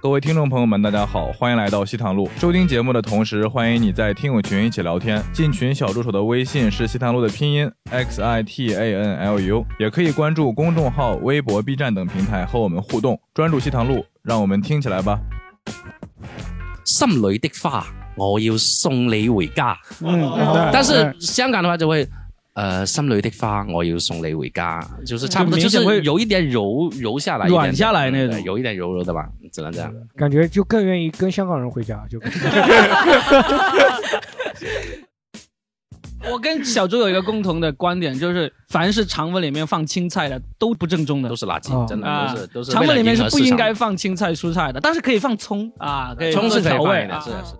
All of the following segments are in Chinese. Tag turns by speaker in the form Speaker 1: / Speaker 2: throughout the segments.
Speaker 1: 各位听众朋友们，大家好，欢迎来到西塘路。收听节目的同时，欢迎你在听友群一起聊天。进群小助手的微信是西塘路的拼音 x i t a n l u，也可以关注公众号、微博、B 站等平台和我们互动。专注西塘路，让我们听起来吧。
Speaker 2: 心里的花，我要送你回家。
Speaker 3: 嗯，
Speaker 2: 但是香港的话就会，呃，心里的花，我要送你回家，就是差不多，
Speaker 3: 就明
Speaker 2: 就
Speaker 3: 显
Speaker 2: 是
Speaker 3: 会
Speaker 2: 有一点柔柔下来一点点，
Speaker 3: 软下来那种
Speaker 2: 对有一点柔柔的吧，只能这样。
Speaker 4: 感觉就更愿意跟香港人回家， 就
Speaker 3: 我跟小猪有一个共同的观点，就是凡是肠粉里面放青菜的都不正宗的
Speaker 2: 都。是垃圾，
Speaker 4: 哦
Speaker 2: 真的
Speaker 3: 啊
Speaker 2: 都是都是为了
Speaker 3: 肠粉里面
Speaker 2: 迎
Speaker 3: 是
Speaker 2: 合
Speaker 3: 不
Speaker 2: 市
Speaker 3: 应
Speaker 2: 场
Speaker 3: 该放青菜蔬菜的，但是可以放葱啊，可以
Speaker 2: 葱是可以
Speaker 3: 调
Speaker 2: 放
Speaker 3: 味
Speaker 2: 一点的，是
Speaker 3: 啊
Speaker 2: 的是的。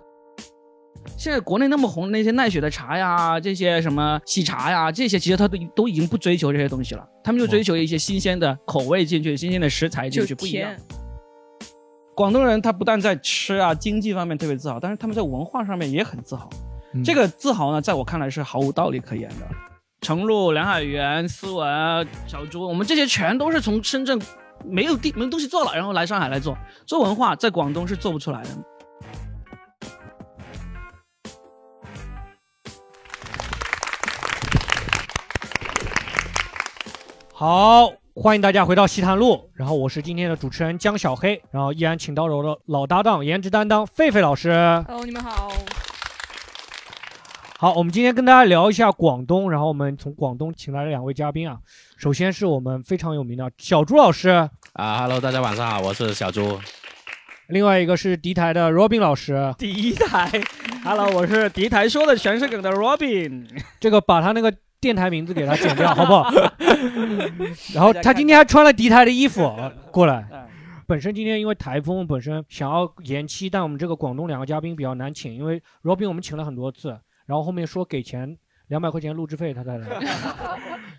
Speaker 3: 现在国内那么红的那些奈雪的茶呀，这些什么喜茶呀，这些其实他都都已经不追求这些东西了，他们就追求一些新鲜的口味进去，新鲜的食材进
Speaker 5: 就
Speaker 3: 去，不一样
Speaker 5: 甜。，
Speaker 3: 广东人他不但在吃啊经济方面特别自豪，但是他们在文化上面也很自豪。
Speaker 1: 嗯
Speaker 3: 这个自豪呢，在我看来是毫无道理可言的。程璐、梁海源、思文、小朱，我们这些全都是从深圳没有地没有东西做了，然后来上海来做做文化，在广东是做不出来的。
Speaker 4: 好。欢迎大家回到西坛路，然后我是今天的主持人江小黑，然后依然请到了我的老搭档、颜值担当狒狒老师。
Speaker 5: 哦，你们好，
Speaker 4: 好，我们今天跟大家聊一下广东，然后我们从广东请来了两位嘉宾啊，首先是我们非常有名的小朱老师，
Speaker 2: 啊，Hello，大家晚上好，我是小猪。
Speaker 4: 另外一个是敌台的 Robin 老师。
Speaker 3: 第 一台，Hello，我是敌台说的全是梗的 Robin。
Speaker 4: 这个把他那个电台名字给他剪掉，好不好？然后他今天还穿了敌台的衣服过来。本身今天因为台风，本身想要延期，但我们这个广东两个嘉宾比较难请，因为 Robin 我们请了很多次，然后后面说给钱两百块钱录制费他才来。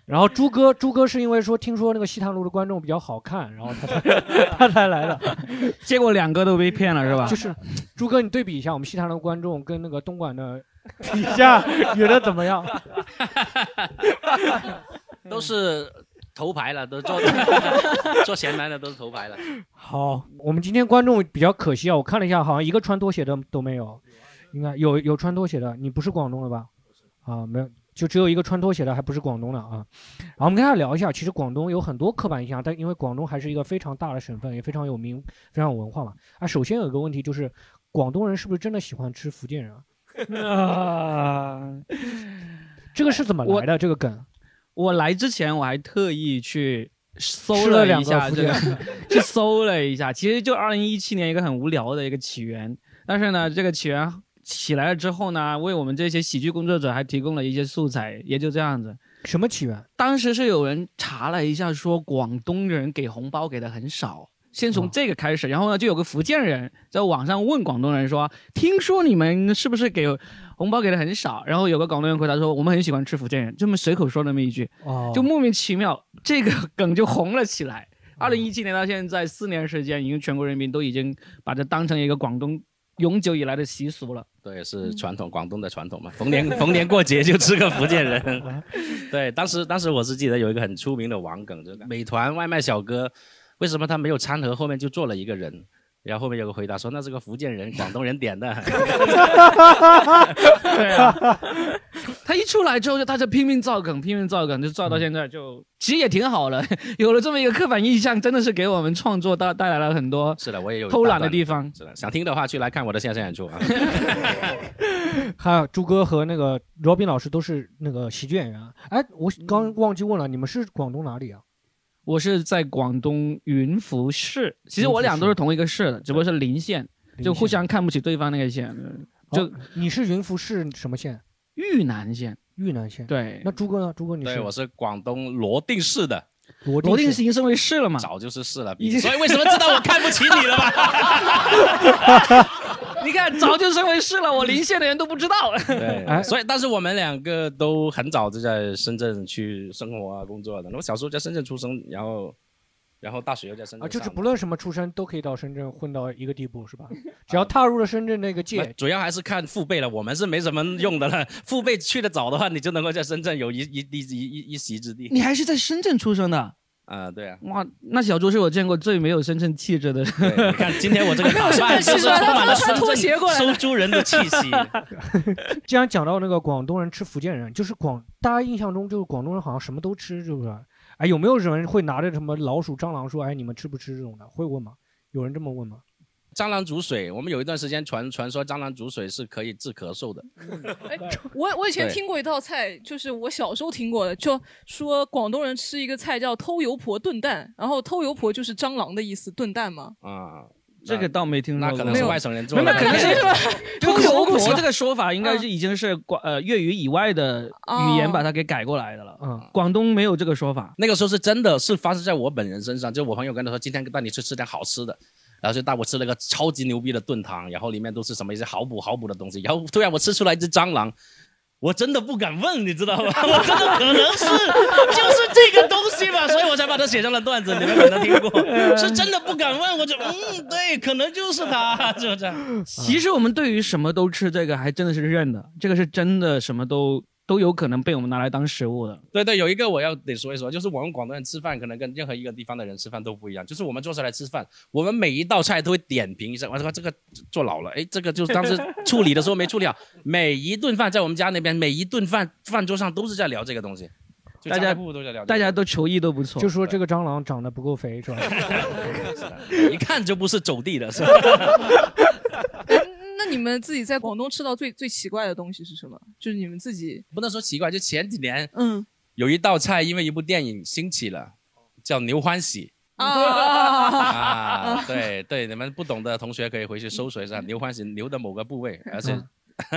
Speaker 4: 然后朱哥，朱哥是因为说听说那个西塘路的观众比较好看，然后他才他才来的。
Speaker 3: 结果 两个都被骗了是吧
Speaker 4: 就？是朱哥，你对比一下我们西塘的观众跟那个东莞 的比一下，觉得怎么样？
Speaker 2: 都是头牌了，都做 做闲男的都是头牌了。
Speaker 4: 好，我们今天观众比较可惜啊，我看了一下，好像一个穿拖鞋的都没有，应该有有穿拖鞋的，你不是广东的吧？啊，没有，就只有一个穿拖鞋的，还不是广东的啊。然后我们跟大家聊一下，其实广东有很多刻板印象，但因为广东还是一个非常大的省份，也非常有名，非常有文化嘛。啊，首先有一个问题就是，广东人是不是真的喜欢吃福建人啊？
Speaker 3: 啊，
Speaker 4: 这个是怎么来的？这个梗
Speaker 3: 我来之前我还特意去搜
Speaker 4: 吃了
Speaker 3: 一
Speaker 4: 两个
Speaker 3: 下
Speaker 4: 福
Speaker 3: 这
Speaker 4: 建
Speaker 3: 个，
Speaker 4: 人，
Speaker 3: 去搜了一下，其实就二零一七年一个很无聊的一个起源，但是呢，这个起源起来了之后呢，为我们这些喜剧工作者还提供了一些素材，也就这样子。
Speaker 4: 什么起源？
Speaker 3: 当时是有人查了一下，说广东人给红包给的很少。先从
Speaker 4: 哦
Speaker 3: 这个开始，然后呢，就有个福建人在网上问广东人说：“听说你们是不是给红包给的很少？”然后有个广东人回答说：“我们很喜欢吃福建人。”这么随口说那么一句，
Speaker 4: 哦，
Speaker 3: 就莫名其妙，这个梗就红了起来。二零一七年到现在四年时间，已经全国人民都已经把这当成一个广东永久以来的习俗了。
Speaker 2: 对，是
Speaker 3: 嗯
Speaker 2: 传统广东的传统嘛，逢年逢年过节就吃个福建 人。 对，当时当时我是记得有一个很出名的网梗，就是美团外卖小哥，为什么他没有餐盒后面就坐了一个人？然后后面有个回答说那是个福建人，广东人点 的。
Speaker 3: 对啊，他一出来之后就大家拼命造梗，拼命造梗，就造到现 在就，其实也挺好了。有了这么一个刻板印象，真的是给我们创作带带来了很多
Speaker 2: 是的，我也有一
Speaker 3: 偷
Speaker 2: 大
Speaker 3: 懒的
Speaker 2: 段
Speaker 3: 地方。
Speaker 2: 是的，想听的话去来看我的线上演出啊。
Speaker 4: 还有朱哥和那个罗宾老师都是那个喜剧演员啊。哎，我刚忘记问了，你们是广东哪里啊？
Speaker 3: 嗯我是在广东云浮市，其实
Speaker 4: 云浮
Speaker 3: 我俩都
Speaker 4: 市
Speaker 3: 是同一个市的，只不过是邻县，就互相看不起对方那个县，
Speaker 4: 哦
Speaker 3: 就
Speaker 4: 你是云浮市什么县？
Speaker 3: 玉南县。
Speaker 4: 玉南县。
Speaker 3: 对
Speaker 4: 那，朱哥呢？朱哥你
Speaker 2: 对，
Speaker 4: 是
Speaker 2: 我是广东罗定市的，
Speaker 4: 罗
Speaker 3: 罗定
Speaker 4: 定
Speaker 3: 已经升为市了嘛？
Speaker 2: 早就是市了，
Speaker 3: 已经
Speaker 2: 所以为什么知道我看不起你了 吧？
Speaker 3: 你看，早就升为市了，我邻县的人都不知道。
Speaker 4: 哎
Speaker 2: 对，所以但是我们两个都很早就在深圳去生活啊、工作的。我小时候在深圳出生，然后，然后大学又在深圳上
Speaker 4: 啊，
Speaker 2: 的。
Speaker 4: 就是不论什么出身都可以到深圳混到一个地步是吧？只要踏入了深圳那个
Speaker 2: 那
Speaker 4: 界，
Speaker 2: 主要还是看父辈了，我们是没什么用的了。 父辈去的早的话，你就能够在深圳有一一地一一一席之地。
Speaker 3: 还是在深圳出生的？
Speaker 2: 啊，对啊，
Speaker 3: 哇，那小猪是我见过最没有深圳气质的人。
Speaker 2: 对，你看今天我这个打扮就是充满了深圳收租人的气息。
Speaker 4: 既然讲到那个广东人吃福建人，就是广大家印象中就是广东人好像什么都吃，是不是？哎，有没有人会拿着什么老鼠、蟑螂说，哎，你们吃不吃这种的？会问吗？有人这么问吗？
Speaker 2: 蟑螂煮水，我们有一段时间传传说蟑螂煮水是可以治咳嗽的。
Speaker 5: 哎，我我以前听过一道菜，就是我小时候听过的，就说广东人吃一个菜叫偷油婆炖蛋，然后偷油婆就是蟑螂的意思，炖蛋嘛。
Speaker 2: 啊，
Speaker 3: 这个倒没听说
Speaker 2: 那
Speaker 3: 过，
Speaker 2: 可能是外省人做
Speaker 3: 没
Speaker 2: 的，
Speaker 3: 有，可能是 偷油
Speaker 5: 不
Speaker 3: 婆
Speaker 5: 行
Speaker 3: 这个说法，应该
Speaker 2: 嗯
Speaker 3: 是已经是广呃粤语以外的
Speaker 5: 哦
Speaker 3: 语言把它给改过来的了。
Speaker 4: 嗯，
Speaker 3: 广东没有这个说法。
Speaker 2: 那个时候是真的是发生在我本人身上，就我朋友跟他说今天带你去吃点好吃的，然后就带我吃了个超级牛逼的炖汤，然后里面都是什么一些好补好补的东西，然后突然我吃出来一只蟑螂。我真的不敢问，你知道吗？ 我真的可能是就是这个东西吧，所以我才把它写成了段子。你们可能听
Speaker 3: 嗯
Speaker 2: 过， 是真的不敢问，我就嗯，对，可能就是它， 就这样。
Speaker 3: 其实我们对于什么都吃这个还真的是认的，这个是真的什么都都有可能被我们拿来当食物的。
Speaker 2: 对对，有一个我要得说一说，就是我们广东人吃饭可能跟任何一个地方的人吃饭都不一样，就是我们坐下来吃饭，我们每一道菜都会点评一下，我说这个做老了，哎，这个就是当时处理的时候没处理好，每一顿饭在我们家那边，每一顿饭饭桌上都是在聊这个东西，就
Speaker 3: 大家
Speaker 2: 家户户都在聊这个，
Speaker 3: 大家都厨艺都不错，
Speaker 4: 就说这个蟑螂长得不够肥， 是吧？
Speaker 2: 一看就不是走地的，是吧？
Speaker 5: 哎那你们自己在广东吃到最最奇怪的东西是什么？就是你们自己，
Speaker 2: 不能说奇怪，就前几年
Speaker 5: 嗯
Speaker 2: 有一道菜因为一部电影兴起了，叫牛欢喜。
Speaker 5: 哦啊，
Speaker 2: 啊，对对，你们不懂的同学可以回去搜索一下牛欢喜牛的某个部位，而且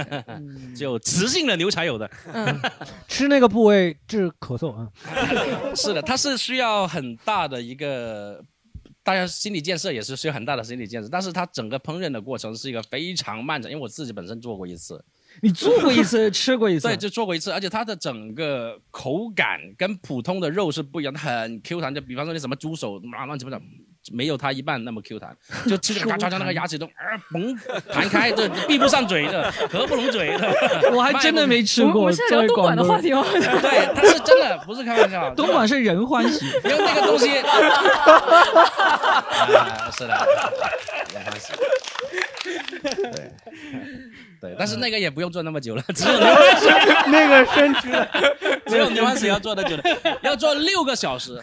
Speaker 2: 就雌性的牛才有的。
Speaker 5: 嗯，
Speaker 4: 吃那个部位治咳嗽啊，
Speaker 2: 是的，它是需要很大的一个，当然心理建设也是需要很大的心理建设，但是它整个烹饪的过程是一个非常漫长，因为我自己本身做过一次，
Speaker 3: 你做过一次，吃过一次，
Speaker 2: 对，就做过一次，而且它的整个口感跟普通的肉是不一样，它很 Q 弹。就比方说你什么猪手，啊乱七八糟，没有它一半那么 Q 弹， 就吃着嘎嚓，那个牙齿都啊嘣弹开，这闭不上嘴的，合不拢嘴的。
Speaker 3: 我还真的没吃
Speaker 5: 我们我
Speaker 3: 过。
Speaker 5: 们现在聊
Speaker 3: 作为
Speaker 5: 东莞的
Speaker 3: 东
Speaker 5: 话题吗？
Speaker 2: 对，它是真的，不是开玩笑。
Speaker 3: 东莞是人欢 喜，
Speaker 2: 因为那个东西，啊，是的，没关系。对，对，但是那个也不用做那么久了，只有牛蛙水，
Speaker 4: 那个生吃的，
Speaker 2: 只有牛蛙水要做的久了，要做六个小时，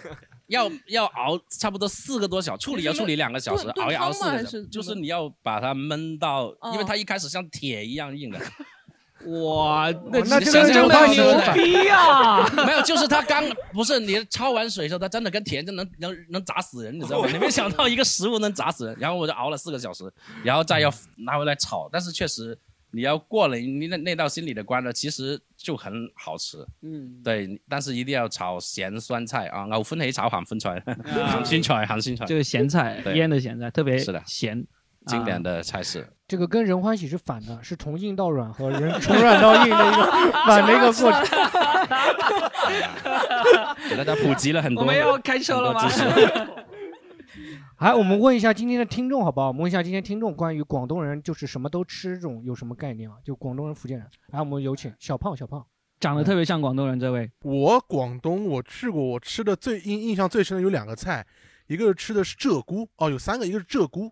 Speaker 2: 要要熬差不多四个多小时，处理要处理两个小时，
Speaker 5: 炖
Speaker 2: 熬一熬四
Speaker 5: 炖汤
Speaker 2: 个
Speaker 5: 吗还
Speaker 2: 小
Speaker 5: 是
Speaker 2: 时，
Speaker 5: 怎
Speaker 2: 就是
Speaker 5: 么
Speaker 2: 你要把它焖到，因为
Speaker 5: 哦
Speaker 2: 它一开始像铁一样硬的，
Speaker 3: 哇，
Speaker 4: 哦那这
Speaker 2: 想
Speaker 4: 个
Speaker 2: 象
Speaker 4: 牛
Speaker 2: 不到
Speaker 4: 大牛
Speaker 2: 对不对
Speaker 3: 逼呀！
Speaker 2: 没有，就是它刚不是你焯完水之后，它真的跟甜就能能能砸死人，你知道吗？你没想到一个食物能砸死人，然后我就熬了四个小时，然后再要拿回来炒，但是确实你要过了你那那道心理的关了，其实就很好吃，
Speaker 3: 嗯，
Speaker 2: 对，但是一定要炒咸酸菜啊，牛歡喜炒鹹酸 菜，鹹酸菜，鹹酸菜，
Speaker 3: 这个咸菜
Speaker 2: 对
Speaker 3: 腌的咸菜特别
Speaker 2: 是的
Speaker 3: 咸，
Speaker 2: 经典
Speaker 3: 啊
Speaker 2: 的菜式。
Speaker 4: 这个跟人欢喜是反的，是从硬到软和 人从软到硬的一个反的一个过程。
Speaker 2: 给大家普及了很
Speaker 3: 我
Speaker 2: 多
Speaker 3: 们要开车了吗？
Speaker 2: 很 多知识
Speaker 4: 哎，我们问一下今天的听众好不好？我们问一下今天听众关于广东人就是什么都吃这种有什么概念啊？就广东人、福建人。来，我们有请小胖，小胖，
Speaker 3: 长得特别像广东人这位，
Speaker 6: 嗯我广东我去过，我吃的最印印象最深的有两个菜，一个吃的是鹧鸪，哦，有三个，一个是鹧鸪，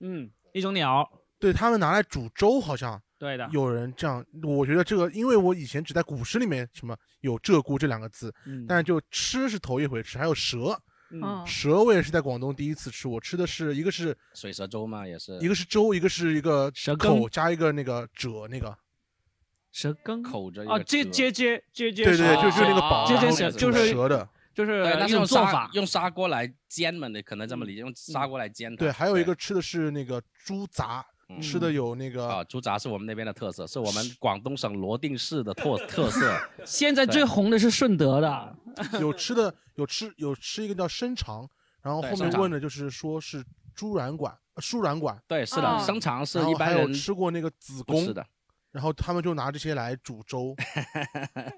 Speaker 3: 嗯，一种鸟，啊
Speaker 6: 对他们拿来煮粥，好像
Speaker 3: 对的，
Speaker 6: 有人这样。我觉得这个，因为我以前只在古诗里面什么有鹧鸪这两个字，
Speaker 3: 嗯
Speaker 6: 但是就吃是头一回吃，还有蛇，
Speaker 2: 哦
Speaker 5: 嗯
Speaker 6: 蛇我也是在广东第一次吃，我吃的是一个是
Speaker 2: 水蛇粥嘛，也是
Speaker 6: 一个是粥，一个是一个
Speaker 3: 呃蛇羹
Speaker 6: 口加一个那个褶那个，
Speaker 3: 蛇羹
Speaker 2: 口着一
Speaker 3: 哦，
Speaker 2: 个
Speaker 3: 接
Speaker 2: 折
Speaker 3: 接接接接，
Speaker 6: 对对对，
Speaker 2: 蛇
Speaker 6: 就是那个宝，
Speaker 3: 这
Speaker 6: 然
Speaker 3: 这
Speaker 6: 后
Speaker 3: 是
Speaker 6: 煮
Speaker 3: 就是
Speaker 6: 蛇 的，
Speaker 3: 就是
Speaker 2: 对，那
Speaker 3: 一
Speaker 2: 是用
Speaker 3: 种做
Speaker 2: 砂
Speaker 3: 法，嗯
Speaker 2: 用砂锅来煎嘛，你可能这么理解，用砂锅来煎它。
Speaker 6: 对，还有一个吃的是那个猪杂，
Speaker 2: 嗯
Speaker 6: 吃的有那个
Speaker 2: 啊，猪杂是我们那边的特色，是我们广东省罗定市的特特 色。
Speaker 3: 现在最红的是顺德的，
Speaker 6: 有吃的，有吃有吃一个叫生肠，然后
Speaker 2: 对
Speaker 6: 后
Speaker 2: 生
Speaker 6: 面
Speaker 2: 肠
Speaker 6: 问的就是说是猪软管、呃输卵管，
Speaker 2: 对，是的，
Speaker 5: 啊
Speaker 2: 生肠是
Speaker 6: 然后
Speaker 2: 一
Speaker 6: 还
Speaker 2: 般
Speaker 6: 有
Speaker 2: 人
Speaker 6: 吃过那个子
Speaker 2: 不吃
Speaker 6: 宫，
Speaker 2: 的，
Speaker 6: 然后他们就拿这些来煮 粥，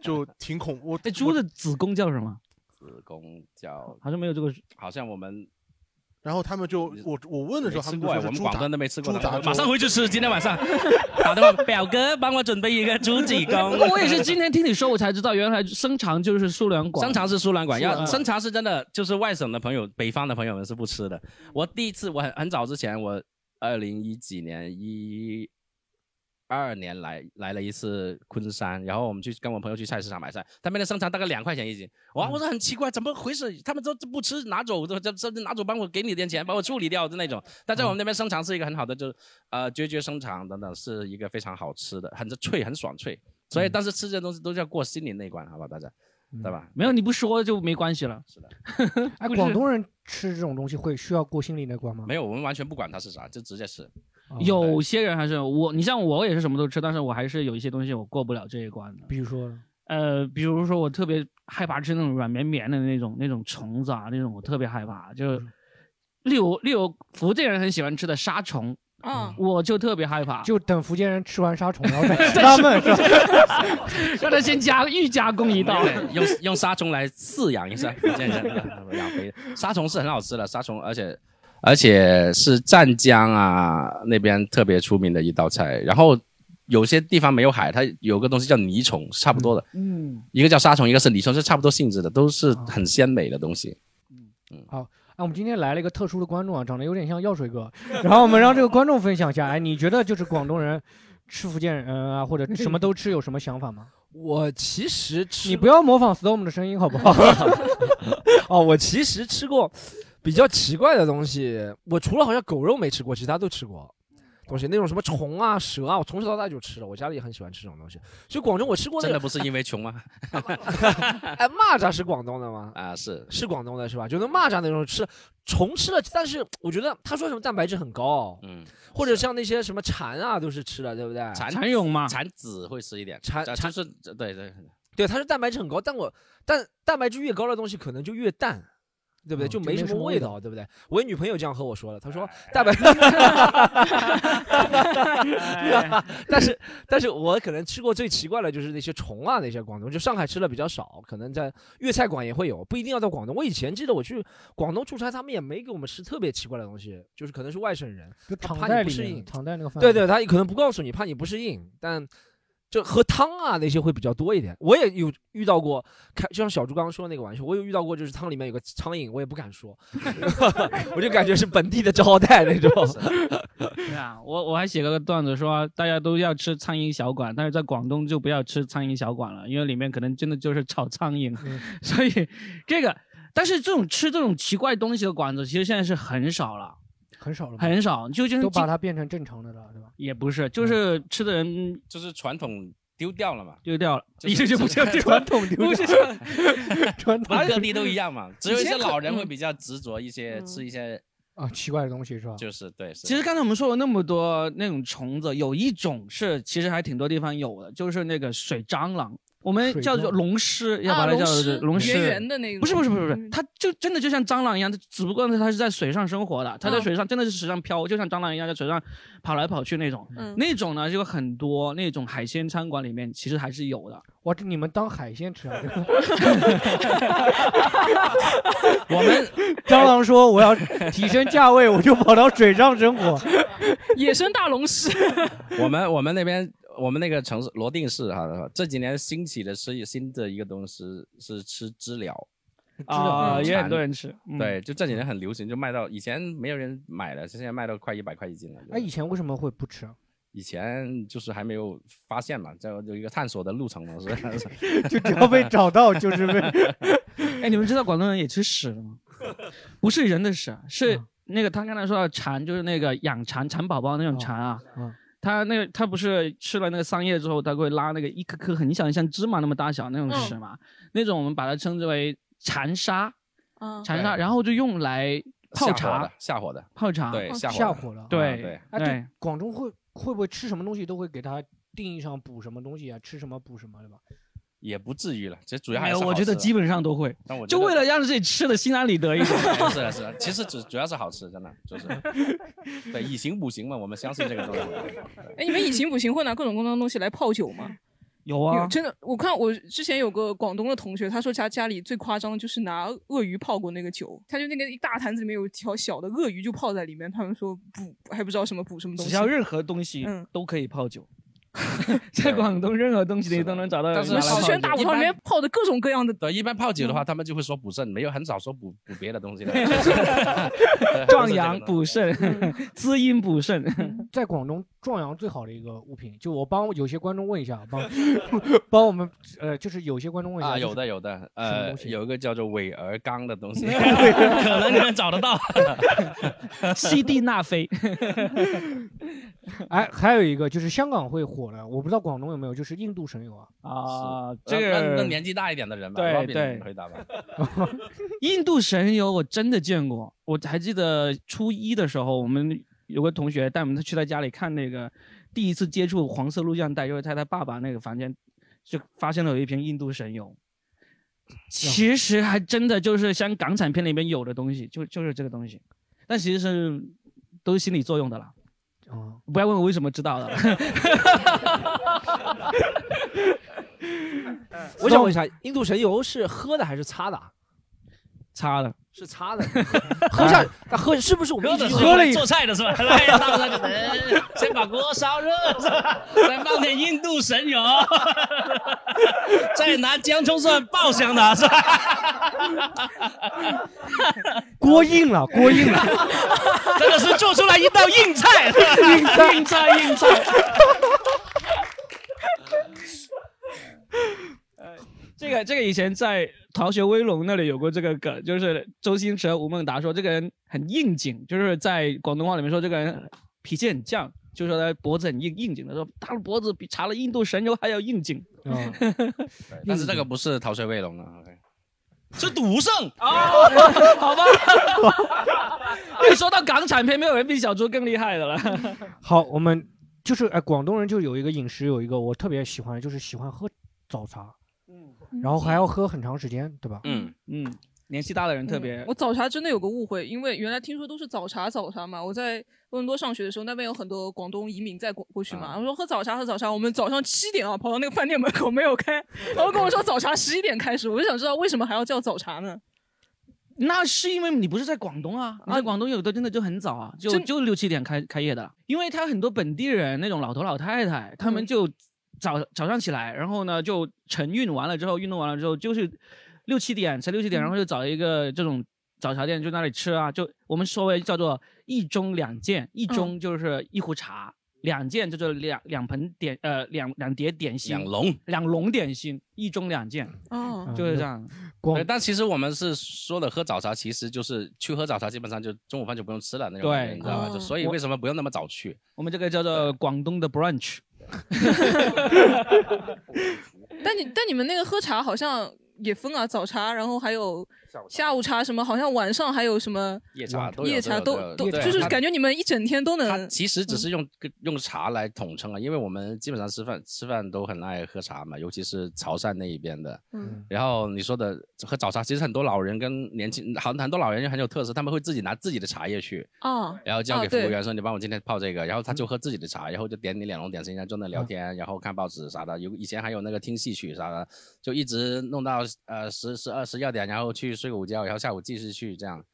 Speaker 6: 就挺恐怖。
Speaker 3: 哎，
Speaker 6: 我
Speaker 3: 猪的子宫叫什么？
Speaker 2: 子宫叫
Speaker 3: 好像没有这个
Speaker 2: 好像我们
Speaker 6: 然后他们就我我问的时候，他
Speaker 2: 没
Speaker 6: 们
Speaker 2: 吃
Speaker 6: 就
Speaker 2: 过
Speaker 6: 说
Speaker 2: 哎，
Speaker 6: 是
Speaker 2: 我们
Speaker 6: 猪
Speaker 2: 广
Speaker 6: 杂
Speaker 2: 东都没吃过
Speaker 6: 猪
Speaker 2: 呢，
Speaker 6: 杂
Speaker 2: 马上
Speaker 6: 粥
Speaker 2: 回去吃，今天晚上 打电话，表哥帮我准备一个猪 几公
Speaker 3: 不。过我也是今天听你说，我才知道原来生肠就是输卵管。啊
Speaker 2: 生肠是输卵管，
Speaker 3: 输
Speaker 2: 要
Speaker 3: 卵管
Speaker 2: 生肠是真的，就是外省的朋友、北方的朋友们是不吃的。我第一次，我很很早之前，我二零一几年一二年来来了一次昆山，然后我们去跟我朋友去菜市场买菜，他们的生肠大概两块钱一斤，
Speaker 3: 嗯
Speaker 2: 哇，我说很奇怪，怎么回事？他们都不吃，拿走，这这这拿走，帮我给你点钱，把我处理掉的那种。但
Speaker 3: 嗯
Speaker 2: 在我们那边生肠是一个很好的，就是呃绝绝生肠等等，是一个非常好吃的，很脆，很爽脆。
Speaker 3: 嗯
Speaker 2: 所以，但是吃这些东西都是要过心灵那一关，好吧，大家，对吧？
Speaker 3: 没有你不说就没关系了。
Speaker 2: 是的，
Speaker 4: 哎，
Speaker 3: 不是
Speaker 4: 广东人吃这种东西会需要过心理那关吗？
Speaker 2: 没有，我们完全不管它是啥，就直接吃。
Speaker 4: 哦，
Speaker 3: 有些人还是我，你像我也是什么都吃，但是我还是有一些东西我过不了这一关的。
Speaker 4: 比如说呢，
Speaker 3: 呃，比如说我特别害怕吃那种软绵绵的那种那种虫子啊，那种我特别害怕。就例如例如福建人很喜欢吃的沙虫，
Speaker 5: 嗯，
Speaker 3: 我就特别害怕，
Speaker 4: 就等福建人吃完沙 虫，然后再吃他们是吧？
Speaker 3: 让他先加预加工一道。
Speaker 2: 用用杀虫来饲养一下福建人，养肥。杀虫是很好吃的，杀虫，而且而且是湛江啊那边特别出名的一道菜。然后有些地方没有海，它有个东西叫泥虫，是差不多的，
Speaker 3: 嗯，哦
Speaker 2: 一个叫杀虫，一个是泥虫，是差不多性质的，都是很鲜美的东西。
Speaker 4: 哎，我们今天来了一个特殊的观众啊，长得有点像药水哥。然后我们让这个观众分享一下，哎，你觉得就是广东人吃福建人啊，或者什么都吃有什么想法 吗？
Speaker 7: 我其实吃
Speaker 4: 你不要模仿 Storm 的声音好不好？
Speaker 7: 哦，我其实吃过比较奇怪的东西，我除了好像狗肉没吃过，其他都吃过。东西那种什么虫啊、蛇啊，我从小到大就吃了，我家里也很喜欢吃这种东西。所以广州我吃过那
Speaker 2: 真的
Speaker 7: 个，
Speaker 2: 不是因为穷 吗？
Speaker 7: 哎，蚂蚱是广东的吗？
Speaker 2: 啊，是
Speaker 7: 是广东的是吧？就那蚂蚱那种吃虫吃了，但是我觉得他说什么蛋白质很高，
Speaker 2: 嗯，
Speaker 7: 或者像那些什么蝉啊都是吃的，对不对？
Speaker 2: 蚕
Speaker 3: 蚕蛹嘛，
Speaker 2: 蚕子会吃一点，
Speaker 7: 蚕
Speaker 2: 这
Speaker 7: 蚕
Speaker 2: 啊就是对对，
Speaker 7: 对，它是蛋白质很高，但我但蛋白质越高的东西可能就越淡，对不对？
Speaker 4: 哦就
Speaker 7: 没
Speaker 4: 没
Speaker 7: 什
Speaker 4: 什
Speaker 7: 么
Speaker 4: 么
Speaker 7: 味
Speaker 4: 味
Speaker 7: 道，对不对？我女朋友这样和我说了，她说蛋白， 但是但是我可能吃过最奇怪的就是那些虫啊，那些广东就上海吃的比较少，可能在粤菜馆也会有，不一定要到广东。我以前记得我去广东出差，他们也没给我们吃特别奇怪的东西，就是可能是外省人，
Speaker 4: 就
Speaker 7: 他
Speaker 4: 躺
Speaker 7: 怕
Speaker 4: 在
Speaker 7: 你不
Speaker 4: 里
Speaker 7: 适
Speaker 4: 面，
Speaker 7: 应
Speaker 4: 躺在那个饭。
Speaker 7: 对对，他可能不告诉你，怕你不适应，但就喝汤啊那些会比较多一点。我也有遇到过，开就像小猪刚刚说那个玩笑，我有遇到过，就是汤里面有个苍蝇，我也不敢说， 我就感觉是本地的招待那种。
Speaker 3: 对啊，我我还写了个段子说，大家都要吃苍蝇小馆，但是在广东就不要吃苍蝇小馆了，因为里面可能真的就是炒苍蝇，
Speaker 7: 嗯
Speaker 3: 所以这个，但是这种吃这种奇怪东西的馆子，其实现在是很少了，
Speaker 4: 很少了吧，
Speaker 3: 很少，就就是
Speaker 4: 都把它变成正常的了，对吧？
Speaker 3: 也不是，就是吃的人
Speaker 2: 就是传统丢掉了嘛，
Speaker 3: 丢掉了，
Speaker 2: 就是
Speaker 3: 一直就 不叫丢
Speaker 4: 传
Speaker 3: 了。
Speaker 4: 统
Speaker 3: 不
Speaker 4: 流
Speaker 3: 是
Speaker 4: 传 传统
Speaker 2: 各地都一样嘛，只有一
Speaker 5: 以
Speaker 2: 些
Speaker 5: 前可
Speaker 2: 老人会
Speaker 5: 嗯
Speaker 2: 比较执着一些，
Speaker 5: 嗯
Speaker 2: 吃一些
Speaker 4: 啊，奇怪的东西是吧？
Speaker 2: 就是对。是
Speaker 3: 其实刚才我们说了那么多那种虫子，有一种是其实还挺多地方有的，就是那个水蟑螂，我们
Speaker 4: 水
Speaker 3: 叫
Speaker 4: 蟑
Speaker 3: 做
Speaker 4: 螂
Speaker 3: 龙虱，要
Speaker 5: 啊，
Speaker 3: 把它叫
Speaker 5: 龙
Speaker 3: 做
Speaker 5: 狮
Speaker 3: 龙虱。
Speaker 5: 圆圆的那种，
Speaker 3: 不是不是不是不是，
Speaker 5: 嗯
Speaker 3: 它就真的就像蟑螂一样，它只不过呢它是在水上生活的，它在
Speaker 5: 嗯
Speaker 3: 水上真的是水上漂，就像蟑螂一样在水上跑来跑去那种。
Speaker 5: 嗯，
Speaker 3: 那种呢就有很多，那种海鲜餐馆里面其实还是有的。
Speaker 4: 哇，这你们当海鲜吃 啊？对吧
Speaker 2: 我们
Speaker 4: 蟑螂说我要提升价位，我就跑到水上生 活。
Speaker 5: 野生大龙狮，
Speaker 2: 我们我们那边我们那个城市罗定市哈、这几年兴起的是新的一个东西是吃知了，
Speaker 3: 啊、也很
Speaker 2: 馋
Speaker 3: 多人吃。嗯，
Speaker 2: 对，就这几年很流行，就卖到以前没有人买了，现在卖到快一百块一斤了。
Speaker 4: 哎，以前为什么会不吃啊？
Speaker 2: 以前就是还没有发现嘛，这有一个探索的路程嘛，是吧
Speaker 4: 就只要被找到，就是被
Speaker 3: 哎，你们知道广东人也吃屎的吗？不是人的屎，啊是
Speaker 2: 嗯
Speaker 3: 那个他刚才说的蚕，就是那个养蚕蚕宝宝那种
Speaker 4: 哦
Speaker 3: 蚕啊。
Speaker 4: 嗯
Speaker 3: 他那个他不是吃了那个桑叶之后，他会拉那个一颗颗很小像芝麻那么大小那种
Speaker 5: 嗯
Speaker 3: 屎嘛，那种我们把它称之为蚕沙，
Speaker 5: 嗯，
Speaker 3: 蚕沙，
Speaker 2: 对
Speaker 3: 然后就用来泡茶，
Speaker 2: 下火的，
Speaker 3: 泡茶。
Speaker 2: 对，
Speaker 5: 哦
Speaker 2: 下火
Speaker 4: 吓
Speaker 2: 的。
Speaker 4: 唬了。
Speaker 3: 对
Speaker 2: 啊对
Speaker 4: 哎，对
Speaker 3: 对，
Speaker 4: 广州会会不会吃什么东西都会给它定义上补什么东西啊？吃什么补什么，对吧？
Speaker 2: 也不至于了，这主要还
Speaker 3: 没
Speaker 2: 是
Speaker 3: 有，
Speaker 2: 好
Speaker 3: 哎我觉得
Speaker 2: 吃
Speaker 3: 基，本上都会，
Speaker 2: 但我觉
Speaker 3: 就
Speaker 2: 得
Speaker 3: 为了让自己吃的心安理得一点。
Speaker 2: 哎是的，是的，其实主主要是好吃，真的 就是，对以形补形嘛，我们相信这个东西。
Speaker 5: 哎，你们以形补形会拿各种各样的东西来泡酒吗？
Speaker 3: 有啊，
Speaker 5: 真的，我看我之前有个广东的同学，他说他家里最夸张的就是拿鳄鱼泡过那个酒，他就那个一大坛子里面有条小的鳄鱼就泡在里面，他们说补还不知道什么补什么东西，嗯
Speaker 3: 只要任何东西都可以泡酒， 在广东任何东西你都能找到有
Speaker 2: 但
Speaker 3: 人
Speaker 2: 是
Speaker 3: 拿来
Speaker 2: 是
Speaker 3: 泡酒。
Speaker 2: 十全大补汤里面
Speaker 5: 泡的各种各样的。
Speaker 2: 对，一般泡酒的嗯话，他们就会说补肾，没有很少说补补别的东 西的。
Speaker 3: 壮阳补肾， 滋阴补肾。
Speaker 4: 在广东壮阳最好的一个物品，就我帮有些观众问一下，帮 帮我们呃，就是有些观众问一下
Speaker 2: 啊，
Speaker 4: 就是
Speaker 2: 有的有 的，
Speaker 4: 什么
Speaker 2: 呃
Speaker 4: 东，西
Speaker 2: 有一个叫做伪儿纲的 东西，可能你们找得 到。
Speaker 3: 西 地那非，
Speaker 4: 哎，还有一个就是香港会火的，我不知道广东有没有，就是印度神油啊
Speaker 3: 啊，
Speaker 2: 这
Speaker 3: 这
Speaker 2: 个那那
Speaker 3: 个
Speaker 2: 年纪大一点的人吧，
Speaker 3: 对
Speaker 2: Robin，
Speaker 3: 对
Speaker 2: 你回答吧。
Speaker 3: 印度神油我真的见过，我还记得初一的时候，我们有个同学带我们去他家里看那个第一次接触黄色录像带，就是在他爸爸那个房间就发现了有一瓶印度神油。其实还真的就是像港产片里面有的东西，就就是这个东西，但其实是都是心理作用的啦。
Speaker 4: 哦，
Speaker 3: 不要问我为什么知道 的。
Speaker 7: 我想问一下，哎印度神油是喝的还是擦的啊？
Speaker 3: 擦的，
Speaker 7: 是擦的，喝下那喝是不是我们一直
Speaker 2: 喝了
Speaker 7: 一
Speaker 2: 做菜的是 吧？来，大家就等，先把锅烧热是吧？再放点印度神油， 再拿姜葱蒜爆香它是吧？
Speaker 4: 锅硬了，锅硬了，
Speaker 2: 真的是做出来一道硬菜。是吧
Speaker 4: 硬菜
Speaker 3: 硬菜硬菜。这个这个以前在《逃学威龙》那里有过这个梗，就是周星驰和吴孟达说这个人很应景，就是在广东话里面说这个人脾气很犟，就说他脖子很硬应景的，说他的脖子比查了印度神油还要应景，
Speaker 4: 嗯
Speaker 2: 但是这个不是逃学威龙啊，OK，是赌圣。
Speaker 3: 哦 好吧？一哎说到港产片，没有人比小猪更厉害的了。
Speaker 4: 好，我们就是哎，广东人就有一个饮食，有一个我特别喜欢，就是喜欢喝早茶，
Speaker 5: 嗯
Speaker 4: 然后还要喝很长时间，对吧？
Speaker 2: 嗯，
Speaker 3: 嗯，年纪大的人特别、
Speaker 5: 嗯我早茶真的有个误会，因为原来听说都是早茶早茶嘛。我在多伦多上学的时候，那边有很多广东移民在过过去
Speaker 4: 啊
Speaker 5: 嘛，我说喝早茶喝早茶，我们早上七点啊跑到那个饭店门口没有开，然后跟我说早茶十一点开始，我就想知道为什么还要叫早茶呢？
Speaker 3: 那是因为你不是在广东啊，你在广东有的真的就很早啊，就
Speaker 5: 真
Speaker 3: 就六七点开开业的，因为他很多本地人那种老头老太太，他们就早、早上起来，然后呢就晨运完了之后，运动完了之后就是六七点才六七点，然后就找一个这种早茶店就那里吃啊，就我们所谓叫做一盅两件，一盅就是一壶茶，两件就是两两盆点呃两两碟点心，
Speaker 2: 养龙。
Speaker 3: 两笼点心，一盅两件，
Speaker 5: 哦，
Speaker 4: 嗯
Speaker 3: 就是这。样。
Speaker 4: 广
Speaker 2: 对，但其实我们是说的喝早茶，其实就是去喝早茶，基本上就中午饭就不用吃了那种感觉，
Speaker 3: 对
Speaker 2: 你知道吧？
Speaker 5: 哦
Speaker 2: 就所以为什么不用那么早去？
Speaker 3: 我们这个叫做广东的 brunch。
Speaker 5: 但你但你们那个喝茶好像也分啊，早茶，然后还有下午茶什么，好像晚上还有什么
Speaker 2: 夜茶都有
Speaker 5: 夜茶都
Speaker 2: 都
Speaker 5: 都，
Speaker 2: 有对
Speaker 5: 就是
Speaker 2: 它
Speaker 5: 感觉你们一整天都
Speaker 2: 它
Speaker 5: 能。
Speaker 2: 其实只是用个用茶来统称啊，因为我们基本上吃饭吃饭都很爱喝茶嘛，尤其是潮汕那一边的。
Speaker 5: 嗯
Speaker 2: 然后你说的喝早茶，其实很多老人跟年轻很很多老人很有特色，他们会自己拿自己的茶叶去，
Speaker 5: 啊，
Speaker 2: 然后交
Speaker 5: 哦
Speaker 2: 给服务
Speaker 5: 对
Speaker 2: 员说你帮我今天泡这个，然后他就喝自己的茶，然后就点你两笼点心，然后就那聊天，然后看报纸啥的。有以前还有那个听戏曲啥的，就一直弄到呃十十二十一二点，然后去睡个午觉，然后下午继续去这样。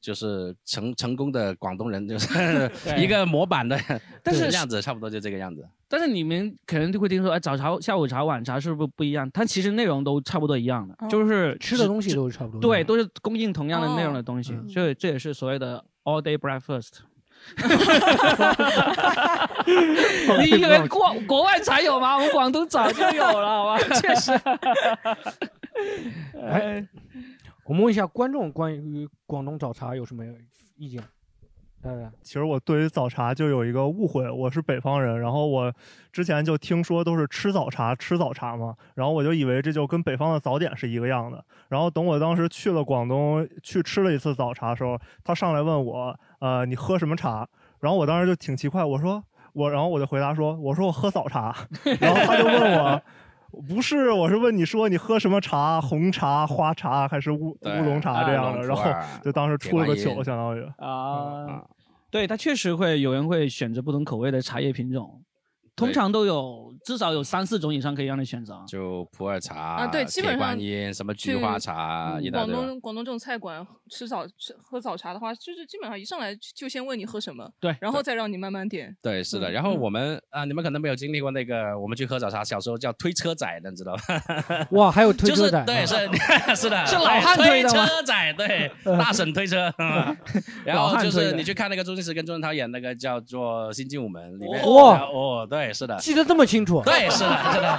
Speaker 2: 就是成成功的广东人，就是 一个模板的，
Speaker 3: 但是
Speaker 2: 样子差不多就这个样子。
Speaker 3: 但是你们可能就会听说，哎，早茶、下午茶、晚茶是不是不一样？它其实内容都差不多一样的，
Speaker 5: 哦
Speaker 3: 就是
Speaker 4: 吃的
Speaker 3: 只
Speaker 4: 东西都是差不多的，
Speaker 3: 对，都是供应同样的内容
Speaker 5: 哦
Speaker 3: 的东西，
Speaker 4: 嗯
Speaker 3: 所以这也是所谓的 all day breakfast。你以为国国外才有吗？我们广东早就有了，好吧？ 确实，
Speaker 4: 哎，我们问一下观众关于广东早茶有什么意见？来来，
Speaker 8: 其实我对于早茶就有一个误会，我是北方人，然后我之前就听说都是吃早茶，吃早茶嘛，然后我就以为这就跟北方的早点是一个样的。然后等我当时去了广东去吃了一次早茶的时候，他上来问我，呃，你喝什么茶？然后我当时就挺奇怪，我说我，然后我就回答说，我说我喝早茶。 然后他就问我。不是，我是问你说你喝什么茶，红茶、花茶还是乌
Speaker 2: 对哎
Speaker 8: 乌龙茶这样
Speaker 2: 乌
Speaker 8: 的，
Speaker 2: 龙
Speaker 8: 然后
Speaker 2: 普洱
Speaker 8: 就当时出了个
Speaker 2: 铁观
Speaker 8: 糗，
Speaker 2: 音
Speaker 8: 相当于。
Speaker 2: 嗯
Speaker 3: 啊，对，它确实会有人会选择不同口味的茶叶品种，通
Speaker 2: 对
Speaker 3: 常都有至少有三四种以上可以让你选择。啊
Speaker 2: 就普洱茶啊
Speaker 5: 对基本上
Speaker 2: 观音什么菊花茶，啊一大
Speaker 5: 广
Speaker 2: 堆吧。
Speaker 5: 东广东这种菜馆吃早吃喝早茶的话，就是基本上一上来就先问你喝什么，
Speaker 3: 对
Speaker 5: 然后再让你慢 慢点。
Speaker 2: 对，是的。然后我们啊，你们可能没有经历过那个，我们去喝早茶，小时候叫推车仔的，你知道吧？
Speaker 4: 哇，还有推
Speaker 2: 就是
Speaker 4: 车仔，
Speaker 2: 对，是 是的，
Speaker 3: 是老汉推
Speaker 2: 推
Speaker 3: 的吗
Speaker 2: 车 仔，对，大婶推车。 嗯然
Speaker 3: 老
Speaker 2: 后
Speaker 3: 汉
Speaker 2: 就
Speaker 3: 推
Speaker 2: 是
Speaker 3: 的
Speaker 2: 你去看那个周星驰跟周润发演那个叫做《新精武门》里面，
Speaker 4: 哇
Speaker 2: 哦，对，是的，
Speaker 4: 记得这么清楚，
Speaker 2: 对，是的，是 的。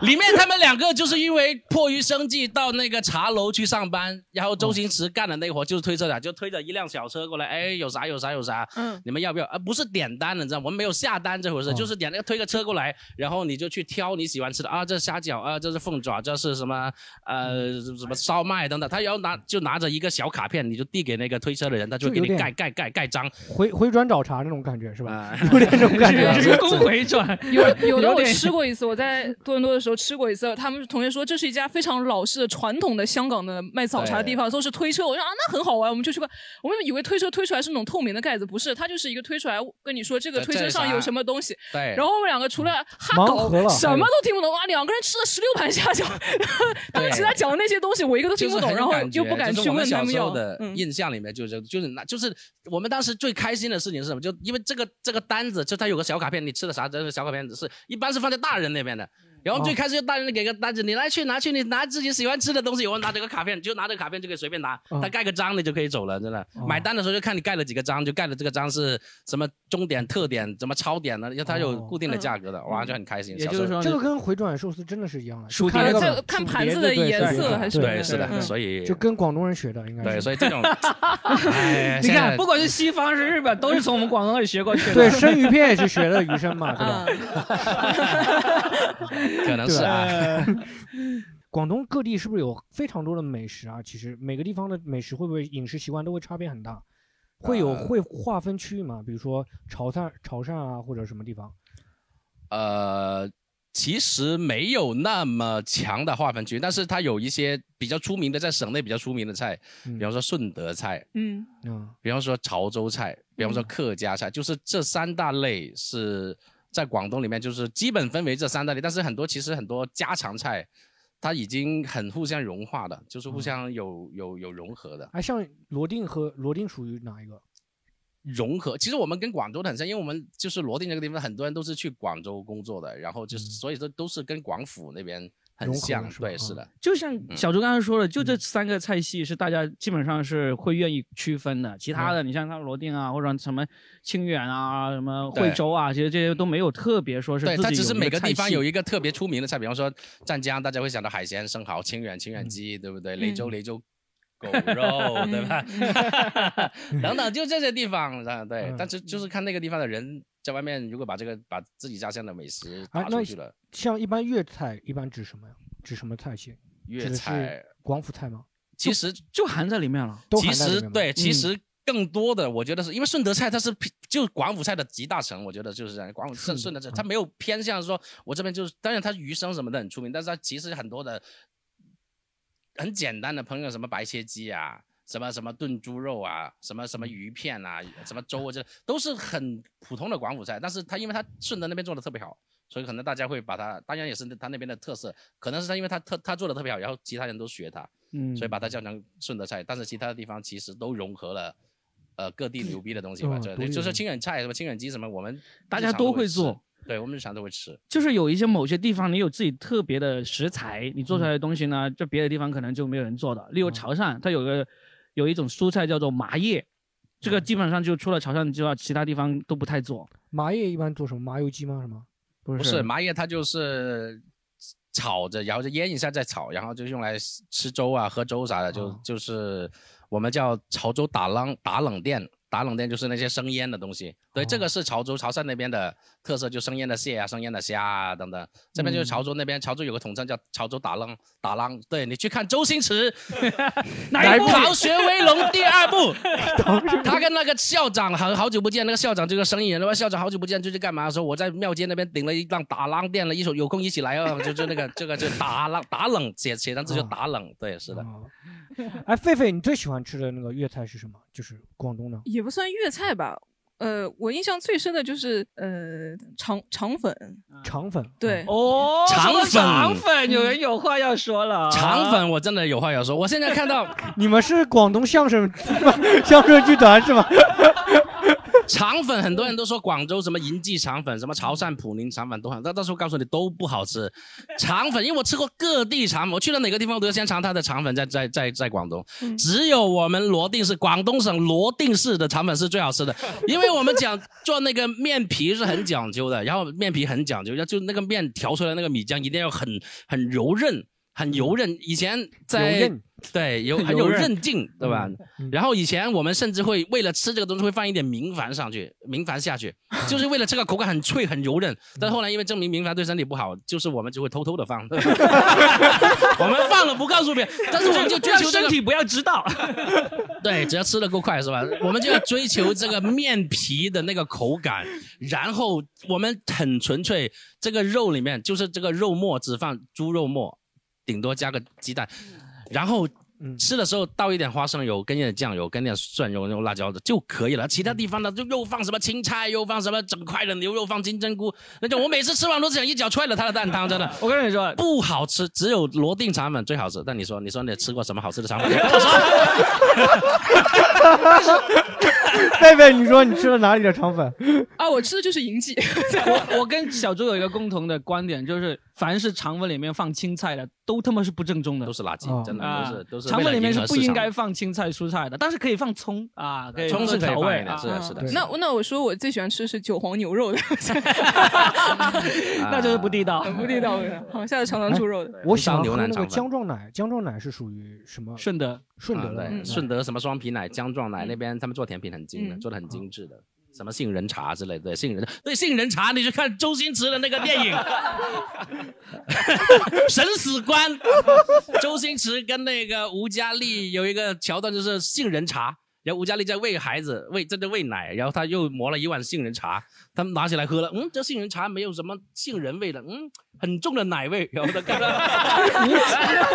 Speaker 2: 里面他们两个就是因为迫于生计到那个茶楼去上班，然后周星驰干的那活就是推车仔，就推着一辆小车过来，哎，有啥有啥有啥，
Speaker 5: 嗯
Speaker 2: 你们要不要？啊，不是点单的，你知道，我们没有下单这回事，
Speaker 4: 哦
Speaker 2: 就是点那个推个车过来，然后你就去挑你喜欢吃的啊，这是虾饺啊，这是凤爪，这是什么呃什么烧麦等等，他要拿就拿着一个小卡片，你就递给那个推车的人，他就
Speaker 4: 就
Speaker 2: 给
Speaker 4: 有
Speaker 2: 你
Speaker 4: 点
Speaker 2: 盖盖盖盖章
Speaker 4: 回回转找茬那种感觉是吧？
Speaker 2: 啊。
Speaker 4: 有点这种感
Speaker 5: 对
Speaker 4: 觉，
Speaker 3: 人工回转，
Speaker 5: 有有的
Speaker 3: 有
Speaker 5: 我
Speaker 3: 点
Speaker 5: 吃过一次，我在多伦多的时候吃过一次，他们同学说这是一家非常老式的传统的香港的卖早茶的地方，都是推车。我说啊，那很好玩，我们就去过。我们以为推车推出来是那种透明的盖子，不是，它就是一个推出来跟你说这个
Speaker 2: 这
Speaker 5: 推车
Speaker 2: 这是
Speaker 5: 上
Speaker 2: 啥
Speaker 5: 有什么东西。
Speaker 2: 对，嗯
Speaker 5: 然后我们两个除了哎哈
Speaker 4: 盲
Speaker 5: 搞
Speaker 4: 盒了
Speaker 5: 什么都听不懂，哇，两个人吃了十六盘虾 饺，他们其他讲的那些东西我一个都听
Speaker 2: 就是
Speaker 5: 不
Speaker 2: 很有
Speaker 5: 懂，然后
Speaker 2: 感
Speaker 5: 又
Speaker 2: 觉
Speaker 5: 不敢
Speaker 2: 就是
Speaker 5: 去
Speaker 2: 我们
Speaker 5: 问他
Speaker 2: 小
Speaker 5: 们
Speaker 2: 时候
Speaker 5: 要。
Speaker 2: 的
Speaker 5: 嗯，
Speaker 2: 印象里面就是就是那就是我们当时最开心的事情是什么？就因为这个这个单子，就它有个小卡片，你吃的啥？这个小卡片是一般是放在大人那边的。
Speaker 5: 嗯
Speaker 2: 然
Speaker 3: 哦
Speaker 8: 哦
Speaker 2: 后最开始就大人给个单子，你来去拿去，你拿自己喜欢吃的东西，我拿这个卡片，你就拿这个卡片就可以随便拿，
Speaker 4: 哦
Speaker 2: 他盖个章你就可以走了，真的。
Speaker 3: 哦
Speaker 2: 买单的时候就看你盖了几个章，就盖了这个章是什么终点、特点、什么超点的，因为它有
Speaker 4: 哦
Speaker 2: 固
Speaker 5: 嗯
Speaker 2: 定的价格的，哇，就很开心。
Speaker 3: 也
Speaker 2: 小时
Speaker 3: 就是
Speaker 2: 候
Speaker 3: 说
Speaker 4: 这个跟回转寿司真的是一样的，
Speaker 3: 数
Speaker 4: 看
Speaker 3: 碟
Speaker 4: 那
Speaker 3: 子
Speaker 4: 个
Speaker 5: 这看盘子的
Speaker 4: 对对
Speaker 5: 颜
Speaker 4: 对
Speaker 5: 色还是
Speaker 4: 对
Speaker 2: 对，是
Speaker 5: 嗯
Speaker 2: 的，所以
Speaker 4: 就跟广东人学的应该
Speaker 2: 对，
Speaker 4: 是。
Speaker 2: 所以这种， 哎
Speaker 3: 你
Speaker 2: 现
Speaker 3: 看，
Speaker 2: 在
Speaker 3: 不管是西方是日本，都是从我们广东那里学过去的。
Speaker 4: 对，生鱼片也是学的鱼 生嘛，对吧？
Speaker 5: 啊，
Speaker 2: 可能是啊，
Speaker 4: 广东各地是不是有非常多的美食啊？其实每个地方的美食会不会饮食习惯都会差别很大？会有
Speaker 2: 呃
Speaker 4: 会划分区域嘛？比如说潮汕、潮汕啊，或者什么地方？
Speaker 2: 呃，其实没有那么强的划分区，但是它有一些比较出名的，在省内比较出名的菜，
Speaker 4: 嗯
Speaker 2: 比方说顺德菜，
Speaker 5: 嗯，
Speaker 4: 嗯，
Speaker 2: 比方说潮州菜，比方说客家菜，就是这三大类是在广东里面就是基本分为这三大类，但是很多其实很多家常菜。它已经很互相融化的，就是互
Speaker 4: 嗯
Speaker 2: 相有、有有融合的。
Speaker 4: 哎，像罗定和罗定属于哪一个？
Speaker 2: 融合。其实我们跟广州的很像，因为我们就是罗定这个地方，很多人都是去广州工作的，然后就是、
Speaker 4: 嗯
Speaker 2: 所以说都是跟广府那边很
Speaker 4: 融合了
Speaker 2: 像，
Speaker 4: 是吧
Speaker 2: 对，
Speaker 4: 啊
Speaker 2: 是的，
Speaker 3: 就像
Speaker 2: 嗯
Speaker 3: 小周刚才说的，就这三个菜系是大家基本上是会愿意区分的，其他
Speaker 2: 嗯
Speaker 3: 的你像他罗定啊，或者什么清远啊、什么惠州啊，其实这些都没有特别说是
Speaker 2: 对，
Speaker 3: 自
Speaker 2: 它
Speaker 3: 己
Speaker 2: 只是每
Speaker 3: 个
Speaker 2: 个
Speaker 3: 菜
Speaker 2: 地方
Speaker 3: 系
Speaker 2: 有一个特别出名的菜，比方说湛江，大家会想到海鲜、生蚝、清远、
Speaker 4: 嗯
Speaker 2: 清远鸡，对不对？雷州、雷州。狗肉对
Speaker 3: 嗯
Speaker 2: 吧？ 等等，就这些地方啊，对
Speaker 4: 嗯，
Speaker 2: 但是就是看那个地方的人在外面，如果把这个把自己家乡的美食
Speaker 4: 哎
Speaker 2: 打
Speaker 4: 那
Speaker 2: 出去了，
Speaker 4: 像一般粤菜一般指什么呀？指什么菜系？指
Speaker 2: 粤
Speaker 4: 的是
Speaker 2: 菜
Speaker 4: 广府菜吗？
Speaker 2: 其实
Speaker 3: 就含在里面了。
Speaker 4: 都
Speaker 2: 其
Speaker 4: 含在里
Speaker 2: 实
Speaker 4: 面吗
Speaker 2: 对，
Speaker 3: 嗯
Speaker 2: 其实更多的我觉得是因为顺德菜它是偏就广府菜的集大成，我觉得就是这样。广府
Speaker 4: 是
Speaker 2: 顺
Speaker 4: 的
Speaker 2: 顺德菜
Speaker 4: 嗯
Speaker 2: 它没有偏向说，我这边就是当然它鱼生什么的很出名，但是它其实很多的很简单的朋友什么白切鸡啊。什么什么炖猪肉啊，什么什
Speaker 3: 嗯
Speaker 2: 么鱼片啊，什么粥啊，这都是很普通的广府菜。但是它因为它顺德那边做的特别好，所以可能大家会把它，当然也是它那边的特色。可能是它因为它特它做的特别好，然后其他人都学它，
Speaker 3: 嗯，
Speaker 2: 所以把它叫成顺德菜，但是其他的地方其实都融合了，呃，各地牛逼的东西
Speaker 3: 哦
Speaker 2: 吧，
Speaker 4: 嗯
Speaker 2: 这
Speaker 4: 独立的
Speaker 2: 就是清远菜什么清远鸡什么，我们
Speaker 3: 大
Speaker 2: 日
Speaker 3: 家
Speaker 2: 常
Speaker 3: 都
Speaker 2: 会
Speaker 3: 会
Speaker 2: 吃
Speaker 3: 做，，
Speaker 2: 对我们日常都会吃，
Speaker 3: 就是有一些某些地方你有自己特别的食材，你做出来
Speaker 2: 嗯
Speaker 3: 的东西呢，这别的地方可能就没有人做的。例如潮汕，它有个有一种蔬菜叫做麻叶，这
Speaker 2: 嗯
Speaker 3: 个基本上就除了潮汕之外，其他地方都不太做。
Speaker 4: 麻叶一般做什么？麻油鸡吗？什么？不
Speaker 2: 不是麻叶，它就是炒着，然后就腌一下再炒，然后就用来吃粥啊、喝粥啥的，就
Speaker 4: 哦
Speaker 2: 就是我们叫潮州打冷打冷店。打冷店就是那些生腌的东西，对，这
Speaker 4: 哦
Speaker 2: 个是潮州、潮汕那边的特色，就生腌的蟹啊、生腌的虾啊等等。这
Speaker 4: 嗯
Speaker 2: 边就是潮州那边，潮州有个统称叫潮州打浪打浪。对你去看周星驰
Speaker 3: 哪一部
Speaker 2: 《逃学威龙》第二 部，他跟那个校长好好久不见，那个校长这个生意人，那个校长好久不见，最近干嘛？说我在庙街那边顶了一档打浪店了，一手有空一起来 哦，就就那个这个就打浪打冷写写上字就
Speaker 4: 啊
Speaker 2: 打冷，对，是的。
Speaker 4: 哦哎，狒狒，你最喜欢吃的那个粤菜是什么？就是广东的。
Speaker 5: 也不算粤菜吧。呃，我印象最深的就是呃肠肠粉，
Speaker 2: 嗯
Speaker 3: 嗯
Speaker 4: 肠粉，
Speaker 5: 对，
Speaker 3: 哦，
Speaker 2: 肠粉
Speaker 3: 说到肠粉，有人有话要说了。
Speaker 2: 肠， 粉我真的有话要说，我现在看到
Speaker 4: 你们是广东相声 相声剧团是吗？
Speaker 2: 肠粉，很多人都说广州什么银记肠粉，什么潮汕普宁肠粉都很，但到时候告诉你都不好吃。肠粉，因为我吃过各地肠粉，我去了哪个地方我都要先尝它的肠粉在，在在在广东，
Speaker 5: 嗯
Speaker 2: 只有我们罗定市，广东省罗定市的肠粉是最好吃的，因为我们讲做那个面皮是很讲究的，然后面皮很讲究，要就那个面调出来那个米浆一定要很很柔韧。很柔韧，以前在
Speaker 4: 油印
Speaker 2: 对，有很
Speaker 3: 有
Speaker 2: 有
Speaker 3: 韧
Speaker 2: 韧劲，对吧？然后以前我们甚至会为了吃这个东西会放一点明矾上去，明矾下去，就是为了这个口感很脆很柔韧。但后来因为证明明矾对身体不好，就是我们就会偷偷的放，我们放了不告诉别 人，但是我们就追
Speaker 3: 让
Speaker 2: 求这
Speaker 3: 身
Speaker 2: 个，
Speaker 3: 体不要知道。
Speaker 2: 对，只要吃的够快是吧？我们就要追求这个面皮的那个口感，然后我们很纯粹，这个肉里面就是这个肉末只放猪肉末，顶多加个鸡蛋，然后
Speaker 4: 嗯
Speaker 2: 吃的时候倒一点花生油，跟一点酱油，跟一点蒜蓉、用辣椒的就可以了。其他地方呢，就又放什么青菜，又放什么整块的牛肉，放金针菇那种。我每次吃完都只想一脚踹了他的蛋汤，真的
Speaker 3: 我跟你说，
Speaker 2: 不好吃。只有罗定肠粉最好吃。但你说，你说你吃过什么好吃的肠粉？我说
Speaker 4: 贝贝，你说你吃了哪里的肠粉？
Speaker 5: 啊，我吃的就是银记，
Speaker 3: 我我跟小周有一个共同的观点，就是凡是肠粉里面放青菜的，都他妈是不正宗的
Speaker 2: 都。是垃
Speaker 4: 哦
Speaker 2: 圾，真的
Speaker 3: 啊
Speaker 2: 都是都是。
Speaker 3: 肠粉里面是不应该。放青菜、蔬菜的，但是可以放葱啊，可以
Speaker 2: 葱是可以
Speaker 3: 调
Speaker 2: 放
Speaker 3: 味啊
Speaker 2: 一点，是的，是的，是的
Speaker 5: 那那我说我最喜欢吃的是韭黄牛 肉的，
Speaker 3: 那就是 不地道。哎
Speaker 5: 很不地道的。啊 好，下次尝尝猪肉的。
Speaker 4: 我喜欢
Speaker 2: 红烧牛
Speaker 4: 喝
Speaker 2: 腩
Speaker 4: 那个
Speaker 2: 肠粉
Speaker 4: 姜撞奶，姜撞奶是属于什么？
Speaker 3: 顺德嗯
Speaker 4: 顺德
Speaker 2: 啊
Speaker 4: 的
Speaker 2: 对
Speaker 4: 吗，
Speaker 2: 顺德什么双皮奶、姜撞奶那边，他们做甜品很精的，
Speaker 5: 嗯
Speaker 2: 做的
Speaker 3: 哦
Speaker 2: 很精致的。什么杏仁茶之类的，对杏仁， 对杏仁茶，你去看周星驰的那个电 影《审死官》， 周星驰跟那个吴佳丽有一个桥段，就是杏仁茶，然后吴佳丽在喂孩子，喂正在喂奶，然后她又磨了一碗杏仁茶，他们拿起来喝了，嗯，这杏仁茶没有什么杏仁味的，嗯，很重的奶味，然后他 看 到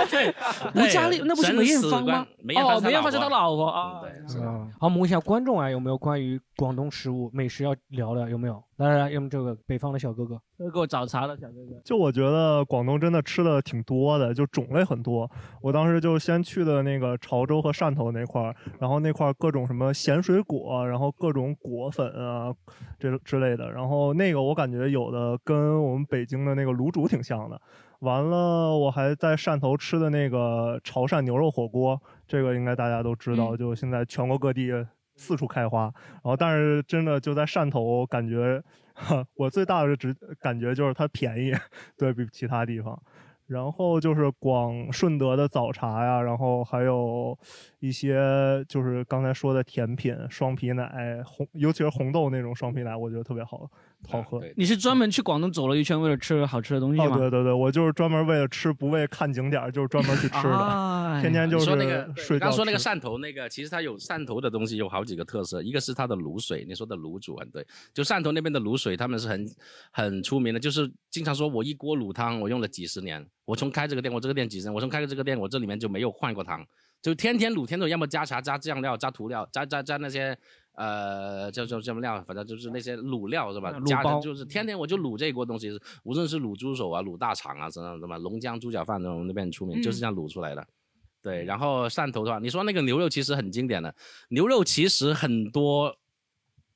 Speaker 2: 对，
Speaker 3: 吴佳丽那不是梅艳芳吗？
Speaker 2: 梅艳
Speaker 3: 哦，
Speaker 2: 芳，
Speaker 3: 梅艳芳是他
Speaker 2: 老。
Speaker 3: 老婆
Speaker 2: 嗯，。
Speaker 3: 啊
Speaker 2: 对，
Speaker 4: 是吧？好，我们问一下观众啊，有没有关于广东食物美食要聊的？有没有？来来来，用这个北方的小哥哥，
Speaker 3: 都哎给我找茬了，小哥哥。
Speaker 8: 就我觉得广东真的吃的挺多的，就种类很多。我当时就先去的那个潮州和汕头那块儿，然后那块儿各种什么咸水果，然后各种果粉啊，这之类的。然后那个我感觉有的跟我们北京的那个卤煮挺像的。完了，我还在汕头吃的那个潮汕牛肉火锅，这个应该大家都知道，
Speaker 5: 嗯
Speaker 8: 就现在全国各地四处开花。然后，但是真的就在汕头，感觉 我最大的直感觉就是它便宜， 对比其他地方。然后就是广顺德的早茶呀，然后还有一些就是刚才说的甜品，双皮奶红，尤其是红豆那种双皮奶，我觉得特别好好喝。
Speaker 2: 啊对
Speaker 3: 你是专门去广东走了一圈，为了吃好吃的东西
Speaker 8: 哦，
Speaker 3: 吗？
Speaker 8: 对对对，我就是专门为了吃，不为看景点儿，就是专门去吃的，
Speaker 4: 啊
Speaker 3: 哎
Speaker 8: 天天就
Speaker 2: 你
Speaker 8: 是
Speaker 2: 说那个
Speaker 8: 睡
Speaker 2: 对刚
Speaker 8: 觉
Speaker 2: 说那个
Speaker 8: 吃
Speaker 2: 汕头那个，其实它有汕头的东西有好几个特色，一个是它的卤水，你说的卤煮啊很对，就汕头那边的卤水，他们是很很出名的，就是经常说我一锅卤汤我用了几十年，我从开这个店我这个店几十年，我从开这个店我这里面就没有换过汤，就天天卤，天天卤，要么加茶加酱料加涂料加加加那些。呃，叫叫什么料？反正就是那些卤料是吧
Speaker 8: 呃
Speaker 3: 卤？
Speaker 2: 加
Speaker 3: 包
Speaker 2: 的就是天天我就卤这一锅东西，无论是卤猪手啊、卤大肠啊，什么什么龙江猪脚饭，我们那边很出名，就是这样卤出来的。对，然后汕头的话，你说那个牛肉其实很经典的，牛肉其实很多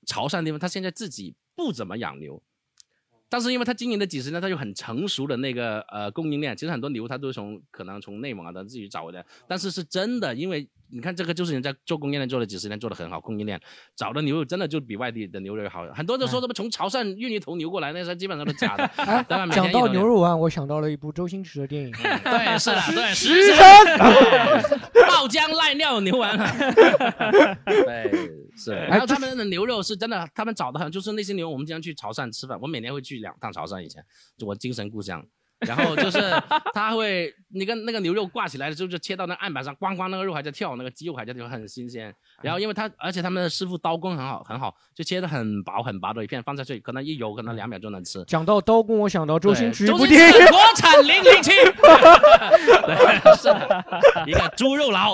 Speaker 2: 潮汕地方，他现在自己不怎么养牛，但是因为他经营了几十年，他有很成熟的那个呃供应链。其实很多牛他都是从可能从内蒙啊等自己找的，但是是真的，因为你看这个就是人家做供应链做了几十年，做的很好，供应链找的牛肉真的就比外地的牛肉要好。很多都说什么从潮汕运一头牛过来，那是基本上都假的。
Speaker 4: 哎
Speaker 2: 当然，每天
Speaker 4: 讲
Speaker 2: 一
Speaker 4: 到
Speaker 2: 头
Speaker 4: 牛肉丸，我想到了一部周星驰的 电影，
Speaker 2: 对，是的， 对，
Speaker 4: 医
Speaker 2: 时
Speaker 4: 生，
Speaker 2: 爆浆赖尿牛丸。啊对， 是。
Speaker 7: 哎
Speaker 2: 然后他们的牛肉是真的，他们找的很，就是那些牛，我们经常去潮汕吃饭，我每年会去两趟潮汕，以前就我精神故乡。然后就是它会那个那个牛肉挂起来了之后，就切到那个案板上，咣咣那个肉还在跳，那个鸡肉还在跳，很新鲜。然后因为它，而且他们的师傅刀工很好，很好，就切的很薄很薄的一片，放下去可能一油，可能两秒就能吃。
Speaker 4: 讲到刀工，我想到周星驰一
Speaker 2: 周
Speaker 4: 部
Speaker 2: 星
Speaker 4: 电
Speaker 2: 驰
Speaker 4: 影，
Speaker 2: 国产零零七，对，是的一个猪肉佬，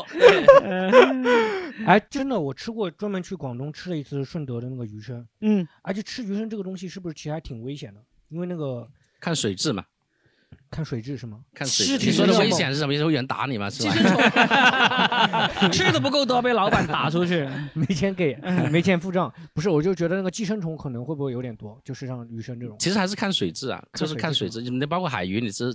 Speaker 3: 嗯
Speaker 4: 哎，真的，我吃过，专门去广东吃了一次顺德的那个鱼生，
Speaker 3: 嗯，
Speaker 4: 而且吃鱼生这个东西是不是其实还挺危险的？因为那个
Speaker 2: 看水质嘛，
Speaker 4: 看水质是吗？
Speaker 2: 看
Speaker 4: 尸
Speaker 2: 水质。
Speaker 4: 体
Speaker 2: 你说的
Speaker 4: 是
Speaker 2: 危
Speaker 4: 吗
Speaker 2: 险是什么？意思？会有人打你吗？是吧？
Speaker 3: 吃的不够多被老板 打出去。 嗯
Speaker 4: 没钱给，没钱付账。不是，我就觉得那个寄生虫可能会不会有点多，就是像鱼生这种。
Speaker 2: 其实还是看水质啊，就是看水质。你包括海鱼，你吃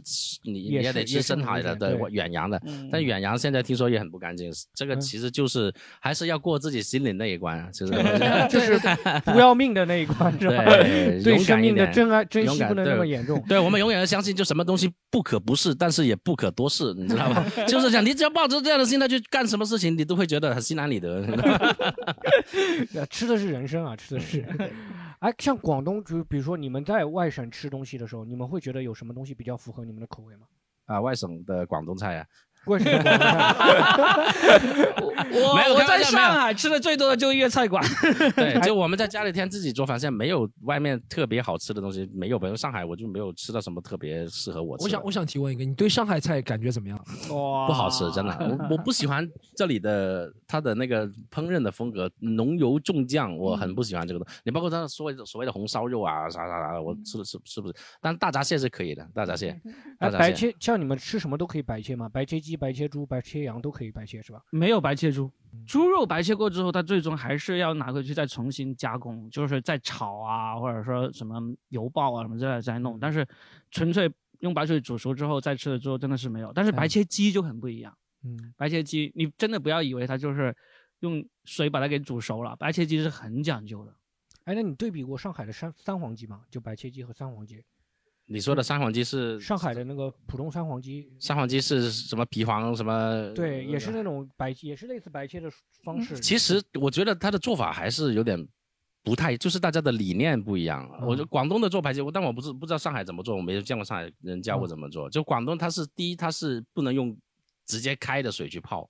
Speaker 2: 你你
Speaker 4: 也
Speaker 2: 也
Speaker 4: 是
Speaker 2: 得
Speaker 4: 也
Speaker 2: 吃
Speaker 4: 是
Speaker 2: 深
Speaker 4: 很
Speaker 2: 海
Speaker 4: 危
Speaker 2: 的，
Speaker 4: 险
Speaker 2: 对，
Speaker 4: 对
Speaker 2: 我远洋的。但
Speaker 3: 嗯
Speaker 2: 远洋现在听说也很不干净，这个
Speaker 4: 嗯
Speaker 2: 其实就是还是要过自己心里那一关啊，其实
Speaker 4: 就是不要命的那一关，是吧？
Speaker 2: 对
Speaker 4: 对
Speaker 2: 勇
Speaker 4: 生
Speaker 2: 敢一
Speaker 4: 命的
Speaker 2: 点
Speaker 4: 珍爱珍
Speaker 2: 勇
Speaker 4: 惜
Speaker 2: 敢
Speaker 4: 不能那
Speaker 2: 对
Speaker 4: 么严 重。
Speaker 2: 对，我们永远要相信，就什么东西不可不试，但是也不可多试，你知道 吗？就是讲，你只要抱着这样的心态去干什么事情，你都会觉得很心安理得。
Speaker 4: 呃吃的是人生啊，吃的是。 哎，像广东，就比如说你们在外省吃东西的时候，你们会觉得有什么东西比较符合你们的口 味吗？
Speaker 2: 啊，外省的广东菜啊，
Speaker 4: 为什么广东菜？
Speaker 3: 我
Speaker 2: 没有
Speaker 3: 我
Speaker 2: 开玩笑没
Speaker 3: 在
Speaker 2: 有
Speaker 3: 上海吃的最多的就是粤菜馆，
Speaker 2: 对，就我们在家里天自己做饭，现在没有外面特别好吃的东西，没有。比如上海，我就没有吃到什么特别适合我吃的。
Speaker 7: 我想，我想提问一个，你对上海菜感觉怎么样？
Speaker 4: 哇
Speaker 2: 不好吃，真的， 我我不喜欢这里的它的那个烹饪的风格，浓油重酱，我很不喜欢这个东西。你包括它所谓的所谓的红烧肉啊，啥啥啥的，我吃了吃吃不是？但大闸蟹是可以的，大闸蟹，大
Speaker 4: 哎，
Speaker 2: 闸
Speaker 4: 白
Speaker 2: 蟹。
Speaker 4: 切像你们吃什么都可以白切吗？白切鸡、白切猪、白切羊都可以白切是吧？
Speaker 3: 没有白切猪，猪肉白切过之后，它最终还是要拿回去再重新加工，就是再炒啊，或者说什么油爆啊什么之类的再
Speaker 2: 嗯
Speaker 3: 弄。但是纯粹用白水煮熟之后再吃了之后，真的是没有。但是白切鸡就很不一样，
Speaker 7: 嗯，
Speaker 3: 白切鸡你真的不要以为它就是用水把它给煮熟了，白切鸡是很讲究的。
Speaker 4: 哎，那你对比过上海的三三黄鸡吗？就白切鸡和三黄鸡，
Speaker 2: 你说的三黄鸡是
Speaker 4: 上海的那个普通三黄鸡，
Speaker 2: 三黄鸡是什么皮黄什么？
Speaker 4: 对，也是那种白，也是类似白切的方式。
Speaker 2: 其实我觉得他的做法还是有点不太，就是大家的理念不一样。我觉得广东的做排骨，但我不是不知道上海怎么做，我没有见过上海人教我怎么做。就广东，它是第一，它是不能用直接开的水去泡，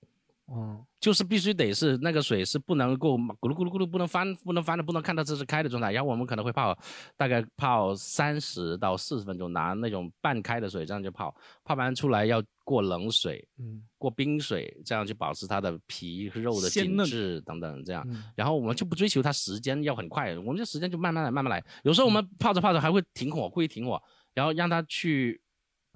Speaker 4: 嗯，
Speaker 2: 就是必须得是那个水是不能够咕噜咕噜咕噜不能翻，不能翻的，不能看到这是开的状态。然后我们可能会泡大概泡三十到四十分钟，拿那种半开的水这样去泡，泡完出来要过冷水，
Speaker 4: 嗯，
Speaker 2: 过冰水，这样去保持它的皮肉的
Speaker 3: 鲜
Speaker 2: 紧
Speaker 3: 嫩
Speaker 2: 致等等这样。
Speaker 4: 嗯
Speaker 2: 然后我们就不追求它时间要很快，我们就时间就慢慢来，慢慢来。有时候我们泡着泡着还会停火，故意停火，然后让它去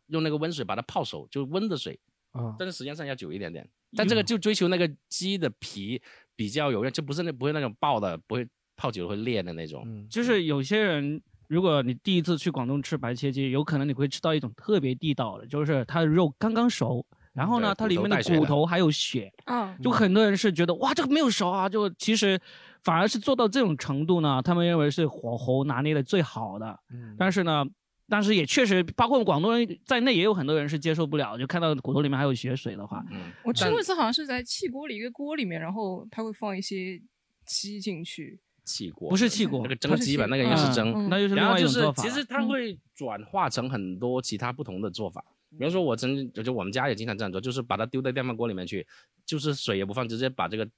Speaker 2: 用那个温水把它泡熟，就是温的水，
Speaker 4: 啊，
Speaker 2: 但是时间上要久一点点。但这个就追求那个鸡的皮比较柔韧，就不是那不会那种爆的，不会泡久了会裂的那种。
Speaker 4: 嗯，
Speaker 3: 就是有些人，如果你第一次去广东吃白切鸡，有可能你会吃到一种特别地道的，就是它的肉刚刚熟，然后呢，
Speaker 2: 嗯对
Speaker 3: 它
Speaker 2: 骨
Speaker 3: 里
Speaker 2: 头
Speaker 3: 面的
Speaker 2: 带血的
Speaker 3: 骨头还有血，
Speaker 2: 嗯
Speaker 5: 啊，
Speaker 3: 就很多人是觉得哇，这个没有熟啊，就其实反而是做到这种程度呢，他们认为是火候拿捏的最好的。
Speaker 2: 嗯
Speaker 3: 但是呢，但是也确实，包括广东人在内，也有很多人是接受不了，就看到骨头里面还有血水的话，
Speaker 2: 嗯，
Speaker 5: 我吃
Speaker 2: 但
Speaker 5: 过一次，好像是在汽锅里一个锅里面，然后它会放一些鸡进去，
Speaker 2: 气锅
Speaker 3: 不是气锅
Speaker 2: 那个蒸鸡吧，那个应该
Speaker 5: 不
Speaker 2: 是
Speaker 5: 是气
Speaker 2: 蒸。
Speaker 5: 嗯
Speaker 3: 那就是另
Speaker 2: 然后
Speaker 3: 外一
Speaker 2: 就
Speaker 3: 种
Speaker 2: 是
Speaker 3: 做，法。嗯
Speaker 2: 其实它会转化成很多其他不同的做法。比如说，我曾就我们家也经常这样做，就是把它丢到电饭锅里面去，就是水也不放，直接把这个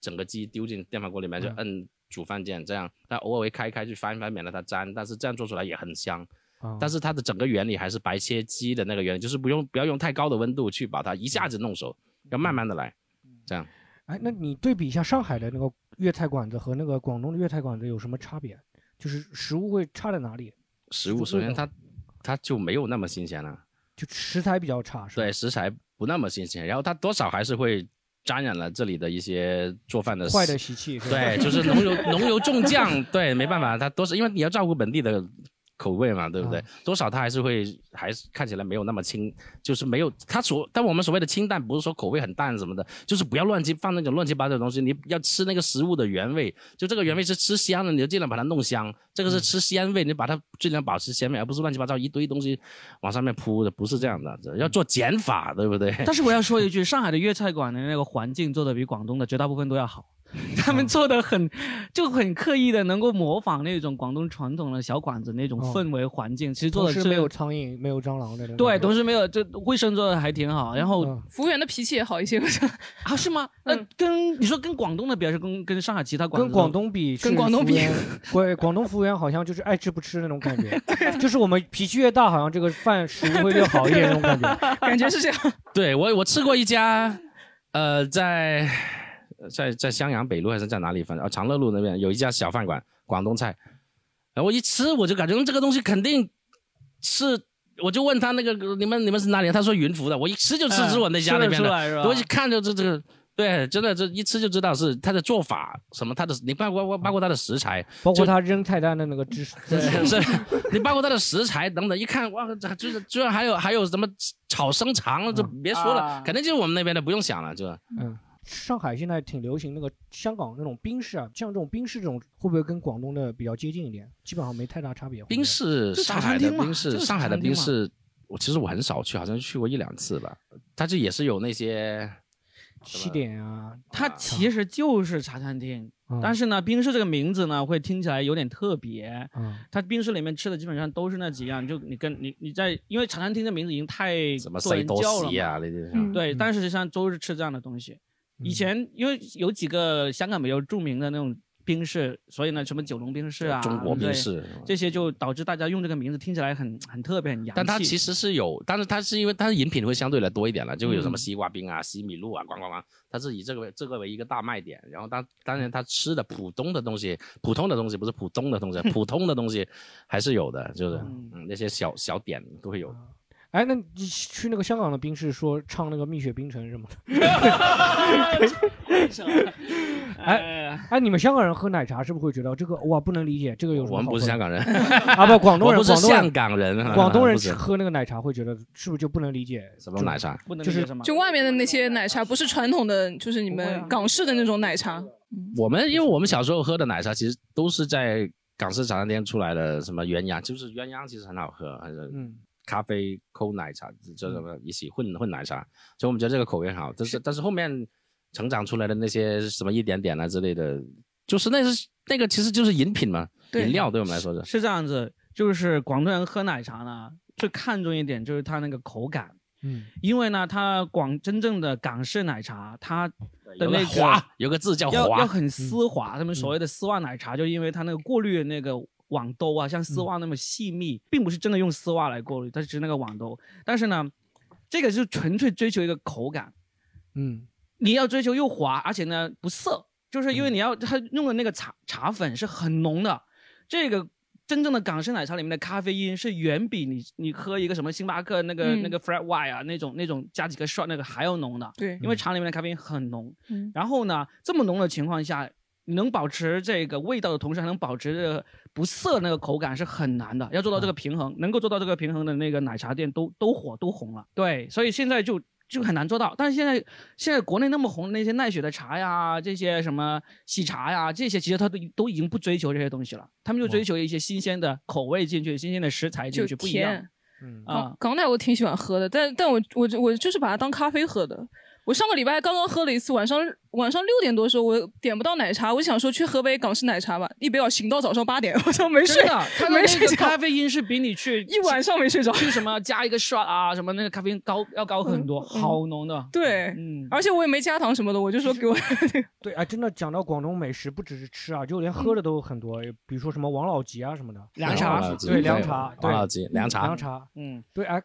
Speaker 2: 整个鸡丢进电饭锅里
Speaker 3: 嗯
Speaker 2: 面，就摁煮饭键，这样它偶尔会开一开去翻一翻，免得它粘。但是这样做出来也很香。
Speaker 3: 啊哦
Speaker 2: 但是它的整个原理还是白切鸡的那个原理，就是不用不要用太高的温度去把它一下子弄熟，要慢慢的来。
Speaker 3: 嗯
Speaker 4: 哎，那你对比一下上海的那个粤菜馆子和那个广东的粤菜馆子有什么差别？就是食物会差在哪里？
Speaker 2: 食物首先它它就没有那么新鲜了。
Speaker 4: 就食材比较差，是吧？
Speaker 2: 对，食材不那么新鲜，然后它多少还是会沾染了这里的一些做饭的
Speaker 4: 坏
Speaker 2: 习
Speaker 4: 的习气是吧？
Speaker 2: 对，就是浓油 浓油重酱，对，没办法，它多少因为你要照顾本地的口味嘛，对不对？多少它还是会还是看起来没有那么清，就是没有它所但我们所谓的清淡，不是说口味很淡什么的，就是不要乱七放那种乱七八糟的东西，你要吃那个食物的原味，就这个原味是吃香的，你就尽量把它弄香；这个是吃鲜味，你把它尽量保持鲜味，而不是乱七八糟一堆东西往上面铺的，不是这样的，要做减法，对不对？
Speaker 3: 但是我要说一句，上海的粤菜馆的那个环境做的比广东的绝大部分都要好。他们做的很就很刻意的能够模仿那种广东传统的小馆子那种
Speaker 4: 哦
Speaker 3: 氛围环境，其实做
Speaker 4: 同
Speaker 3: 的
Speaker 4: 时
Speaker 3: 是
Speaker 4: 没有苍蝇，没有蟑螂的那种。
Speaker 3: 对，同时没有这卫生做的还挺好，然后
Speaker 4: 嗯
Speaker 5: 服务员的脾气也好一些，我觉得
Speaker 3: 啊是吗？那跟你说跟广东的比，还是跟跟上海其他馆子
Speaker 4: 跟广东比是
Speaker 5: 跟广东比
Speaker 4: 服务员，对广东服务员好像就是爱吃不吃那种感觉， 就是我们脾气越大，好像这个饭食 物会越好一点那种感觉。
Speaker 5: 感觉是这样。
Speaker 2: 对我我吃过一家，呃，在在在襄阳北路还是在哪里，反正啊长乐路那边有一家小饭馆，广东菜。然后我一吃我就感觉嗯这个东西肯定是，我就问他那个你们你们是哪里的？他说云浮的。我一吃就吃出我那家那边的，
Speaker 3: 的
Speaker 2: 我一嗯看就这这个。对，真的，这一吃就知道是他的做法，什么他的，你包括包括他的食材，
Speaker 4: 包括
Speaker 2: 就
Speaker 4: 他扔菜单的那个姿势，
Speaker 2: 是，你包括它的食材等等，一看哇，这居然居然还有还有什么炒生肠了，这别说了
Speaker 3: 啊，
Speaker 2: 肯定就是我们那边的，不用想了，就
Speaker 4: 上海现在挺流行那个香港那种冰室啊，像这种冰室这种会不会跟广东的比较接近一点？基本上没太大差别。
Speaker 2: 冰室，
Speaker 3: 就
Speaker 2: 上
Speaker 3: 茶餐
Speaker 2: 海的
Speaker 3: 厅嘛
Speaker 2: 冰
Speaker 3: 就
Speaker 2: 室，
Speaker 3: 是
Speaker 2: 上海
Speaker 3: 茶
Speaker 2: 的
Speaker 3: 餐
Speaker 2: 冰
Speaker 3: 厅嘛
Speaker 2: 室，我其实我很少去，好像去过一两次吧。它这也是有那些，
Speaker 4: 西点啊，
Speaker 3: 它其实就是茶餐厅，
Speaker 4: 嗯
Speaker 3: 但是呢，冰室这个名字呢，会听起来有点特别。
Speaker 4: 啊，
Speaker 3: 它冰室里面吃的基本上都是那几样，就你跟你你在，因为茶餐厅的名字已经太
Speaker 2: 什么
Speaker 3: 做
Speaker 2: 西
Speaker 3: 人
Speaker 2: 多
Speaker 3: 叫了
Speaker 2: 西
Speaker 3: 嘛。
Speaker 2: 啊那些，
Speaker 5: 嗯
Speaker 3: 对，
Speaker 4: 嗯
Speaker 3: 但是实际上都是吃这样的东西。以前因为有几个香港比较著名的那种冰室，所以呢，什么九龙冰室啊，
Speaker 2: 中国冰
Speaker 3: 对
Speaker 2: 室。
Speaker 3: 这些就导致大家用这个名字听起来很很特别很洋气。
Speaker 2: 但它其实是有，但是它是因为它的饮品会相对来多一点了，就会有什么
Speaker 3: 嗯
Speaker 2: 西瓜冰啊、西米露啊，咣咣咣，它是以这个为这个为一个大卖点。然后当当然它吃的普通的东西，普通的东西不是普通的东西，普通的东西还是有的，就是
Speaker 3: 嗯
Speaker 2: 嗯那些小小点都会有。
Speaker 4: 哎，那你去那个香港的冰室说唱那个蜜雪冰城什么的？
Speaker 3: 哎，
Speaker 4: 哎，你们香港人喝奶茶是不是会觉得这个哇不能理解？这个有什么
Speaker 2: 我
Speaker 4: 好
Speaker 2: 们
Speaker 4: 喝的？
Speaker 2: 不是香港人，
Speaker 4: 啊，不广
Speaker 2: 我
Speaker 4: 东人，
Speaker 2: 不是
Speaker 4: 广东
Speaker 2: 香
Speaker 4: 人，
Speaker 2: 港人，
Speaker 4: 广东 人
Speaker 2: 不是
Speaker 4: 喝那个奶茶会觉得是不是就不能理解
Speaker 2: 什么奶茶？
Speaker 3: 不能
Speaker 4: 就
Speaker 3: 理解
Speaker 4: 是
Speaker 3: 什么
Speaker 5: 就外面的那些奶茶，不是传统的，就是你
Speaker 3: 不会
Speaker 5: 们
Speaker 3: 啊
Speaker 5: 港式的那种奶茶。
Speaker 2: 我们因为我们小时候喝的奶茶，其实都是在港式茶餐厅出来的，什么鸳鸯，就是鸳鸯其实很好喝，还是
Speaker 4: 嗯
Speaker 2: 咖啡抠奶茶，这什么一起混混奶茶，所以我们觉得这个口味很好。但是但是后面成长出来的那些什么一点点啊之类的，就是那是那个其实就是饮品嘛，
Speaker 5: 对
Speaker 2: 饮料对我们来说是。
Speaker 3: 是这样子，就是广东人喝奶茶呢，最看重一点就是它那个口感，
Speaker 4: 嗯
Speaker 3: 因为呢，它广真正的港式奶茶，它的
Speaker 2: 有个
Speaker 3: 那个
Speaker 2: 滑，有个字叫嗯
Speaker 3: 要要
Speaker 2: 滑，
Speaker 3: 很丝滑。他们所谓的丝袜奶茶，就因为它那个过滤的那个网兜啊，像丝袜那么细密，并不是真的用丝袜来过滤，它是只是那个网兜。但是呢，这个就纯粹追求一个口感，
Speaker 4: 嗯
Speaker 3: 你要追求又滑，而且呢不涩，就是
Speaker 5: 嗯
Speaker 3: 因为你要它用的那个茶茶粉是很浓的，这个。真正的港式奶茶里面的咖啡因是远比你你喝一个什么星巴克那个、
Speaker 5: 嗯
Speaker 3: 那个 flat white 啊那种那种加几个 shot 那个还要浓的，
Speaker 5: 对，
Speaker 3: 因为茶里面的咖啡因很浓。
Speaker 5: 嗯
Speaker 3: 然后呢，这么浓的情况下，你能保持这个味道的同时，还能保持这个不涩那个口感是很难的。要做到
Speaker 5: 嗯
Speaker 3: 这个平衡，能够做到这个平衡的那个奶茶店都都火都红了。对，所以现在就。就很难做到，但是现在现在国内那么红的那些奈雪的茶呀，这些什么喜茶呀，这些其实他都都已经不追求这些东西了，他们就追求一些新鲜的口味进去，新鲜的食材进
Speaker 5: 就
Speaker 3: 去，不一样
Speaker 5: 甜。
Speaker 4: 嗯
Speaker 3: 啊
Speaker 5: 港。哦港奶我挺喜欢喝的，但但我我我就是把它当咖啡喝的。我上个礼拜刚刚喝了一次，晚上晚上六点多的时候，我点不到奶茶，我想说去喝杯港式奶茶吧，一杯要醒到早上八点，我就没睡
Speaker 3: 真的， 它的
Speaker 5: 没
Speaker 3: 那个
Speaker 5: 睡觉，
Speaker 3: 咖啡因是比你 去
Speaker 5: 一晚上没睡着。
Speaker 3: 去什么加一个 shot 啊，什么那个咖啡因高要高很多，
Speaker 5: 嗯
Speaker 3: 好浓的。
Speaker 5: 对，
Speaker 3: 嗯，
Speaker 5: 而且我也没加糖什么的，我就说给我。
Speaker 4: 对啊，真的讲到广东美食，不只是吃啊，就连
Speaker 2: 嗯
Speaker 4: 喝的都很多，比如说什么王老吉啊什么的，
Speaker 3: 凉
Speaker 2: 王
Speaker 3: 茶
Speaker 2: 老，吉
Speaker 4: 对凉茶
Speaker 2: 王
Speaker 4: 对
Speaker 2: 老吉凉茶
Speaker 4: 凉，茶，
Speaker 3: 嗯，
Speaker 4: 对啊，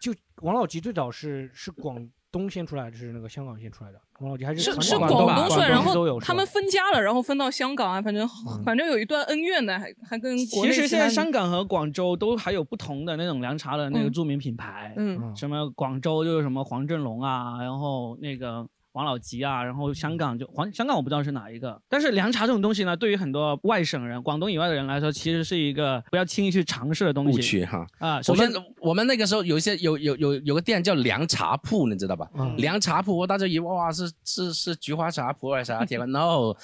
Speaker 4: 就王老吉最早是是广东先出来的，是那个香港先出来的，王老吉还
Speaker 5: 是
Speaker 4: 传
Speaker 5: 是
Speaker 4: 广
Speaker 5: 广
Speaker 4: 吧
Speaker 5: 东出来，
Speaker 4: 广
Speaker 5: 然
Speaker 4: 都有
Speaker 5: 后
Speaker 4: 是
Speaker 5: 他们
Speaker 4: 吧
Speaker 5: 分家了，然后分到香港啊，反正反正有一段恩怨的，还还跟
Speaker 3: 嗯其
Speaker 5: 国内
Speaker 3: 实
Speaker 5: 其
Speaker 3: 现在
Speaker 5: 他的
Speaker 3: 香港和广州都还有不同的那种凉茶的那个
Speaker 5: 嗯
Speaker 3: 著名品牌，
Speaker 5: 嗯
Speaker 3: 什么广州就是什么黄振龙啊，然后那个。王老吉啊，然后香港就黄香港我不知道是哪一个，但是凉茶这种东西呢，对于很多外省人、广东以外的人来说，其实是一个不要轻易去尝试的东
Speaker 2: 误
Speaker 3: 西
Speaker 2: 区哈。
Speaker 3: 啊。
Speaker 2: 我
Speaker 3: 首先
Speaker 2: 们，我们那个时候有一些有有有有个店叫凉茶铺，你知道吧？
Speaker 4: 嗯
Speaker 2: 凉茶铺，大家以为哇是是是菊花茶、普洱茶、 铁观 no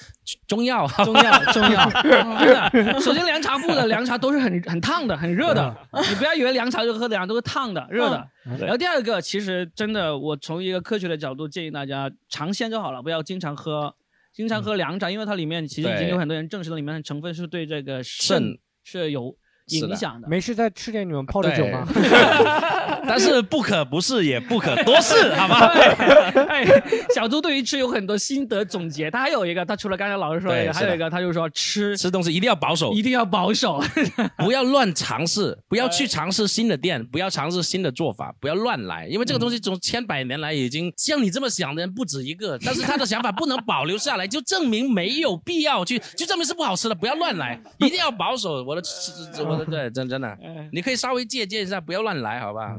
Speaker 2: 中药，
Speaker 3: 中药，中 药，真的。首先，凉茶铺的凉茶都是很很烫的，很热
Speaker 4: 嗯
Speaker 3: 的。 你不要以为凉茶就喝凉，都是烫的、热的。
Speaker 2: 嗯
Speaker 3: 然后第二个，其实真的，我从一个科学的角度建议大家尝鲜就好了，不要经常喝经常喝凉茶，因为它里面其实已经
Speaker 2: 对
Speaker 3: 有很多人证实了，里面的成分是对这个
Speaker 2: 肾
Speaker 3: 肾是有
Speaker 2: 是
Speaker 3: 影
Speaker 2: 的
Speaker 3: 响的。
Speaker 4: 没事再吃点你们泡的酒 吗？
Speaker 2: 但 是不可不是，也不 可多是，好吧？
Speaker 3: 哎，小猪对于吃有很多心得总结，他还有一个，他除了刚才老师说的一个，
Speaker 2: 对是
Speaker 3: 还
Speaker 2: 的
Speaker 3: 有一个他就说吃
Speaker 2: 吃东西一定要保守
Speaker 3: 一，定要保守。 哎
Speaker 2: 不要乱尝试，不要去尝试新的店，不要尝试新的做法，不要乱来，因为这个东
Speaker 3: 嗯
Speaker 2: 西从千百年来已经像你这么想的人不止一个，但是他的想法不能保留下来，就证明没有必要去，就证明是不好吃的，不要乱来，一定要保守。我的，我 的对，真真的，
Speaker 3: 哎
Speaker 2: 你可以稍微借鉴一下，不要乱来，好吧？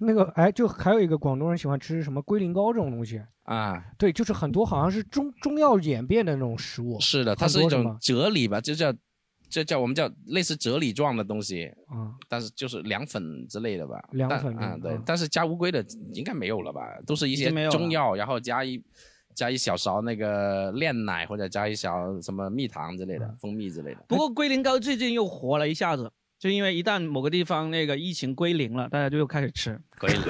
Speaker 4: 那个哎，就还有一个广东人喜欢吃什么龟苓膏这种东西，
Speaker 3: 嗯
Speaker 2: 啊，
Speaker 4: 对，就是很多好像是中中药演变的那种食物。
Speaker 2: 是的，它
Speaker 4: 很
Speaker 2: 是一
Speaker 4: 多是
Speaker 2: 种
Speaker 4: 吗
Speaker 2: 啫喱吧，就叫，这叫我们叫类似啫喱状的东西，
Speaker 4: 啊，
Speaker 2: 但是就是凉粉之类的吧，
Speaker 4: 凉
Speaker 2: 但
Speaker 4: 粉
Speaker 2: 啊，
Speaker 4: 嗯
Speaker 2: 对
Speaker 4: 嗯，
Speaker 2: 但是加乌龟的应该没有了吧？都是一
Speaker 3: 已
Speaker 2: 些
Speaker 3: 经没有了
Speaker 2: 中药，然后加一加一小勺那个炼奶，或者加一小什么蜜糖之类
Speaker 3: 嗯
Speaker 2: 的，蜂蜜之类的。
Speaker 3: 不过龟苓膏最近又火了一下子。就因为一旦某个地方那个疫情归零了，大家就又开始吃。
Speaker 2: 可以了，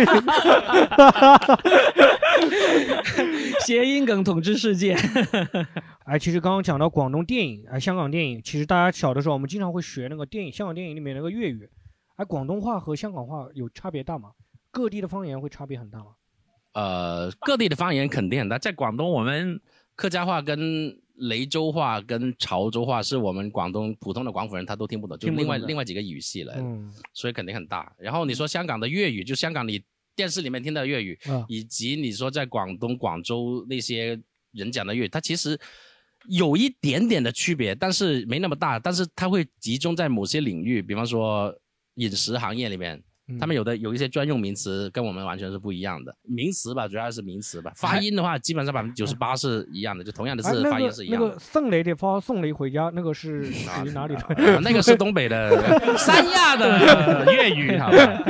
Speaker 3: 谐音梗统治世界，
Speaker 4: 哎，其实刚刚讲到广东电影，哎，香港电影，其实大家小的时候我们经常会学那个电影，香港电影里面那个粤语，哎，广东话和香港话有差别大吗？各地的方言会差别很大吗？
Speaker 2: 呃，各地的方言肯定的，在广东我们客家话跟。雷州话跟潮州话是我们广东普通的广府人他都听不懂，就
Speaker 3: 听不
Speaker 2: 另
Speaker 3: 懂
Speaker 2: 外
Speaker 3: 的
Speaker 2: 另外几个语系了。
Speaker 4: 嗯，
Speaker 2: 所以肯定很大。然后你说香港的粤语，就香港你电视里面听到的粤语，
Speaker 4: 啊
Speaker 2: 以及你说在广东、广州那些人讲的粤语，它其实有一点点的区别，但是没那么大。但是它会集中在某些领域，比方说饮食行业里面。
Speaker 4: 嗯
Speaker 2: 他们有的有一些专用名词跟我们完全是不一样的，名词吧，主要是名词吧。发音的话，基本上百分之九十八是一样的，就同样的
Speaker 4: 哎，
Speaker 2: 字
Speaker 4: 那
Speaker 2: 发音
Speaker 4: 个
Speaker 2: 是一
Speaker 4: 那
Speaker 2: 样的。
Speaker 4: 个送雷的包送雷回家，那个是属于哪里的？
Speaker 2: 啊那个是东北 的三亚的粤语，好吧？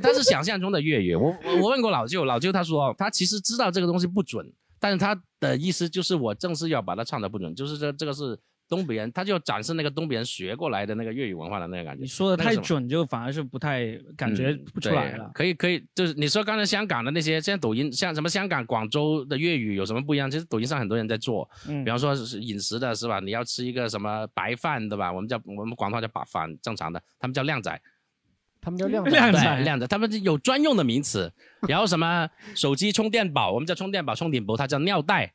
Speaker 2: 他是想象中的粤语。我我我问过老舅，老舅他说他其实知道这个东西不准，但是他的意思就是我正式要把它唱的不准，就是这这个是东北人，他就要展示那个东北人学过来的那个粤语文化的那个感觉。
Speaker 3: 你 说的
Speaker 2: 那个
Speaker 3: 太
Speaker 2: 什么
Speaker 3: 准，就反而是不太感觉
Speaker 2: 嗯
Speaker 3: 不出来
Speaker 2: 对
Speaker 3: 了。
Speaker 2: 可以可以，就是你说刚才香港的那些，现在抖音像什么香港、广州的粤语有什么不一样？其实抖音上很多人在做，
Speaker 3: 嗯
Speaker 2: 比方说是饮食的是吧？你要吃一个什么白饭对吧？我们叫我们广东话叫白饭，正常的，他们叫靓 仔，
Speaker 4: 他们叫靓
Speaker 3: 靓
Speaker 4: 仔，
Speaker 3: 仔
Speaker 2: 对靓仔，他们有专用的名词。然后什么手机充电宝，我们叫充电宝、充电宝，它叫尿袋，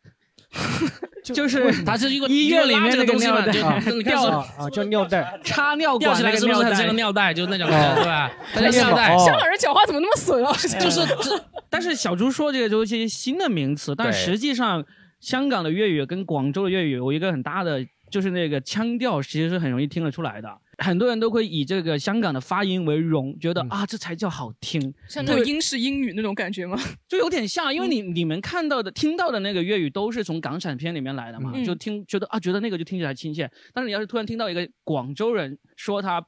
Speaker 3: 就是
Speaker 2: 它是一个
Speaker 3: 医院里面
Speaker 2: 一个拉这个
Speaker 3: 那个
Speaker 2: 东西
Speaker 3: 尿
Speaker 2: 嘛，
Speaker 3: 袋
Speaker 2: 就
Speaker 4: 啊
Speaker 2: 就你看
Speaker 4: 掉
Speaker 2: 是
Speaker 4: 啊啊，叫尿袋，
Speaker 3: 插尿
Speaker 2: 吊
Speaker 3: 管
Speaker 2: 起
Speaker 3: 那
Speaker 2: 来
Speaker 3: 个
Speaker 2: 是不是
Speaker 3: 尿
Speaker 2: 很像
Speaker 3: 袋
Speaker 2: 个尿袋？就是那种
Speaker 4: 哦
Speaker 2: 对 吧？它叫
Speaker 4: 充电
Speaker 2: 尿
Speaker 4: 宝
Speaker 2: 袋，
Speaker 4: 哦
Speaker 5: 香港人讲话怎么那么损啊？
Speaker 2: 就是这
Speaker 3: 但是小猪说这个就是一些新的名词，但
Speaker 2: 对
Speaker 3: 实际上香港的粤语跟广州的粤语有一个很大的，就是那个腔调其实是很容易听得出来的。很多人都会以这个香港的发音为荣，觉得、啊这才叫好听，
Speaker 5: 像那种英式英语那种感觉吗？
Speaker 3: 就有点像，因
Speaker 2: 嗯
Speaker 3: 为你、你们看到的、听到的那个粤语都是从港产片里面来的嘛，
Speaker 5: 嗯
Speaker 3: 就听觉得啊觉得那个就听起来亲切。但是你要是突然听到一个广州人说他。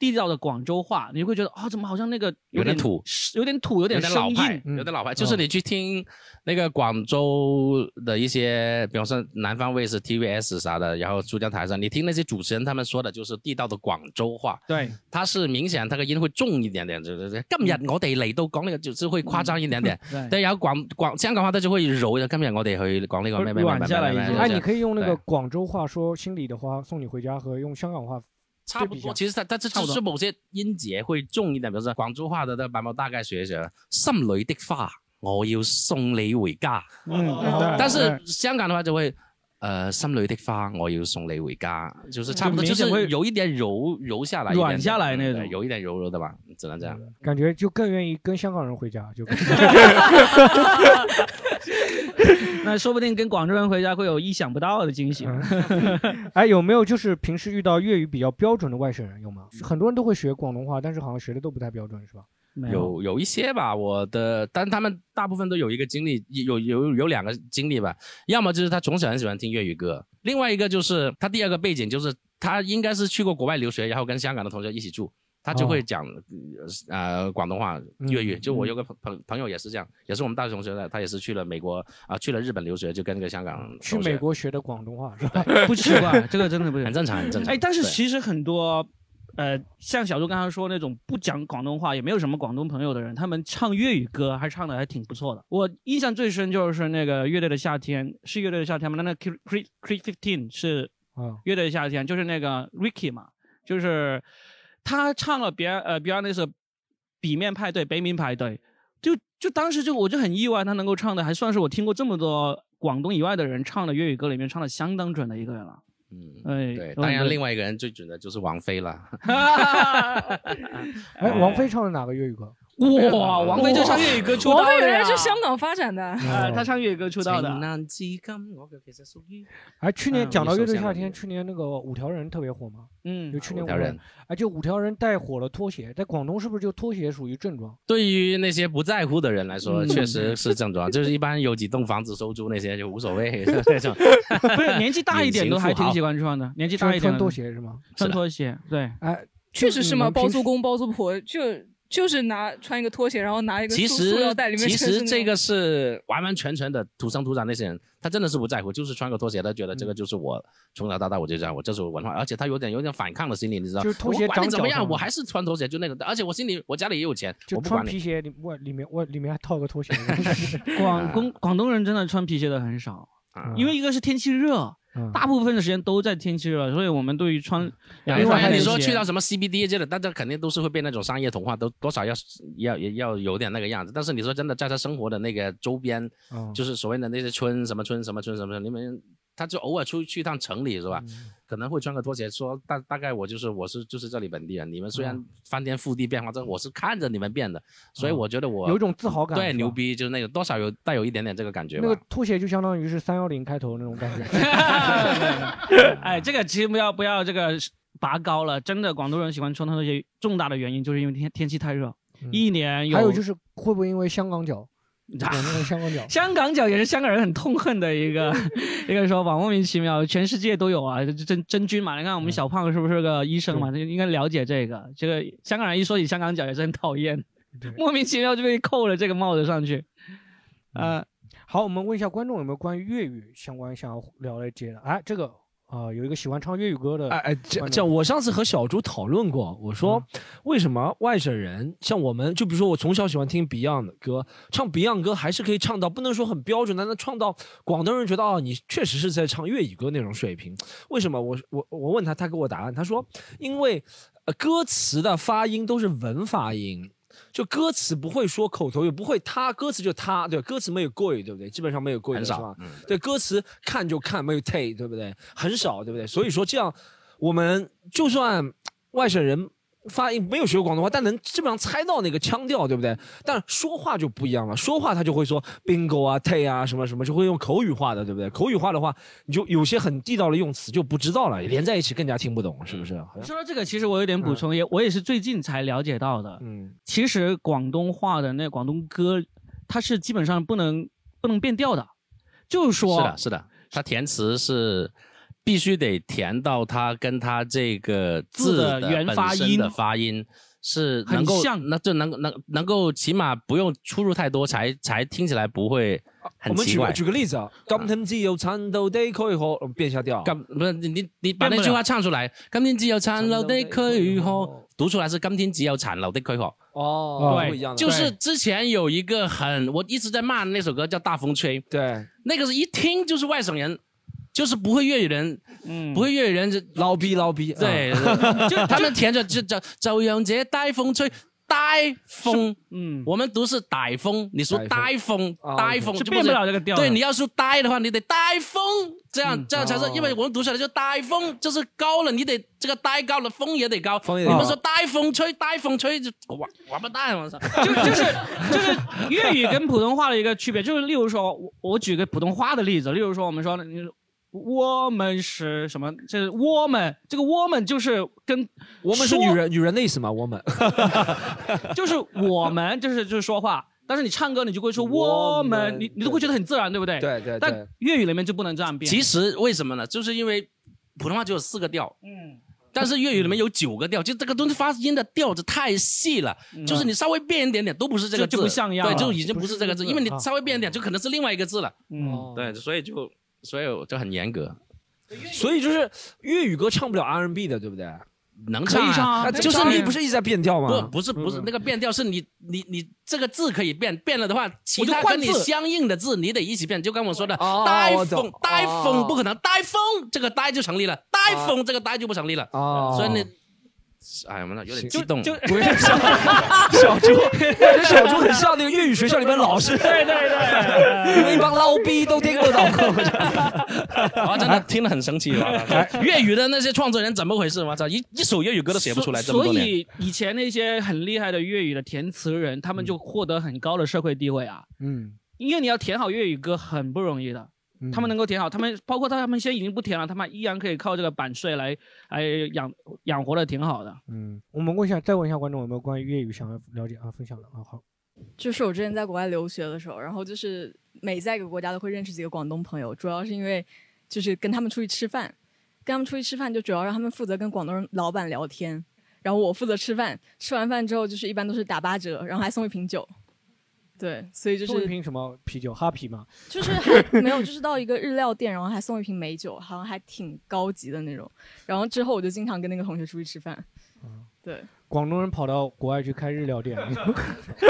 Speaker 3: 地道的广州话，你会觉得啊、怎么好像那个
Speaker 2: 有点土，
Speaker 3: 有点土，有点
Speaker 2: 有点老
Speaker 3: 生硬
Speaker 2: 派，，有
Speaker 4: 嗯
Speaker 2: 点老派。就是你去听那个广州的一些，比方说南方卫视、TVS 啥啊的，然后珠江台上，你听那些主持人他们说的，就是地道的广州话。
Speaker 3: 对，
Speaker 2: 它是明显它个音会重一点
Speaker 4: 嗯
Speaker 2: 点，就是哎今日我哋嚟到講呢個，就是會誇張一點點。
Speaker 4: 嗯
Speaker 3: 对
Speaker 2: 但有廣廣香港話，它就會柔一點。今日我哋去講呢個咩咩咩咩
Speaker 4: 哎，你
Speaker 2: 咩，
Speaker 4: 可以用那个
Speaker 2: 对
Speaker 4: 广州话说心里的话送你回家和用香港话
Speaker 2: 差不多。其实它它只是某些音節會重一點，比如說廣州話的，那版本大概學一學。心裏的花，我要送你回家。
Speaker 4: 嗯，
Speaker 2: 但是香港的话就会，呃，心里的花我要送你回家，就是差不多，
Speaker 3: 嗯就
Speaker 2: 就
Speaker 3: 明显
Speaker 2: 是
Speaker 3: 会
Speaker 2: 有一点柔柔下来一点点，
Speaker 3: 软下来那种
Speaker 2: 对有一点柔柔的吧，只能这样。
Speaker 4: 感觉就更愿意跟香港人回家，就
Speaker 2: 嗯
Speaker 3: 那说不定跟广州人回家会有意想不到的惊喜。
Speaker 4: 哎，有没有就是平时遇到粤语比较标准的外省人有吗？很多人都会学广东话，但是好像学的都不太标准，是吧？
Speaker 3: 没
Speaker 2: 有有一些吧，我的，但他们大部分都有一个经历，有有有两个经历吧，要么就是他从小很喜欢听粤语歌，另外一个就是他第二个背景就是他应该是去过国外留学，然后跟香港的同学一起住，他就
Speaker 3: 哦
Speaker 2: 会讲、呃广东话、
Speaker 3: 嗯
Speaker 2: 粤语。就我有个朋朋朋友也是这样，也是我们大学同学的，他也是去了美国啊、去了日本留学，就跟那个香港
Speaker 4: 去
Speaker 2: 同学
Speaker 4: 美国学的广东话是吧？
Speaker 3: 不奇怪，这个真的不奇
Speaker 2: 很
Speaker 3: 怪。
Speaker 2: 正常，很正常。
Speaker 3: 哎哎，但是
Speaker 2: 对
Speaker 3: 其实很多呃，像小猪刚刚说那种不讲广东话，也没有什么广东朋友的人，他们唱粤语歌还唱的还挺不错的。我印象最深就是那个乐队的夏天，是乐队的夏天吗？那那 Cre Cre Cre Fifteen 是
Speaker 4: 啊
Speaker 3: 乐队的夏天，就是那个 Ricky 嘛，就是他唱了别呃 Beyond 那首《比面派对》《北面派对》，就就当时就我就很意外，他能够唱的还算是我听过这么多广东以外的人唱的粤语歌里面唱的相当准的一个人了。
Speaker 2: 嗯，
Speaker 3: 哎，
Speaker 2: 对，
Speaker 3: 我
Speaker 2: 当然
Speaker 3: 们
Speaker 2: 另外一个人最准的就是王菲了。
Speaker 4: 哎，
Speaker 2: 哦
Speaker 4: 王菲唱的哪个粤语歌？
Speaker 3: 哇，王菲就唱粤语歌出道
Speaker 5: 王菲
Speaker 3: 的
Speaker 5: 原来
Speaker 3: 呀
Speaker 5: 是香港发展的，
Speaker 3: 呃，她唱粤语歌出道
Speaker 2: 情
Speaker 3: 的。
Speaker 2: 难至今，我嘅其實屬於
Speaker 4: 哎，去年
Speaker 3: 嗯
Speaker 4: 讲到乐
Speaker 2: 一首
Speaker 4: 队夏
Speaker 2: 相当
Speaker 4: 天，
Speaker 2: 于
Speaker 4: 去年那个五条人特别火嘛，
Speaker 3: 嗯
Speaker 4: 有，去年
Speaker 2: 五条人。
Speaker 4: 而且五条人带火了拖鞋，在广东是不是就拖鞋属于正装？
Speaker 2: 对于那些不在乎的人来说，
Speaker 3: 嗯
Speaker 2: 确实是正装，就是一般有几栋房子收租那些就无所 谓那种。
Speaker 3: 不 是年纪大一点都还挺喜欢穿的，年纪大
Speaker 4: 穿
Speaker 3: 一点
Speaker 4: 穿
Speaker 3: 的
Speaker 4: 拖，鞋是吗？
Speaker 3: 穿拖鞋，对，
Speaker 4: 哎，
Speaker 5: 确实是嘛，
Speaker 2: 嗯
Speaker 4: 你们平
Speaker 5: 包租
Speaker 4: 时
Speaker 5: 公包租婆就就是拿穿一个拖鞋，然后拿一个
Speaker 2: 其
Speaker 5: 塑塑
Speaker 2: 实
Speaker 5: 料袋，里面
Speaker 2: 其
Speaker 5: 全是
Speaker 2: 实
Speaker 5: 那
Speaker 2: 这
Speaker 5: 种
Speaker 2: 个是完完全全的土生土长那些人，他真的是不在乎，就是穿个拖鞋，他觉得
Speaker 4: 嗯
Speaker 2: 这个就是我从小到大我就这样，我这是我文化，而且他有点有点反抗的心理，你知道？
Speaker 4: 就是拖鞋
Speaker 2: 我管你
Speaker 4: 长
Speaker 2: 怎么
Speaker 4: 脚上
Speaker 2: 样，
Speaker 4: 嘛
Speaker 2: 我还是穿拖鞋，就那个，而且我心里我家里也有钱，
Speaker 4: 就
Speaker 2: 我不
Speaker 4: 穿
Speaker 2: 管你。
Speaker 4: 皮鞋里外里面外里面还套个拖鞋，
Speaker 3: 广东广东人真的穿皮鞋的很少，
Speaker 2: 啊
Speaker 3: 因为一个是天气热，
Speaker 4: 嗯
Speaker 3: 大部分的时间都在天气热，所以我们对于穿
Speaker 2: 然
Speaker 3: 洋
Speaker 2: 后
Speaker 3: 装还
Speaker 2: 你
Speaker 3: 有
Speaker 2: 说
Speaker 3: 鞋
Speaker 2: 去到什么 CBD 界的，大家肯定都是会被那种商业同化，都多少要要也要有点那个样子。但是你说真的，在他生活的那个周边，
Speaker 4: 嗯
Speaker 2: 就是所谓的那些村什么村什么村什么村，你们他就偶尔出去一趟城里是吧？
Speaker 4: 嗯
Speaker 2: 可能会穿个拖鞋，说大大概我就是我是就是这里本地人。你们虽
Speaker 4: 嗯
Speaker 2: 然翻天覆地变化，但我是看着你们变的，所以我觉得我
Speaker 4: 有一种自豪感，
Speaker 2: 对
Speaker 4: 是吧
Speaker 2: 牛。逼，就是那个多少有带有一点点这个感觉
Speaker 4: 那个
Speaker 2: 吧。
Speaker 4: 拖鞋就相当于是三幺零开头那种感觉，
Speaker 3: 哎，这个其实不要不要这个拔高了，真的广东人喜欢穿拖鞋，重大的原因就是因为天天气太热，
Speaker 4: 嗯
Speaker 3: 一年
Speaker 4: 还有
Speaker 3: 有，
Speaker 4: 就是会不会因为香港脚，广东的香港脚
Speaker 3: 香港脚也是香港人很痛恨的一 个一个说法，莫名其妙，全世界都有啊，真真菌嘛。你看我们小胖是不是个医生嘛？他就应该了解这个。这个香港人一说起香港脚也是很讨厌
Speaker 4: 对，
Speaker 3: 莫名其妙就被扣了这个帽子 上去。呃，
Speaker 4: 嗯好，我们问一下观众有没有关于粤语相关想要聊来接的？哎，这个啊、呃有一个喜欢唱粤语歌的，
Speaker 7: 哎哎，这
Speaker 4: 观
Speaker 7: 这，
Speaker 4: 众
Speaker 7: 我上次和小猪讨论过，我说
Speaker 2: 嗯
Speaker 7: 为什么外省人像我们，就比如说我从小喜欢听 Beyond 的歌，唱 Beyond 歌还是可以唱到，不能说很标准，但能唱到广东人觉得啊，你确实是在唱粤语歌那种水平。为什么？我我我问他，他给我答案，他说因为呃歌词的发音都是文发音。就歌词不会说口头语，不会他歌词就他，对，歌词没有过语，对不对？基本上没有过语，
Speaker 2: 很
Speaker 7: 是吧
Speaker 2: 少，嗯，
Speaker 7: 对歌词看就看，没有 take，对不对？很少，对不对？所以说这样，我们就算外省人发音没有学过广东话，但能基本上猜到那个腔调，对不对？但说话就不一样了，说话他就会说 bingo 啊、take 啊什么什么，就会用口语化的，对不对？口语化的话，你就有些很地道的用词就不知道了，连在一起更加听不懂，是不是？好像
Speaker 3: 说到这个，其实我有点补充，也我也是最近才了解到的。
Speaker 7: 嗯，
Speaker 3: 其实广东话的那广东歌，它是基本上不能不能变调的，就是说
Speaker 2: 是的，是的，他填词是必须得填到他跟他这个
Speaker 3: 字的
Speaker 2: 的
Speaker 3: 原
Speaker 2: 本
Speaker 3: 发
Speaker 2: 身
Speaker 3: 音
Speaker 2: 的发音是
Speaker 3: 很
Speaker 2: 能够
Speaker 3: 像
Speaker 2: 那就能能能够起码不用出入太多，才才听起来不会很
Speaker 7: 我们
Speaker 2: 奇
Speaker 7: 举个
Speaker 2: 怪。
Speaker 7: 举个例子啊，今天只有餐到地可以喝，呃变一下调。
Speaker 2: 今不是你你你把
Speaker 3: 变不
Speaker 2: 那句话
Speaker 3: 了
Speaker 2: 唱出来，今天只有残留的躯壳，读出来是今天只有残留的躯壳，
Speaker 7: 哦，
Speaker 3: 对
Speaker 7: 不一样的，
Speaker 2: 就是之前有一个很我一直在骂的那首歌叫《大风吹》，
Speaker 7: 对
Speaker 2: 那个是一听就是外省人，就是不会粤语人，
Speaker 3: 嗯
Speaker 2: 不会粤语人是
Speaker 7: 捞逼捞逼，啊
Speaker 2: 对，就他们填着就就就让这呆风吹。呆风，
Speaker 3: 嗯，
Speaker 2: 我们读是呆风，你说呆风
Speaker 7: 啊，
Speaker 2: 呆风
Speaker 3: 是
Speaker 2: 就
Speaker 3: 变不了这个调的。
Speaker 2: 对，你要说呆的话，你得呆风，这样这样才是，因为我们读起来就呆风，就是高了，你得这个呆高了，风也得高。
Speaker 7: 风也
Speaker 2: 你
Speaker 7: 得
Speaker 2: 们
Speaker 7: 高
Speaker 2: 说呆风吹，呆风吹就王王八蛋，我操！
Speaker 3: 就就是就是粤语跟普通话的一个区别，就是例如说，我我举个普通话的例子，例如说我们说你我们是什么？就是我们这个我们就是跟
Speaker 7: 我们是
Speaker 3: 说
Speaker 7: 女人，女人的意思嘛，我们。
Speaker 3: 就是我们就是就是说话，但是你唱歌你就会说
Speaker 7: 我
Speaker 3: 我
Speaker 7: 们
Speaker 3: 们，你你都会觉得很自然，对不对？。
Speaker 7: 对对对
Speaker 3: 但，粤语里面就不能这样变。
Speaker 2: 其实为什么呢？就是因为普通话只有四个调，嗯，但是粤语里面有九个调，就这个东西发音的调子太细了，就是你稍微变一点点都不是这个字，
Speaker 3: 嗯就就不像样了
Speaker 2: 对，就已经不是这个字，
Speaker 4: 不
Speaker 2: 因
Speaker 4: 是
Speaker 2: 为你
Speaker 4: 啊
Speaker 2: 稍微变一点就可能是另外一个字了，
Speaker 3: 嗯，
Speaker 2: 对，所以就所以我就很严格。
Speaker 7: 所以就是粤语歌唱不了 R&B 的，对不对？
Speaker 2: 能
Speaker 3: 可以
Speaker 2: 唱
Speaker 3: 唱啊
Speaker 2: 就
Speaker 7: 就是是
Speaker 2: 你
Speaker 7: 你不是一直在变调吗？嗯
Speaker 2: 不，不是不是那个变调，是你你你这个字可以变，变了的话，其
Speaker 3: 我就
Speaker 2: 他
Speaker 3: 换
Speaker 2: 跟你
Speaker 3: 字
Speaker 2: 相应的字你得一起变。就跟我说的，
Speaker 7: 哦
Speaker 2: 呆
Speaker 7: 我懂
Speaker 2: 风呆
Speaker 7: 哦
Speaker 2: 风不可能，呆风这个呆就成立了，呆风这个呆就不成立了。嗯
Speaker 7: 哦
Speaker 2: 所以你，哎呀，我那有点激动。
Speaker 3: 就
Speaker 7: 不是小 小猪，我觉得小猪很像那个粤语学校里面老师，对对对，那帮捞逼都听得懂。
Speaker 2: 啊，真的听得很生气哇！粤语的那些创作人怎么回事？我操，一一首粤语歌都写不出来，这么
Speaker 3: 所
Speaker 2: 多
Speaker 3: 所
Speaker 2: 年。
Speaker 3: 以以前那些很厉害的粤语的填词人，他们就获得很高的社会地位啊，
Speaker 7: 嗯，
Speaker 3: 因为你要填好粤语歌很不容易的。他们能够填好，他们 包括他们现在已经不填了，他们依然可以靠这个版税来来养养活的挺好的。
Speaker 7: 嗯，
Speaker 4: 我们问一下，再问一下观众有没有关于粤语想要了解啊、分享的啊？好，
Speaker 9: 就是我之前在国外留学的时候，然后就是每在一个国家都会认识几个广东朋友，主要是因为就是跟他们出去吃饭，跟他们出去吃饭就主要让他们负责跟广东人老板聊天，然后我负责吃饭，吃完饭之后就是一般都是打八折，然后还送一瓶酒，对， 所以就
Speaker 4: 送一
Speaker 9: 是
Speaker 4: 瓶什么啤酒？哈啤吗？
Speaker 9: 就是还没有，就是到一个日料店，然后还送一瓶美酒，好像还挺高级的那种，然后之后我就经常跟那个同学出去吃饭，
Speaker 2: 嗯
Speaker 9: 对。
Speaker 4: 广东人跑到国外去开日料店，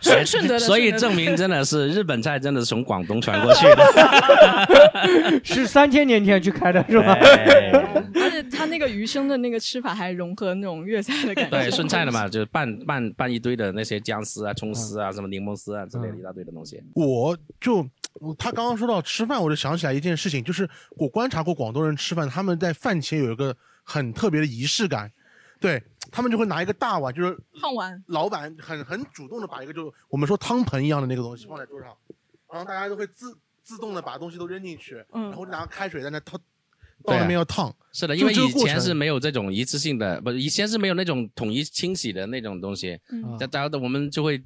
Speaker 5: 顺顺德的，
Speaker 2: 所以
Speaker 5: 顺德的
Speaker 2: 证明真的是日本菜真的是从广东传过去的，
Speaker 4: 是三千年前去开的是吧？
Speaker 2: 哎
Speaker 9: 而且他那个鱼生的那个吃法还融合那种粤菜的感觉。
Speaker 2: 对，顺菜的 嘛，就是拌拌拌一堆的那些姜丝啊、葱丝啊、什么柠檬丝啊之类的一大堆的东西。
Speaker 6: 我就他刚刚说到吃饭，我就想起来一件事情，就是我观察过广东人吃饭，他们在饭前有一个很特别的仪式感，对他们就会拿一个大碗，就是
Speaker 5: 烫完
Speaker 6: 老板很很主动的把一个就我们说汤盆一样的那个东西放在桌上，然后大家都会自自动的把东西都扔进去，
Speaker 9: 嗯
Speaker 6: 然后拿开水在那烫，到
Speaker 2: 对啊
Speaker 6: 那边要烫，
Speaker 2: 是的，
Speaker 6: 就
Speaker 2: 因为
Speaker 6: 这个
Speaker 2: 以
Speaker 6: 过
Speaker 2: 前
Speaker 6: 程
Speaker 2: 是没有这种一次性的，不，以前是没有那种统一清洗的那种东西。
Speaker 9: 嗯
Speaker 2: 大家的我们就会，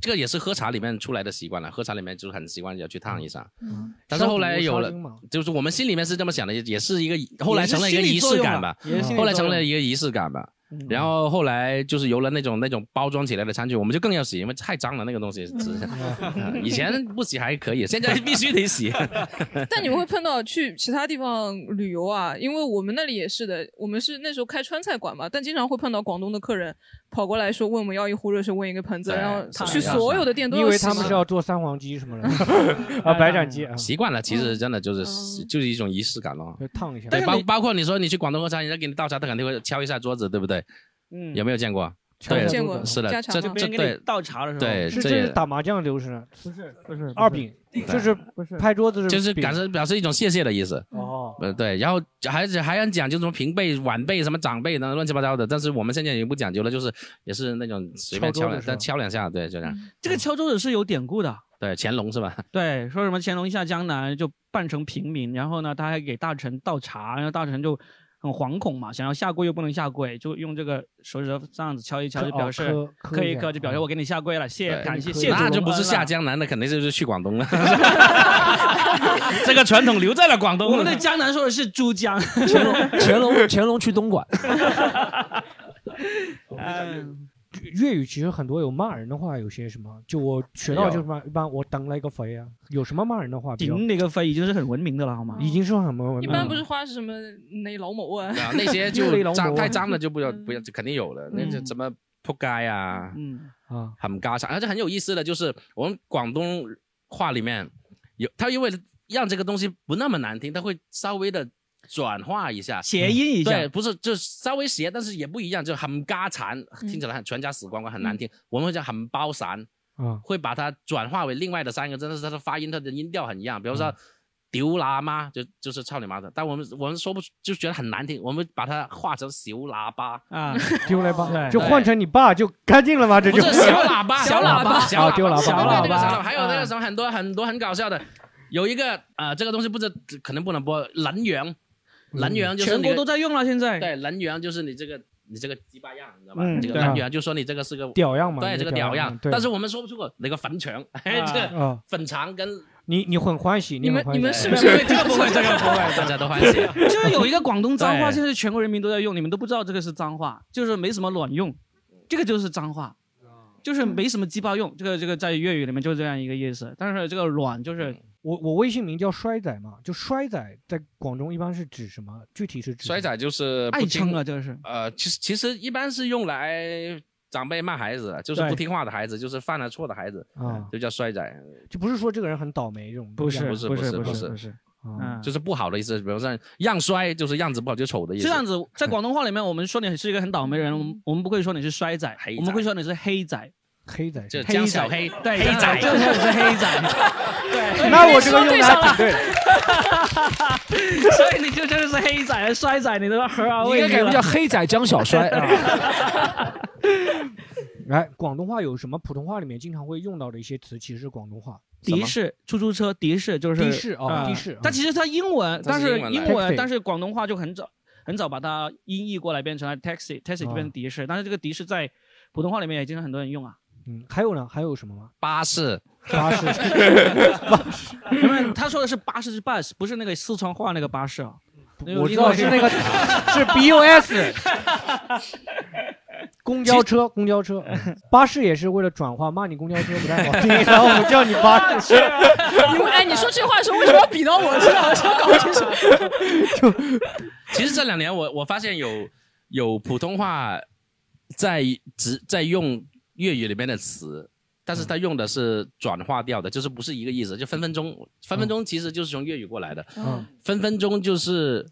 Speaker 2: 这个也是喝茶里面出来的习惯了。喝茶里面就是很习惯要去烫一下，
Speaker 9: 嗯
Speaker 2: 但是后来有
Speaker 4: 烧
Speaker 2: 了
Speaker 4: 饼，嘛
Speaker 2: 就是我们心里面是这么想的，也也是一个后来成了一个仪式感吧，嗯
Speaker 3: 也是心理作用啊，也是心理
Speaker 2: 后来成
Speaker 3: 作
Speaker 2: 了
Speaker 3: 用
Speaker 2: 一个仪式感吧。
Speaker 4: 嗯
Speaker 2: 然后后来就是有了那种那种包装起来的餐具，我们就更要洗，因为太脏了那个东西。是
Speaker 5: 嗯
Speaker 2: 嗯以前不洗还可以，现在必须得洗。
Speaker 5: 但你们会碰到去其他地方旅游啊，因为我们那里也是的，我们是那时候开川菜馆嘛，但经常会碰到广东的客人跑过来说问我们要一壶热水，问一个盆子，
Speaker 2: 对
Speaker 5: 然后
Speaker 2: 是
Speaker 5: 去
Speaker 2: 的
Speaker 5: 所有的店都
Speaker 4: 你以
Speaker 5: 要
Speaker 4: 为
Speaker 5: 洗
Speaker 4: 他们
Speaker 5: 嘛
Speaker 4: 是要做三黄鸡什么 的啊？白斩鸡啊，
Speaker 2: 习惯了，其实真的就是、
Speaker 5: 嗯
Speaker 2: 就是一种仪式感咯。
Speaker 4: 就烫一下。
Speaker 2: 对，
Speaker 3: 是
Speaker 2: 包
Speaker 3: 你
Speaker 2: 包括你说你去广东喝茶，人家给你倒茶，他肯定会敲一下桌子，对不对？
Speaker 3: 嗯，
Speaker 2: 有没有见过？
Speaker 4: 敲一下
Speaker 2: 对
Speaker 5: 见
Speaker 4: 桌
Speaker 5: 过
Speaker 4: 子
Speaker 2: 是的，
Speaker 5: 家
Speaker 2: 这
Speaker 5: 常啊
Speaker 2: 这
Speaker 5: 嘛
Speaker 3: 别人给
Speaker 2: 对
Speaker 3: 你倒茶的时候，
Speaker 2: 对，
Speaker 4: 是
Speaker 2: 这
Speaker 4: 这是
Speaker 2: 也
Speaker 4: 打麻将流程，
Speaker 7: 不是不是
Speaker 4: 二饼就是拍桌子
Speaker 2: 就是
Speaker 4: 饼
Speaker 2: 表示表示一种谢谢的意思。
Speaker 4: 哦，
Speaker 2: 呃，对，然后还是还想讲究什么平辈、晚辈、什么长辈的乱七八糟的，但是我们现在也不讲究了，就是也是那种随便
Speaker 4: 敲
Speaker 2: 敲
Speaker 4: 桌子
Speaker 2: 两，
Speaker 4: 是吧
Speaker 2: 但敲两下，对，就这样。
Speaker 3: 这个敲桌子是有典故的。
Speaker 2: 对，乾隆是 吧？
Speaker 3: 对，说什么乾隆下江南就扮成平民，然后呢，他还给大臣倒茶，然后大臣就很惶恐嘛，想要下跪又不能下跪，就用这个手指头这样子敲一敲，就表示
Speaker 4: 哦
Speaker 3: 磕一磕，
Speaker 4: 下
Speaker 3: 就表示我给你下嗯跪了，谢
Speaker 2: 对
Speaker 3: 感谢
Speaker 4: 磕一
Speaker 3: 谢
Speaker 4: 下
Speaker 3: 主啊
Speaker 2: 那就不
Speaker 3: 隆
Speaker 2: 是
Speaker 3: 恩
Speaker 2: 下
Speaker 3: 了。
Speaker 2: 江南，那肯定就是去广东了。这个传统留在了广
Speaker 3: 我
Speaker 2: 东
Speaker 3: 们。的江南说的是珠 江，
Speaker 7: 乾隆乾 隆乾隆去东莞，
Speaker 4: 粤语其实很多有骂人的话，有些什么，就我学到就是嘛，一般我蹬了一个肥啊，有什么骂人的话比较，
Speaker 3: 顶那个飞已经是很文明的了，好吗？
Speaker 4: 已经是很文文
Speaker 5: 一
Speaker 4: 明
Speaker 5: 般
Speaker 4: 了
Speaker 5: 不是花是什么那老某啊，
Speaker 2: 对 啊那些
Speaker 4: 六里
Speaker 2: 就
Speaker 4: 龙
Speaker 2: 脏
Speaker 4: 膜
Speaker 2: 太脏了 就不要不要，肯定有了。那这什么扑街啊，
Speaker 3: 嗯，
Speaker 4: 啊，
Speaker 2: 很嘎嚓，而且很有意思的就是我们广东话里面有，他因为让这个东西不那么难听，他会稍微的转化一下。
Speaker 3: 谐音一下，
Speaker 2: 对，不是，就是稍微斜，但是也不一样，就很嘎馋，
Speaker 3: 嗯
Speaker 2: 听起来很全家死光光，很难听。我们会叫很包散，
Speaker 4: 啊
Speaker 2: 会把它转化为另外的三个字，但是它的发音、它的音调很一样。比如说“丢喇嘛”，就就是操你妈的，但我们我们说不出，就觉得很难听，我们把它化成“小喇叭
Speaker 3: 啊，
Speaker 4: 丢了一把，
Speaker 3: 对
Speaker 4: 就换成你爸就干净了吗？”，这
Speaker 2: 不
Speaker 4: 就是
Speaker 2: 小喇叭，
Speaker 3: 小喇叭
Speaker 2: 小
Speaker 4: 啊丢喇叭
Speaker 2: 小喇
Speaker 3: 丢喇叭
Speaker 2: 还有那个什么很多很多很搞笑的，有一个啊，这个东西不知可能不能播，南洋，南洋就是
Speaker 3: 全
Speaker 2: 你
Speaker 3: 国都
Speaker 2: 的
Speaker 3: 在用了，现在。
Speaker 2: 对南洋就是你这个你这个鸡巴样，你知道吧？
Speaker 4: 嗯
Speaker 2: 这个
Speaker 4: 对啊
Speaker 2: 南洋就说你这个是个。
Speaker 4: 屌样嘛，
Speaker 2: 对，
Speaker 4: 你
Speaker 2: 这
Speaker 4: 就
Speaker 2: 个
Speaker 4: 屌
Speaker 2: 屌样，
Speaker 4: 对
Speaker 2: 但是我们说不出口，那个粉肠，哎，这个
Speaker 4: 啊，
Speaker 2: 粉肠跟
Speaker 4: 你你很欢喜，
Speaker 5: 你
Speaker 4: 很
Speaker 5: 们
Speaker 4: 欢
Speaker 5: 你
Speaker 4: 喜
Speaker 5: 们是不
Speaker 2: 没有
Speaker 5: 是
Speaker 2: 这个不会，这个不会，大家都欢喜。
Speaker 3: 就是有一个广东脏话，
Speaker 2: 对
Speaker 3: 现在全国人民都在用，你们都不知道这个是脏话，就是没什么卵用，这个就是脏话，
Speaker 2: 嗯
Speaker 3: 就是没什么鸡巴用，这个这个在粤语里面就是这样一个意思。但是这个卵就是
Speaker 4: 我我微信名叫衰仔嘛，就衰仔在广东一般是指什么？具体是指
Speaker 2: 摔仔就是
Speaker 4: 爱
Speaker 2: 听
Speaker 4: 称啊，这是。
Speaker 2: 呃，其实其实一般是用来长辈骂孩子的，就是
Speaker 4: 对
Speaker 2: 不听话的孩子，就是犯了错的孩子，
Speaker 4: 啊
Speaker 2: 就叫摔仔，
Speaker 4: 就不是说这个人很倒霉这种，啊
Speaker 2: 不是不是不是不是
Speaker 4: 不
Speaker 2: 不
Speaker 4: 是
Speaker 2: 是，
Speaker 4: 嗯
Speaker 2: 就是不好的意思。比如说样衰，就是样子不好，就丑的意思。嗯
Speaker 3: 这样子，在广东话里面，我们说你是一个很倒霉的人，我们我们不会说你是衰仔，我们会说你是黑仔。
Speaker 4: 黑仔，
Speaker 3: 就
Speaker 2: 江小黑
Speaker 3: 对，
Speaker 2: 黑
Speaker 3: 江小
Speaker 2: 仔
Speaker 3: 就是是黑仔， 对，
Speaker 4: 那我这个 用的还挺对的。
Speaker 3: 所以你就真的是黑仔、衰仔，你都合而
Speaker 7: 你应
Speaker 3: 为
Speaker 7: 该
Speaker 3: 一
Speaker 7: 改名
Speaker 3: 了
Speaker 7: 叫。黑仔江小衰啊。
Speaker 4: 来，广东话有什么普通话里面经常会用到的一些词，其实是广东话。
Speaker 3: 的士、出租车、的士就是
Speaker 4: 的士哦
Speaker 3: 呃
Speaker 4: 的士
Speaker 3: 但其实它英文，
Speaker 4: 它
Speaker 3: 但
Speaker 4: 是
Speaker 3: 是
Speaker 4: 英文来
Speaker 3: 英
Speaker 4: 的
Speaker 3: 文
Speaker 4: Taxi，
Speaker 3: 但是广东话就很早很早把它音译过来，变成了 taxi，taxi 就变成的士，但是这个的士在普通话里面也经常很多人用啊。
Speaker 4: 嗯，还有呢？还有什么吗？
Speaker 2: 巴士，
Speaker 4: 巴 士
Speaker 3: 巴士，因为他说的是巴士是 bus，不是那个四川话那个巴士啊。
Speaker 4: 我知道是那个 是 BUS 公交车，公交车，嗯巴士也是为了转化，骂你公交车不 太好听，然后我们叫你巴士。
Speaker 5: 你哎，你说这话的时候为什么要比到我身上？说哎搞清楚。
Speaker 2: 其实这两年我我发现有有普通话在只在用粤语里面的词，但是他用的是转化掉的，就是不是一个意思，就分分钟分分钟其实就是从粤语过来的，
Speaker 3: 嗯
Speaker 2: 分分钟就是。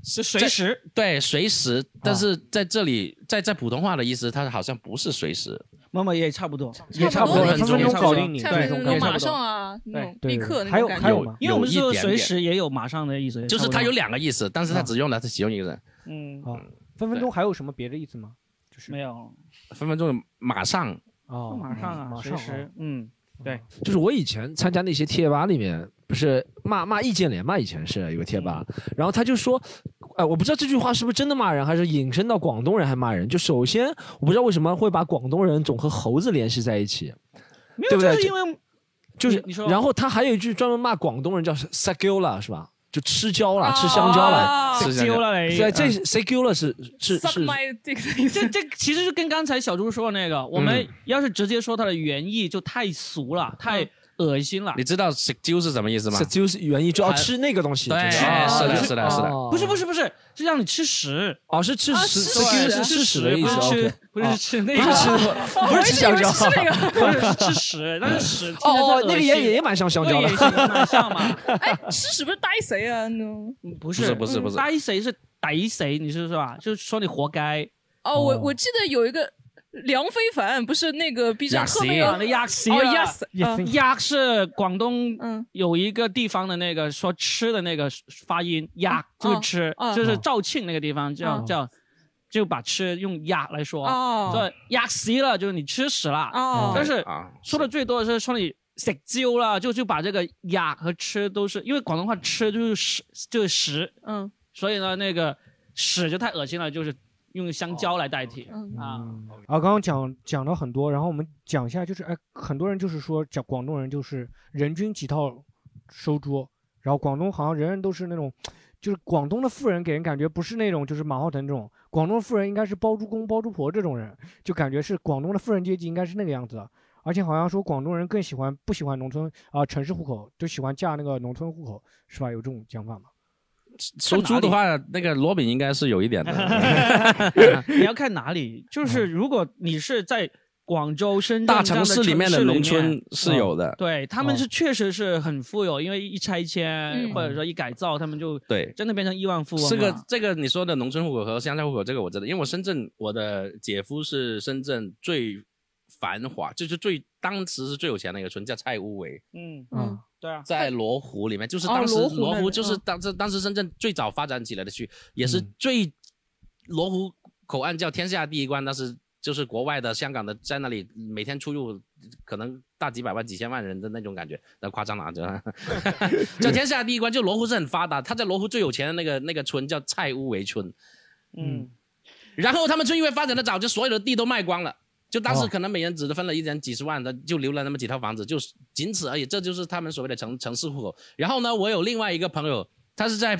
Speaker 3: 是随时
Speaker 2: 对随时，但是在这里，在在普通话的意思，它好像不是随时，
Speaker 3: 妈妈也差不多，
Speaker 2: 也差不多
Speaker 3: 分
Speaker 2: 分
Speaker 3: 钟
Speaker 2: 钟
Speaker 3: 搞
Speaker 2: 搞
Speaker 3: 定
Speaker 2: 定
Speaker 3: 你
Speaker 2: 你
Speaker 3: 对，
Speaker 2: 对那
Speaker 3: 对
Speaker 2: 种
Speaker 3: 差不多
Speaker 2: 马上
Speaker 5: 啊那种
Speaker 3: 对
Speaker 5: 立
Speaker 3: 对
Speaker 5: 刻
Speaker 3: 对
Speaker 5: 那种感觉
Speaker 3: 有
Speaker 2: 有
Speaker 3: 因为我们
Speaker 2: 有
Speaker 3: 是
Speaker 2: 一
Speaker 3: 说
Speaker 2: 点
Speaker 3: 随
Speaker 2: 点
Speaker 3: 时也有马上的意思，
Speaker 2: 就是
Speaker 3: 它
Speaker 2: 它有两个意思，但是它只用了它其中一个人。
Speaker 3: 嗯，
Speaker 4: 好，分分钟还有什么别的意思吗？就是
Speaker 3: 没有
Speaker 2: 分分钟马上，
Speaker 4: 哦，
Speaker 3: 马上啊，
Speaker 4: 马
Speaker 3: 随
Speaker 4: 上哦
Speaker 3: 时嗯，对，
Speaker 7: 就是我以前参加那些贴吧里面，不是骂骂易建联嘛？以前是有个贴
Speaker 3: 嗯
Speaker 7: 吧，然后他就说，哎、我不知道这句话是不是真的骂人，还是引申到广东人还骂人。就首先，我不知道为什么会把广东人总和猴子联系在一起，
Speaker 3: 没
Speaker 7: 对不
Speaker 3: 有，就
Speaker 7: 对
Speaker 3: 是 因为
Speaker 7: 就是
Speaker 3: 你你说，
Speaker 7: 然后他还有一句专门骂广东人叫 s a g u l a 是吧？就吃椒了，吃香蕉了。
Speaker 2: 是这
Speaker 3: 丢
Speaker 2: 样。
Speaker 3: 了嘞，嗯
Speaker 7: 对，这 s a g u l a 是是
Speaker 5: Suck
Speaker 7: 是
Speaker 5: my dick 的意思
Speaker 3: 这这其实就跟刚才小猪说的那个，我
Speaker 7: 嗯
Speaker 3: 们要是直接说它的原意就太俗了，
Speaker 7: 嗯
Speaker 3: 太恶心了
Speaker 2: 你。知道 s 就是什么意思吗
Speaker 7: s？a g u l a 原意就要吃那个东西，
Speaker 2: 对，
Speaker 7: 就是是
Speaker 2: 的，是的，
Speaker 7: 哦
Speaker 2: 是的。
Speaker 3: 不是不是不是，是让你吃屎，
Speaker 7: 哦，是吃屎 s a g u l
Speaker 3: 对
Speaker 7: a 是吃屎的意
Speaker 3: 不
Speaker 7: 思
Speaker 3: 是吃
Speaker 7: ，OK，
Speaker 3: 不是吃那
Speaker 7: 不
Speaker 3: 个
Speaker 7: 是吃，不 是吃香蕉。
Speaker 3: 不是是吃屎，但是屎听着
Speaker 7: 哦哦，
Speaker 3: 太恶
Speaker 7: 那个
Speaker 3: 心
Speaker 7: 也也蛮像香蕉
Speaker 3: 对
Speaker 7: 的
Speaker 3: 也。行啊蛮像嘛，
Speaker 5: 哎，吃屎不是逮谁啊？那种
Speaker 3: 不
Speaker 2: 不
Speaker 3: 是
Speaker 2: 是不是不是
Speaker 3: 逮谁是逮谁，你是是吧？就是说你活该，
Speaker 5: 哦，我我记得有一个梁非凡，不是那个 B 站
Speaker 2: 雅
Speaker 5: 后面
Speaker 2: 琪
Speaker 5: 有
Speaker 3: 那压死
Speaker 5: 哦
Speaker 3: 了
Speaker 5: ，yes，嗯
Speaker 3: 啊鸭是广东
Speaker 5: 嗯
Speaker 3: 有一个地方的那个说吃的那个发音，鸭就是吃，
Speaker 5: 哦
Speaker 3: 就是肇庆那个地方叫
Speaker 5: 哦
Speaker 3: 叫就把吃用鸭来说，
Speaker 5: 哦
Speaker 3: 说鸭死了就是你吃屎了，
Speaker 5: 哦
Speaker 3: 但是
Speaker 2: 啊，
Speaker 3: 说的最多的是说你。食蕉啦，就就把这个鸭和吃都是，因为广东话吃就是屎，就是屎，
Speaker 5: 嗯
Speaker 3: 所以呢，那个屎就太恶心了，就是用香蕉来代替、
Speaker 5: 嗯
Speaker 3: 啊。
Speaker 4: 啊，刚刚讲讲了很多，然后我们讲一下，就是哎，很多人就是说讲广东人就是人均几套收租，然后广东好像人人都是那种，就是广东的富人给人感觉不是那种就是马化腾这种，广东富人应该是包租公包租婆这种人，就感觉是广东的富人阶级应该是那个样子的。而且好像说广东人更喜欢不喜欢农村啊、城市户口，就喜欢嫁那个农村户口，是吧？有这种讲法吗？
Speaker 2: 收租的话，那个罗饼应该是有一点的。
Speaker 3: 你要看哪里，就是如果你是在广州、
Speaker 2: 嗯
Speaker 3: 深圳
Speaker 2: 大
Speaker 3: 这样
Speaker 2: 城市里面
Speaker 3: 城
Speaker 2: 的
Speaker 3: 市嗯
Speaker 2: 农村是有的，嗯
Speaker 3: 对他们是确实是很富有，因为一拆迁
Speaker 5: 嗯
Speaker 3: 或者说一改造，他们就
Speaker 2: 对。
Speaker 3: 真的变成亿万富翁了。啊
Speaker 2: 这个这个你说的农村户口和乡下户口，这个我知道，因为我深圳，我的姐夫是深圳最繁华，就是最当时是最有钱的一个村，叫蔡屋围。
Speaker 3: 嗯，
Speaker 5: 嗯，
Speaker 3: 对啊，
Speaker 2: 在罗湖里面，就是
Speaker 5: 哦
Speaker 2: 当时
Speaker 5: 罗湖那里
Speaker 2: 湖就是
Speaker 5: 嗯
Speaker 2: 当时当时深圳最早发展起来的区，也是最罗湖口岸叫天下第一关，但是就是国外的香港的在那里每天出入可能大几百万几千万人的那种感觉，那夸张了啊，这 叫天下第一关，就罗湖是很发达，他在罗湖最有钱的那个那个村叫蔡屋围村，
Speaker 3: 嗯，
Speaker 2: 然后他们村因为发展的早，就所有的地都卖光了。就当时
Speaker 4: 哦
Speaker 2: 可能每人只分了一人几十万的，就留了那么几套房子，就是仅此而已。这就是他们所谓的城城市户口。然后呢，我有另外一个朋友，他是在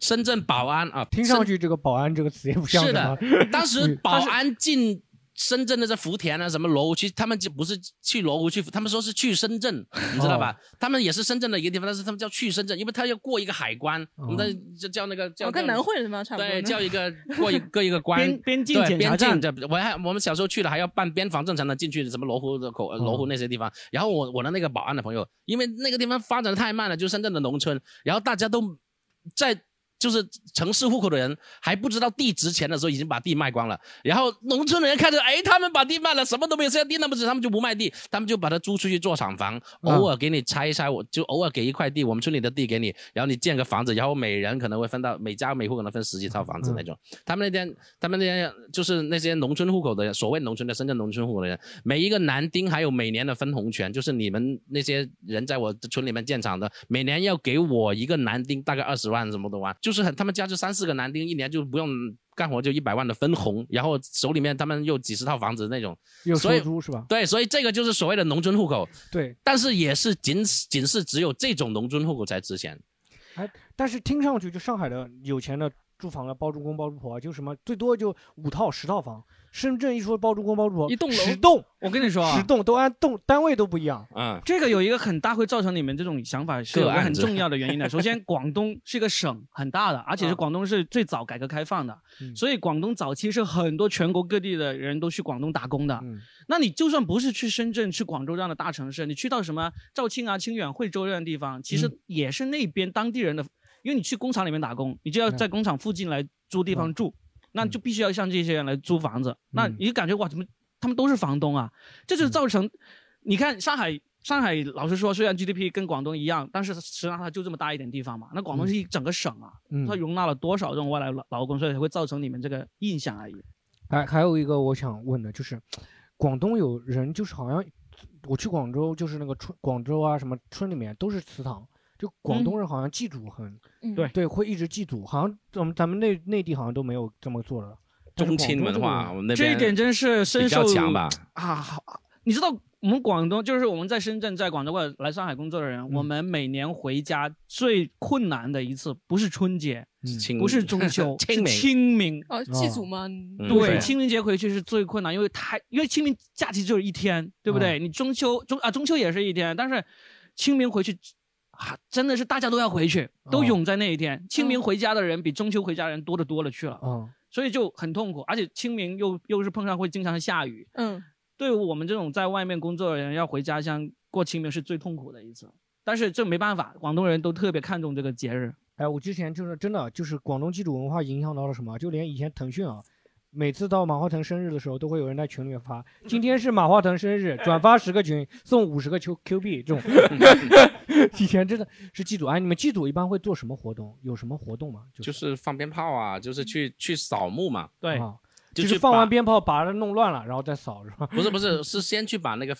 Speaker 2: 深圳宝安啊，
Speaker 4: 听上去这个“保安”这个词也不像
Speaker 2: 是
Speaker 4: 什么
Speaker 2: 的，当时保安进深圳的在福田啊，什么罗湖区，他们就不是去罗湖去，他们说是去深圳，你知道吧？他们也是深圳的一个地方，但是他们叫去深圳，因为他要过一个海关，我们在就叫那个叫
Speaker 5: 哦，跟南汇人嘛差不多呢。
Speaker 2: 对，叫一个过一 过一个关
Speaker 5: 边边境
Speaker 2: 对
Speaker 5: 检查
Speaker 2: 边
Speaker 5: 站
Speaker 2: 境这我还我们小时候去了，还要办边防证才能进去，什么罗湖的口、呃
Speaker 5: 哦
Speaker 2: 罗湖那些地方。然后我我的那个保安的朋友，因为那个地方发展的太慢了，就是深圳的农村，然后大家都在。就是城市户口的人还不知道地值钱的时候，已经把地卖光了。然后农村的人看着，哎，他们把地卖了，什么都没有，现在地那么值，他们就不卖地，他们就把它租出去做厂房，偶尔给你拆一拆，我就偶尔给一块地，我们村里的地给你，然后你建个房子，然后每人可能会分到每家每户可能分十几套房
Speaker 4: 嗯
Speaker 2: 子那种。他们那边，他们那边就是那些农村户口的人，所谓农村的深圳农村户口的人，每一个男丁还有每年的分红权，就是你们那些人在我村里面建厂的，每年要给我一个男丁大概二十万什么的万，就是很他们家就三四个男丁，一年就不用干活就一百万的分红，然后手里面他们有几十套房子那种，
Speaker 4: 有
Speaker 2: 所
Speaker 4: 收
Speaker 2: 以
Speaker 4: 租是吧？
Speaker 2: 对，所以这个就是所谓的农村户口，
Speaker 4: 对，
Speaker 2: 但是也是仅仅是只有这种农村户口才值钱。
Speaker 4: 哎，但是听上去就上海的有钱的住房的包租公包租婆啊，就什么最多就五套十套房。深圳一说包租公包租婆，
Speaker 3: 一栋楼
Speaker 4: 十栋，
Speaker 3: 我跟你说啊
Speaker 4: 十栋都按栋单位都不一样。
Speaker 2: 嗯，
Speaker 3: 这个有一个很大会造成你们这种想法是有
Speaker 4: 个
Speaker 3: 个
Speaker 4: 案
Speaker 3: 很
Speaker 4: 子
Speaker 3: 重要的原因的。首先，广东是一个省很大的，而且是广东是最早改革开放的，所以广东早期是很多全国各地的人都去广东打工的。那你就算不是去深圳、去广州这样的大城市，你去到什么肇庆啊、清远、惠州这样的地方，其实也是那边当地人的，因为你去工厂里面打工，你就要在工厂附近来租地方住，那就必须要向这些人来租房子。那你就感觉哇，怎么他们都是房东啊？这就造成，你看上海。上海老实说，虽然 GDP 跟广东一样，但是实际上它就这么大一点地方嘛。那广东是一整个省啊，
Speaker 4: 嗯
Speaker 3: 它容纳了多少这种外来劳劳工，所以才会造成你们这个印象而已。
Speaker 4: 还还有一个我想问的就是，广东有人就是好像我去广州就是那个村广州啊什么村里面都是祠堂，就广
Speaker 3: 嗯
Speaker 4: 东人好像祭祖很、
Speaker 5: 嗯对
Speaker 4: 对会一直祭祖，好像咱们咱们内内地好像都没有这么做的。但是
Speaker 2: 宗亲
Speaker 4: 广东
Speaker 2: 文化我们那
Speaker 3: 这一
Speaker 2: 边
Speaker 3: 点真是深
Speaker 2: 比较
Speaker 3: 受
Speaker 2: 强吧
Speaker 3: 啊！好你知道我们广东就是我们在深圳、在广州或者来上海工作的人，
Speaker 2: 嗯
Speaker 3: 我们每年回家最困难的一次不是春节，
Speaker 2: 清，
Speaker 3: 不是中秋 是
Speaker 2: 清明
Speaker 3: 清明
Speaker 5: 哦，祭祖嘛，
Speaker 2: 嗯
Speaker 3: 对，
Speaker 2: 对
Speaker 3: 清明节回去是最困难，因为太因为清明假期只有一天，对不对？
Speaker 2: 嗯
Speaker 3: 你中秋中啊中秋也是一天，但是清明回去啊，真的是大家都要回去，
Speaker 2: 哦
Speaker 3: 都涌在那一天。清明回家的人比中秋回家的人多得多了去
Speaker 2: 哦
Speaker 3: 了，
Speaker 4: 嗯
Speaker 3: 所以就很痛苦，而且清明又又是碰上会经常下雨，
Speaker 5: 嗯，
Speaker 3: 对于我们这种在外面工作的人，要回家乡过清明是最痛苦的一次。但是这没办法，广东人都特别看重这个节日。
Speaker 4: 哎，我之前就是真的就是广东祭祖文化影响到了什么，就连以前腾讯啊。每次到马化腾生日的时候，都会有人在群里面发：“今天是马化腾生日，转发十个群送五十个 Q Q 币。”这种 以前真的是祭祖。哎，你们祭祖一般会做什么活动？有什么活动吗？
Speaker 2: 就是放鞭炮啊，就是去去扫墓嘛。
Speaker 3: 对
Speaker 4: 啊，
Speaker 2: 就
Speaker 4: 就
Speaker 2: 去
Speaker 4: 是放
Speaker 2: 把
Speaker 4: 完鞭炮把它弄乱了，然后再扫是吧？
Speaker 2: 不是不是，是先去把那个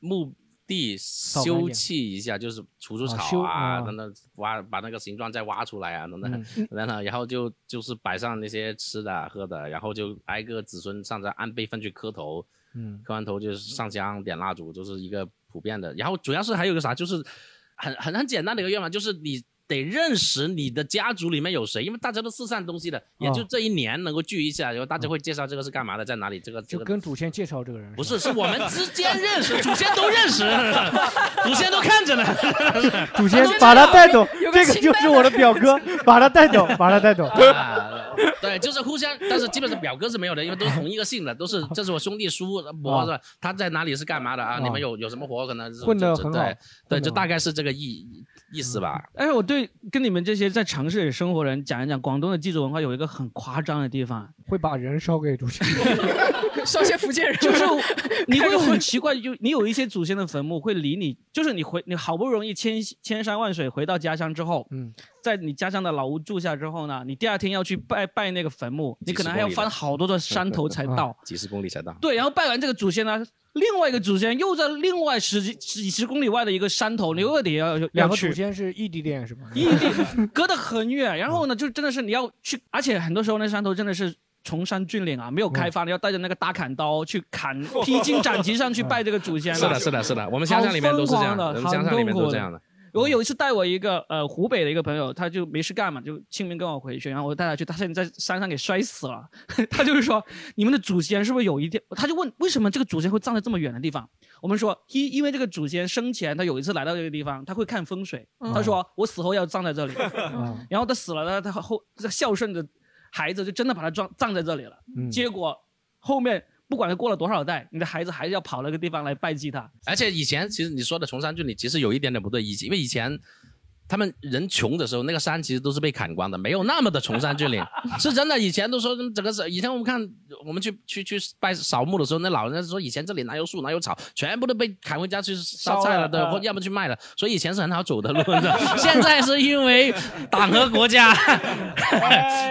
Speaker 2: 墓地
Speaker 4: 干
Speaker 2: 修
Speaker 4: 净
Speaker 2: 葺一下，就是除除
Speaker 4: 啊
Speaker 2: 草
Speaker 4: 修
Speaker 2: 啊，
Speaker 4: 啊
Speaker 2: 等等，挖把那个形状再挖出来啊，等等
Speaker 4: 嗯，
Speaker 2: 然后然后就就是摆上那些吃的啊喝的，然后就挨个子孙上着按辈分去磕头，
Speaker 4: 嗯
Speaker 2: 磕完头就是上香点蜡烛，就是一个普遍的。然后主要是还有个啥，就是很很很简单的一个愿望，就是你得认识你的家族里面有谁，因为大家都四散东西的，也就
Speaker 4: 哦
Speaker 2: 这一年能够聚一下，然后大家会介绍这个是干嘛的，在哪里，这个这
Speaker 4: 就
Speaker 2: 个
Speaker 4: 跟祖先介绍这个人
Speaker 2: 不是，是我们之间认识，祖先都认识，祖先都看着呢。
Speaker 4: 祖先把他带走，
Speaker 2: 有个
Speaker 4: 这个
Speaker 2: 清
Speaker 4: 就
Speaker 2: 单
Speaker 4: 是我的表 哥，把他带走，把他带走。
Speaker 2: 啊对，就是互相，但是基本上表哥是没有的，因为都是同一个姓的，都是这是我兄弟叔伯是吧？他在哪里是干嘛的啊？
Speaker 4: 啊
Speaker 2: 你们有有什么活可能是
Speaker 4: 混得
Speaker 2: 就
Speaker 4: 很好
Speaker 2: 对对，
Speaker 4: 混得
Speaker 2: 就
Speaker 4: 好
Speaker 2: 大概是这个意意思吧。。
Speaker 3: 但是哎我对跟你们这些在城市里生活的人讲一讲，广东的祭祖文化有一个很夸张的地 方，
Speaker 4: 会把人烧给祖先。
Speaker 5: 烧些福 建人，
Speaker 3: 就是你会很奇怪，就你有一些祖先的坟墓会离你，就是你回你好不容易千千山万水回到家乡之后，
Speaker 4: 嗯，
Speaker 3: 在你家乡的老屋住下之后呢，你第二天要去拜拜那个坟墓，你可能还要翻好多座山头
Speaker 4: 嗯
Speaker 3: 才
Speaker 4: 啊
Speaker 3: 到
Speaker 2: 几十公里才到。
Speaker 3: 对，啊然后拜完这个祖先呢，另外一个祖先又在另外十几几十公里外的一个山头，你又得要嗯要
Speaker 4: 两个
Speaker 3: 去
Speaker 4: 祖先是异地恋是吧？
Speaker 3: 异地隔得很远，然后呢，就真的是你要去，而且很多时候那山头真的是崇山峻岭啊，没有开发，你要带着那个大砍刀去砍，披荆斩棘上去拜这个祖先。
Speaker 2: 是的，是的，是的，我们乡下里面都是这样
Speaker 3: 好疯狂的
Speaker 2: 我们乡下里面都是这样的。
Speaker 3: 我有一次带我一个呃湖北的一个朋友，他就没事干嘛，就清明跟我回去，然后我带他去，他现在在山上给摔死了。 他就是说，你们的祖先是不是有一天？他就问为什么这个祖先会站在这么远的地方？我们说，因因为这个祖先生前他有一次来到这个地方，他会看风水，
Speaker 4: 嗯
Speaker 3: 他说我死后要葬在这里，
Speaker 2: 嗯
Speaker 5: 哦
Speaker 3: 然后他死了，他他后他孝顺的孩子就真的把他葬葬在这里了，
Speaker 2: 嗯
Speaker 3: 结果后面。不管过了多少代，你的孩子还是要跑那个地方来拜祭他。
Speaker 2: 而且以前其实你说的崇山峻岭，其实有一点点不对，以前因为以前他们人穷的时候，那个山其实都是被砍光的，没有那么的崇山峻岭，是真的。以前都说整个是，以前我们看我们去去去拜扫墓的时候，那老人家说以前这里哪有树哪有草，全部都被砍回家去烧菜了
Speaker 3: 烧了
Speaker 2: 的，
Speaker 3: 嗯
Speaker 2: 或要么去卖了，所以以前是很好走的路的。 现在是因为党和国家
Speaker 5: 哎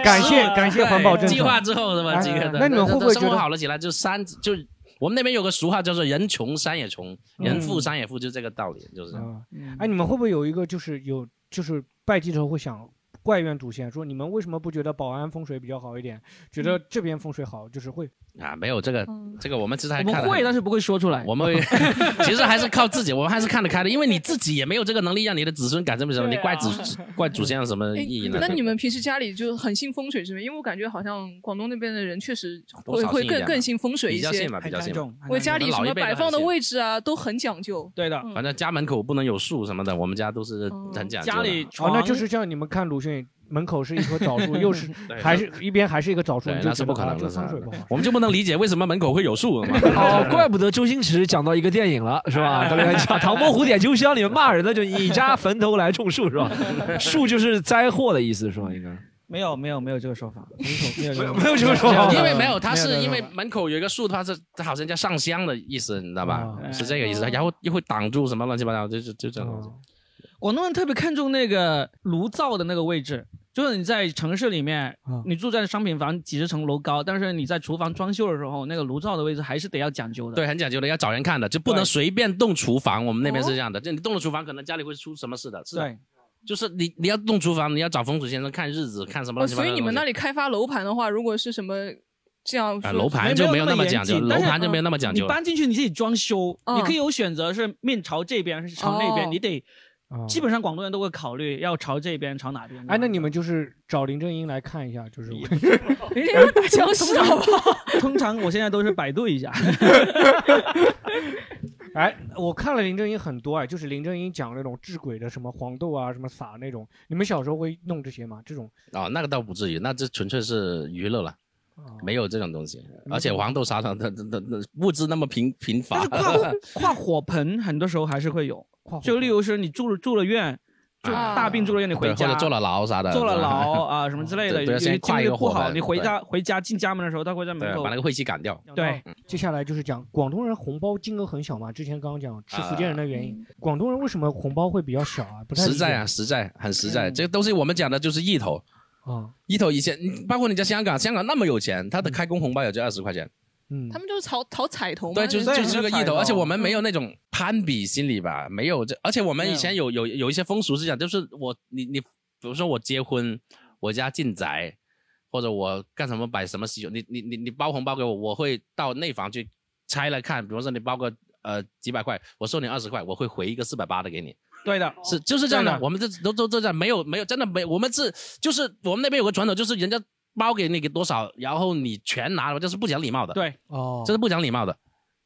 Speaker 4: 感谢感谢环保政策
Speaker 2: 计划之后是吧？
Speaker 4: 哎
Speaker 2: 这个的
Speaker 4: 那你们会不会
Speaker 2: 生活
Speaker 4: 觉得
Speaker 2: 好了起来？就山就我们那边有个俗话叫做“人穷山也穷，人富山也富”，就这个道理，就是。
Speaker 3: 嗯
Speaker 4: 哎，你们会不会有一个就是有就是拜祭的时候会想怪怨祖先，说你们为什么不觉得保安风水比较好一点，觉得
Speaker 3: 嗯
Speaker 4: 这边风水好，就是会
Speaker 2: 啊，没有这个，
Speaker 5: 嗯
Speaker 2: 这个我们其实还
Speaker 4: 我们
Speaker 2: 看得
Speaker 4: 会
Speaker 2: 很
Speaker 3: 但是不会说出 来。
Speaker 2: 我们会 其实还是靠自己，我们还是看得开的，因为你自己也没有这个能力让你的子孙改正不成，
Speaker 5: 对啊
Speaker 2: 你怪祖怪祖先有什么意义
Speaker 4: 哎
Speaker 2: 呢？
Speaker 5: 哎那你们平时家里就很信风水是吗？因为我感觉好像广东那边的人确实
Speaker 2: 多
Speaker 5: 会
Speaker 2: 少
Speaker 5: 会
Speaker 2: 信一点
Speaker 5: 更
Speaker 2: 吧
Speaker 5: 更信风水一
Speaker 2: 比较
Speaker 5: 些
Speaker 2: 信吧，，比较信吧。
Speaker 5: 我家里什
Speaker 2: 老一
Speaker 5: 么
Speaker 2: 辈都
Speaker 5: 摆
Speaker 2: 很
Speaker 5: 放的
Speaker 2: 信
Speaker 5: 位置啊都很讲究。
Speaker 3: 对的，
Speaker 2: 反正家门口不能有树什么的，我们家都是很讲究的。
Speaker 4: 哦，那就是像你们看鲁迅门口是一棵枣树，又是
Speaker 2: 对
Speaker 4: 还是一边还是一个枣树，
Speaker 2: 对
Speaker 4: 你，就
Speaker 2: 那是
Speaker 4: 觉
Speaker 2: 不
Speaker 4: 得
Speaker 2: 可
Speaker 4: 啊
Speaker 2: 能
Speaker 4: 这
Speaker 2: 的，
Speaker 4: 风水不好。
Speaker 2: 我们就不能理解为什么门口会有树嘛？
Speaker 7: 哦，怪不得周星驰讲到一个电影了，是
Speaker 3: 哎
Speaker 7: 吧？他那个讲《唐伯虎点秋香》里面骂人的，就你家坟头来种树，是 吧？树就是灾祸的意思，是吧？应该。
Speaker 3: 没有没有没有这个说法， 没有
Speaker 7: 没有这个说法
Speaker 2: 因为没有，它是因为门口有一个树，它是它好像叫上香的意思，你知道吧？是这个意思，然后又会挡住什么乱七八糟，就就就这种东西。
Speaker 3: 广东人特别看重那个炉灶的那个位置，就是你在城市里面，
Speaker 7: 啊
Speaker 3: 你住在商品房几十层楼高，但是你在厨房装修的时候，那个炉灶的位置还是得要讲究的。
Speaker 2: 对，很讲究的，要找人看的，就不能随便动厨房。我们那边是这样的，就你动了厨房，可能家里会出什么事的。是的
Speaker 3: 哦对，
Speaker 2: 就是你你要动厨房，你要找风水先生看日子，看什么
Speaker 5: 哦，
Speaker 2: 乱七八
Speaker 5: 所
Speaker 2: 糟
Speaker 5: 以
Speaker 2: 的东西。
Speaker 5: 你们那里开发楼盘的话，如果是什么这样
Speaker 2: 啊
Speaker 5: 说
Speaker 2: 楼盘就没有那么讲究
Speaker 3: 严谨但是
Speaker 2: 楼盘就没有那么讲究
Speaker 3: 你搬进去你自己装修，
Speaker 5: 嗯
Speaker 3: 你可以有选择是面朝这边，是朝那边，
Speaker 5: 哦
Speaker 3: 你得。基本上广东人都会考虑要朝这边，朝哪边。
Speaker 4: 哎，那你们就是找林正英来看一下，就是
Speaker 5: 林正英
Speaker 7: 哎
Speaker 5: 打僵尸好不好？
Speaker 3: 通常我现在都是百度一下。
Speaker 4: 哎，我看了林正英很多哎，就是林正英讲那种治鬼的，什么黄豆啊，什么撒那种。你们小时候会弄这些吗？这种
Speaker 2: 哦，那个倒不至于，那这纯粹是娱乐了。
Speaker 4: 哦
Speaker 2: 没有这种东西，
Speaker 4: 嗯
Speaker 2: 而且黄豆沙糖它它它它物资那么贫贫乏，
Speaker 3: 跨跨火盆很多时候还是 会有，就例如是你住了住了院，就
Speaker 2: 啊
Speaker 3: 大病住了院，你回
Speaker 2: 对
Speaker 3: 家
Speaker 2: 或者坐了牢啥的
Speaker 3: 坐了
Speaker 2: 是吧
Speaker 3: 牢啊什么之类的，
Speaker 2: 对
Speaker 3: 有
Speaker 2: 对
Speaker 3: 有
Speaker 2: 先
Speaker 3: 些
Speaker 2: 跨
Speaker 3: 经
Speaker 2: 一
Speaker 3: 历
Speaker 2: 个
Speaker 3: 不
Speaker 2: 火
Speaker 3: 好，
Speaker 2: 盆
Speaker 3: 你回
Speaker 2: 对
Speaker 3: 家回家进家门的时候，他会在门
Speaker 2: 对，
Speaker 3: 口
Speaker 2: 把那个晦气赶掉。
Speaker 3: 对，
Speaker 4: 接下来就是讲广东人红包金额很小嘛，之前刚刚讲是福建人的原
Speaker 3: 嗯
Speaker 4: 因，广东人为什么红包会比较小啊？不太
Speaker 2: 实
Speaker 4: 理
Speaker 2: 在
Speaker 4: 解嗯
Speaker 2: 啊，实在很实在，这个东西我们讲的就是一头，
Speaker 4: 啊，
Speaker 2: 一头以前，你包括你在香港，香港那么有钱，
Speaker 4: 嗯
Speaker 2: 他的开工红包也就二十块钱，
Speaker 5: 他们就是讨讨彩头嘛，
Speaker 2: 对，就是
Speaker 5: 那
Speaker 2: 就是个一头，而且我们没有
Speaker 5: 嗯
Speaker 2: 那种攀比心理吧，没有这，而且我们以前有有有一些风俗是讲，就是我你你，比如说我结婚，我家进宅，或者我干什么摆什么喜酒，你你你你包红包给我，我会到内房去拆了看，比如说你包个呃几百块，我收你二十块，我会回一个四百八的给你，
Speaker 3: 对的，
Speaker 2: 是就是这样
Speaker 3: 对
Speaker 7: 啊
Speaker 2: 的
Speaker 3: 的，
Speaker 2: 我们这都都都这样，没有没有，真的没，我们是就是我们那边有个传统，就是人家包给你给多少，然后你全拿了，这是不讲礼貌的。
Speaker 3: 对，
Speaker 4: 哦
Speaker 2: 这是不讲礼貌的。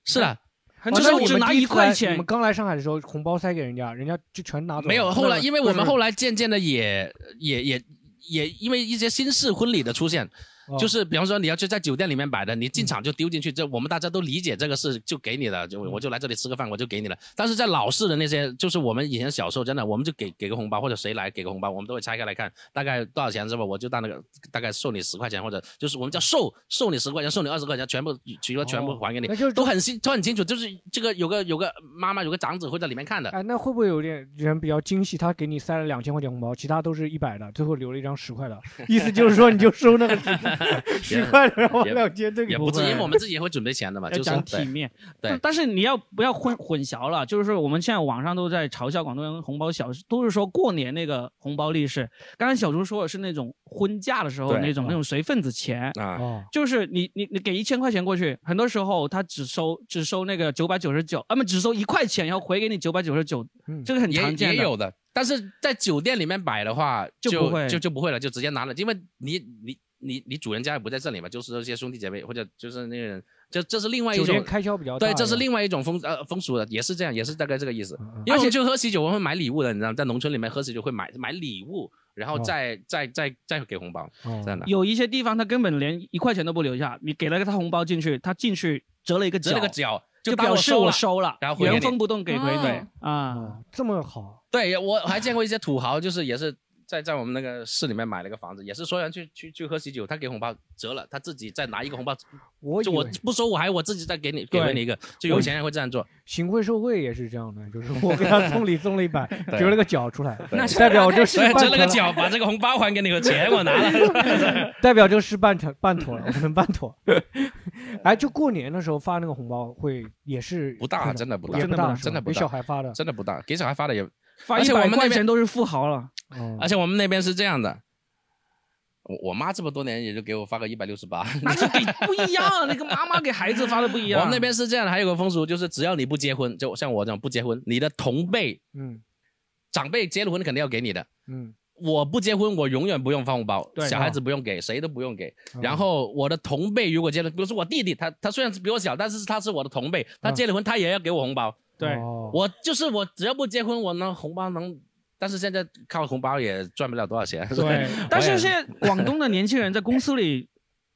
Speaker 2: 是的，
Speaker 4: 很
Speaker 2: 我
Speaker 4: 少
Speaker 2: 们
Speaker 4: 你们第次来你们刚来上海的时候，红包塞给人家，人家就全拿走了。
Speaker 2: 没有。后来，因为我们后
Speaker 4: 来
Speaker 2: 来渐渐的也也也也因为一些新式婚礼的出现。
Speaker 4: 哦
Speaker 2: 就是比方说你要去在酒店里面摆的，你进场就丢进去，这我们大家都理解这个事就给你了，就
Speaker 4: 嗯
Speaker 2: 我就来这里吃个饭我就给你了。但是在老式的那些，就是我们以前小时候真的，我们就给给个红包或者谁来给个红包，我们都会拆开来看大概多少钱是吧？我就当那个大概送你十块钱或者就是我
Speaker 4: 嗯
Speaker 2: 们叫售售你十块钱，送你二十块钱，全部取了全部
Speaker 4: 哦
Speaker 2: 还给你，都很清都很清楚，就是这个有个有个妈妈有个长子会在里面看的，
Speaker 4: 哎，那会不会有点人比较精细？他给你塞了两千块钱红包，其他都是一百的，最后留了一张 十块的，意思就是说你就收那个 十十块的，然后
Speaker 2: 也
Speaker 4: 两千这个
Speaker 2: 也
Speaker 4: 不
Speaker 2: 不
Speaker 4: 会
Speaker 2: 至于，因为我们自己也会准备钱的嘛，
Speaker 3: 要
Speaker 2: 就是
Speaker 3: 讲
Speaker 2: 对
Speaker 3: 体面。
Speaker 2: 对
Speaker 3: 但但是你要不要混混淆了？就是说我们现在网上都在嘲笑广东人红包小，都是说过年那个红包利是。刚才小朱说的是那种婚嫁的时候
Speaker 2: 对
Speaker 3: 那种那种随份子钱
Speaker 4: 哦
Speaker 2: 啊，
Speaker 3: 就是你你你给一千块钱过去，很多时候他只收只收那个九百九十九，啊不只收一块钱，然后回给你九百九十九，这个很
Speaker 2: 也
Speaker 3: 常见
Speaker 2: 也有的，但是在酒店里面摆的话，
Speaker 3: 就
Speaker 2: 就
Speaker 3: 不会
Speaker 2: 就就不会了，就直接拿了，因为你你你你主人家也不在这里嘛，就是这些兄弟姐妹或者就是那个人，这这是另外一
Speaker 7: 酒
Speaker 2: 种
Speaker 7: 店开销比较大
Speaker 2: 对，这是
Speaker 7: 对
Speaker 2: 另外一种风呃风俗的，也是这样，也是大概这个意思。
Speaker 7: 嗯
Speaker 2: 因为我们去喝喜酒，我们会买礼物的，你知道，在农村里面喝喜酒会买买礼物，然后
Speaker 3: 哦
Speaker 2: 再、再再再给红包，这样的。
Speaker 3: 有一些地方他根本连一块钱都不留下，你给了他红包进去，他进去折了一个
Speaker 2: 折了个角
Speaker 3: 就
Speaker 2: 就当
Speaker 3: 表
Speaker 2: 我
Speaker 3: 示
Speaker 2: 收
Speaker 3: 我
Speaker 2: 了
Speaker 3: 收了，
Speaker 2: 然后回给
Speaker 3: 原
Speaker 2: 你
Speaker 3: 封不动给回你
Speaker 2: 哦
Speaker 3: 啊，
Speaker 4: 这么好，
Speaker 2: 对，我还见过一些土豪，就是也是在在我们那个市里面买了个房子，也是说要去去去喝喜酒，他给红包折了，他自己再拿一个红包，
Speaker 4: 我
Speaker 2: 就
Speaker 4: 以
Speaker 2: 我
Speaker 4: 为
Speaker 2: 不收，我还我自己再给你给回你一个，就有钱人会这样做。
Speaker 4: 行贿受贿也是这样的，就是我给他送礼送了 一百，折了个角出来，
Speaker 2: 是
Speaker 4: 代表我这事
Speaker 2: 对
Speaker 4: 办
Speaker 2: 折
Speaker 4: 成
Speaker 2: 了个 角，把这个红包还给你，和钱我拿了。
Speaker 4: 代表这个事办成办妥了，我们办妥。 哎，就过年的时候发那个红包会也是
Speaker 2: 不大，
Speaker 4: 会
Speaker 2: 真的不大，
Speaker 4: 也大，是吧
Speaker 2: 真的不
Speaker 4: 给
Speaker 2: 大。
Speaker 4: 小孩发的。
Speaker 2: 真的不大，给小孩发的也，
Speaker 3: 发
Speaker 2: 而
Speaker 3: 一
Speaker 2: 且我
Speaker 3: 百
Speaker 2: 们那
Speaker 3: 块
Speaker 2: 边
Speaker 3: 钱都是富豪了。
Speaker 2: 而且我们那边是这样的，我我妈这么多年也就给我发个一百六十 八。
Speaker 3: 不一样，那个妈妈给孩子发的不一样。
Speaker 2: 我们那边是这样的，还有个风俗就是，只要你不结婚，就像我这样不结婚，你的同辈
Speaker 4: 嗯
Speaker 2: 长辈结了婚肯定要给你的。
Speaker 4: 嗯，
Speaker 2: 我不结婚，我永远不用发红包，
Speaker 4: 对
Speaker 2: 小孩子不用给，谁都不用给。
Speaker 4: 嗯
Speaker 2: 然后我的同辈如果结了，比如说我弟弟，他他虽然是比我小，但是他是我的同辈，他结了婚，他也要给我红包。
Speaker 3: 嗯对
Speaker 4: 哦
Speaker 2: 我就是我，只要不结婚，我能红包能，但是现在靠红包也赚不了多少钱。所以
Speaker 3: 对，但是现在广东的年轻人在公司里，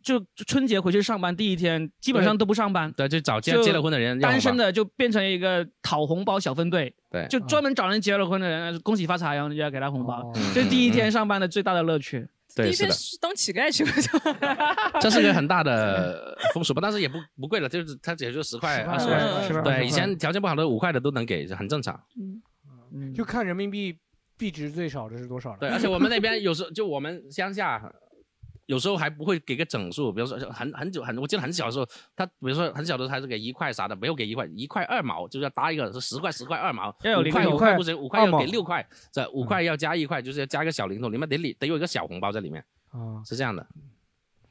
Speaker 3: 就春节回去上班第一天，基本上都不上班。
Speaker 2: 对，就找结
Speaker 3: 就
Speaker 2: 结了婚的人要红包，
Speaker 3: 单身的就变成一个讨红包小分队，
Speaker 2: 对嗯
Speaker 3: 就专门找人结了婚的人，呃恭喜发财，然后就要给他红
Speaker 4: 哦
Speaker 3: 包，这是
Speaker 2: 嗯
Speaker 3: 第一
Speaker 2: 嗯
Speaker 3: 天上班的最大的乐趣。
Speaker 2: 对
Speaker 5: 第一
Speaker 2: 是
Speaker 5: 天
Speaker 2: 的
Speaker 5: 是当乞丐去了，
Speaker 2: 这是个很大的风俗吧，但是也不不贵了，就是它也就十块
Speaker 4: 10
Speaker 2: 二十
Speaker 4: 嗯嗯嗯10
Speaker 2: 块。
Speaker 4: 20
Speaker 2: 对，以前条件不好的五块的都能给，很正常。
Speaker 5: 嗯
Speaker 4: 嗯就看人民币币值最少的是多少了。
Speaker 2: 对，而且我们那边有时候就我们乡下，有时候还不会给个整数，比如说很很久很，我记得很小的时候，他比如说很小的时候还是给一块啥的，没有给一块，一块二毛就是要搭一个是十块十块二毛，
Speaker 3: 要有
Speaker 2: 五
Speaker 3: 零
Speaker 2: 块
Speaker 3: 头
Speaker 2: 五块
Speaker 3: 块
Speaker 2: 不行，五块
Speaker 3: 二
Speaker 2: 要
Speaker 3: 毛嗯
Speaker 2: 给六块，这五块要加一块，就是要加一个小零头，里面得里得有一个小红包在里面，
Speaker 4: 啊，
Speaker 2: 是这样的。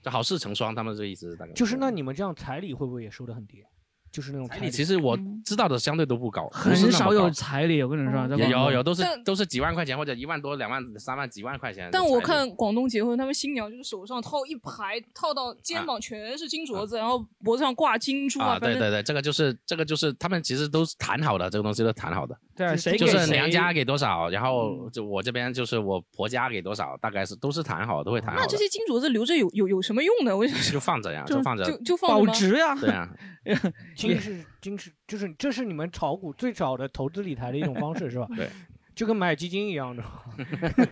Speaker 2: 这好事成双，他们这意思是大概
Speaker 4: 就是那你们这样彩礼会不会也收的很低？就是那种彩
Speaker 2: 彩
Speaker 4: 礼
Speaker 2: 礼其实我知道的相对都不高，不
Speaker 3: 很
Speaker 2: 是那么
Speaker 3: 少有
Speaker 2: 高
Speaker 3: 彩礼，我跟你说，在
Speaker 2: 也有
Speaker 3: 广东
Speaker 2: 有都是
Speaker 5: 但
Speaker 2: 都是几万块钱或者一万多、两万、三万、几万块钱的彩
Speaker 5: 但
Speaker 2: 礼。
Speaker 5: 我看广东结婚，他们新娘就是手上套一排，套到
Speaker 7: 啊
Speaker 5: 肩膀全是金镯子，然后脖子上挂金珠
Speaker 2: 啊，
Speaker 5: 反
Speaker 2: 对
Speaker 5: 正
Speaker 2: 对对，这个就是这个就是他们其实都是谈好的，这个东西都谈好的。
Speaker 3: 对
Speaker 4: 啊谁
Speaker 2: 就
Speaker 4: 给
Speaker 2: 是
Speaker 4: 谁
Speaker 2: 娘家给多少，然后就我这边就是我婆家给多少，大概是都是谈好，都会谈好
Speaker 7: 啊
Speaker 5: 那
Speaker 2: 的，
Speaker 5: 这些金镯子留着有有有什么用呢？我就
Speaker 2: 就放着呀，
Speaker 5: 就
Speaker 2: 啊放着，
Speaker 5: 就就放着吗保值呀
Speaker 2: 对啊 呀，
Speaker 4: 金 是金是，就是这是你们炒股最早的投资理财的一种方式，是吧？
Speaker 2: 对，
Speaker 4: 就跟买基金一样的，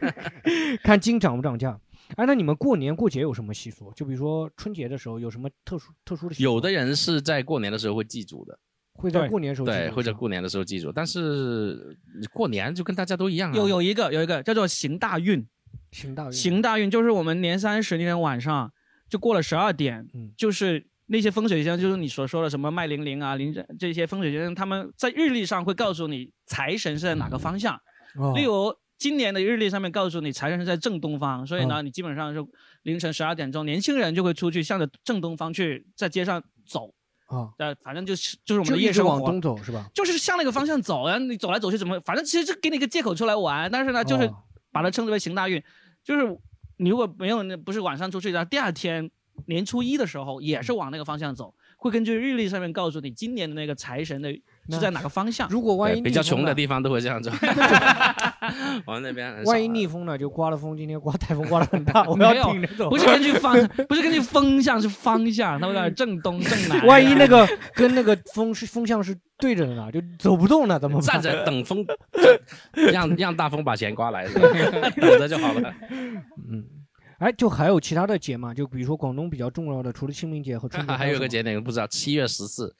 Speaker 4: 看金涨不涨价。哎，那你们过年过节有什么习俗？就比如说春节的时候有什么特殊特殊的习俗？
Speaker 2: 有的人是在过年的时候会祭祖的，
Speaker 4: 会在过年的时候
Speaker 2: 对，
Speaker 4: 去
Speaker 2: 或者过年的时候祭祖，但是过年就跟大家都一样啊，
Speaker 3: 有有一个有一个叫做行大运，
Speaker 4: 行大运，
Speaker 3: 行大运就是我们年三十那天晚上就过了十二点，
Speaker 4: 嗯
Speaker 3: 就是那些风水先生，就是你所说的什么麦玲玲啊、林这些风水先生，他们在日历上会告诉你财神是在哪个方向，
Speaker 4: 哦
Speaker 3: 例如。今年的日历上面告诉你财神是在正东方，所以呢，
Speaker 4: 哦
Speaker 3: 你基本上是凌晨十二点钟，年轻人就会出去向着正东方去，在街上走，
Speaker 4: 啊，
Speaker 3: 呃，反正就是就是我们
Speaker 4: 就
Speaker 3: 的
Speaker 4: 一
Speaker 3: 夜
Speaker 4: 直
Speaker 3: 生活。
Speaker 4: 往东走是吧？
Speaker 3: 就是向那个方向走，然后你走来走去怎么，反正其实就给你一个借口出来玩，但是呢，就是
Speaker 4: 哦
Speaker 3: 把它称之为行大运，就是你如果没有那不是晚上出去，然后第二天年初一的时候也
Speaker 4: 嗯
Speaker 3: 是往那个方向走，会根据日历上面告诉你今年的那个财神的
Speaker 4: 那
Speaker 3: 是在哪个方向。
Speaker 4: 如果万一
Speaker 2: 对比较
Speaker 4: 逆风
Speaker 2: 穷
Speaker 4: 呢
Speaker 2: 的地方都会这样做，我们那边很少
Speaker 4: 万一逆风呢？就刮了风，今天刮台风刮得很 大，我
Speaker 3: 没
Speaker 4: 要
Speaker 3: 有
Speaker 4: 顶着走。
Speaker 3: 不是根据 方，不是根据风向，是方向，他们讲正东正南。
Speaker 4: 万一那个跟那个风是风向是对着的呢，就走不动了，怎么办？
Speaker 2: 站着等风，让让大风把钱刮来，等着就好了。
Speaker 4: 哎，就还有其他的节嘛？就比如说广东比较重要的，除了清明节和春 节，
Speaker 2: 还有一个节点不知道，七月十四，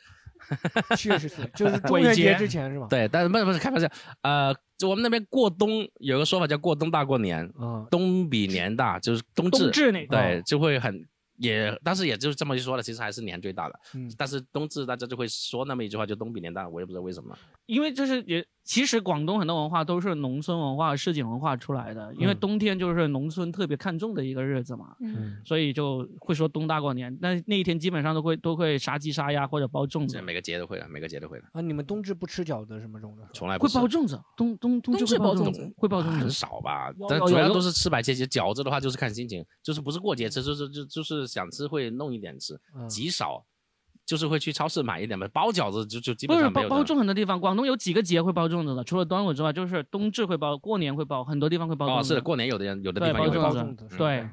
Speaker 4: 七月 十四， 就是中
Speaker 2: 鬼
Speaker 4: 元
Speaker 2: 节
Speaker 4: 节之前是吗？
Speaker 2: 对，但是不是不是开玩笑，呃，就我们那边过冬有个说法叫过冬大过年，
Speaker 4: 啊，
Speaker 2: 冬比年大，就是冬至，
Speaker 3: 冬至那
Speaker 2: 对
Speaker 3: 哦，
Speaker 2: 就会很也，但是也就是这么一说了，其实还是年最大的，
Speaker 4: 嗯
Speaker 2: 但是冬至大家就会说那么一句话，就冬比年大，我也不知道为什么，
Speaker 3: 因为就是也其实广东很多文化都是农村文化、市井文化出来的，因为
Speaker 4: 嗯
Speaker 3: 冬天就是农村特别看重的一个日子嘛，
Speaker 5: 嗯
Speaker 3: 所以就会说冬大过年。那那一天基本上都会都会杀鸡杀鸭或者包粽
Speaker 2: 这
Speaker 3: 子，
Speaker 2: 每个节都会的，每个节都会的，
Speaker 4: 啊，你们冬至不吃饺子什么种的？
Speaker 2: 从来不
Speaker 3: 会
Speaker 2: 吃
Speaker 3: 包粽子，冬冬冬
Speaker 5: 冬
Speaker 3: 至
Speaker 5: 至
Speaker 3: 会包
Speaker 5: 包
Speaker 3: 粽
Speaker 5: 粽子
Speaker 3: 会包粽
Speaker 2: 很
Speaker 3: 子。
Speaker 2: 少吧
Speaker 3: 有，
Speaker 2: 但
Speaker 3: 有
Speaker 2: 主
Speaker 3: 有
Speaker 2: 要
Speaker 3: 有
Speaker 2: 都是吃百节节，饺子的话就是看心情，就是不是过节吃，就是就就是想吃会弄一点吃，
Speaker 3: 嗯
Speaker 2: 极少，就是会去超市买一点吧。包饺子就就基
Speaker 3: 不
Speaker 2: 本
Speaker 3: 是
Speaker 2: 上没
Speaker 3: 包
Speaker 2: 有
Speaker 3: 包
Speaker 2: 的
Speaker 3: 粽很多地方，广东有几个节会包粽子的，除了端午之外，就是冬至会包，过年会包，很多地方会包粽
Speaker 2: 哦，
Speaker 3: 子。
Speaker 2: 是的，过年有的人有的
Speaker 3: 对
Speaker 2: 地方也会
Speaker 3: 包
Speaker 2: 包
Speaker 3: 粽
Speaker 2: 粽
Speaker 3: 子
Speaker 2: 子，嗯
Speaker 3: 对，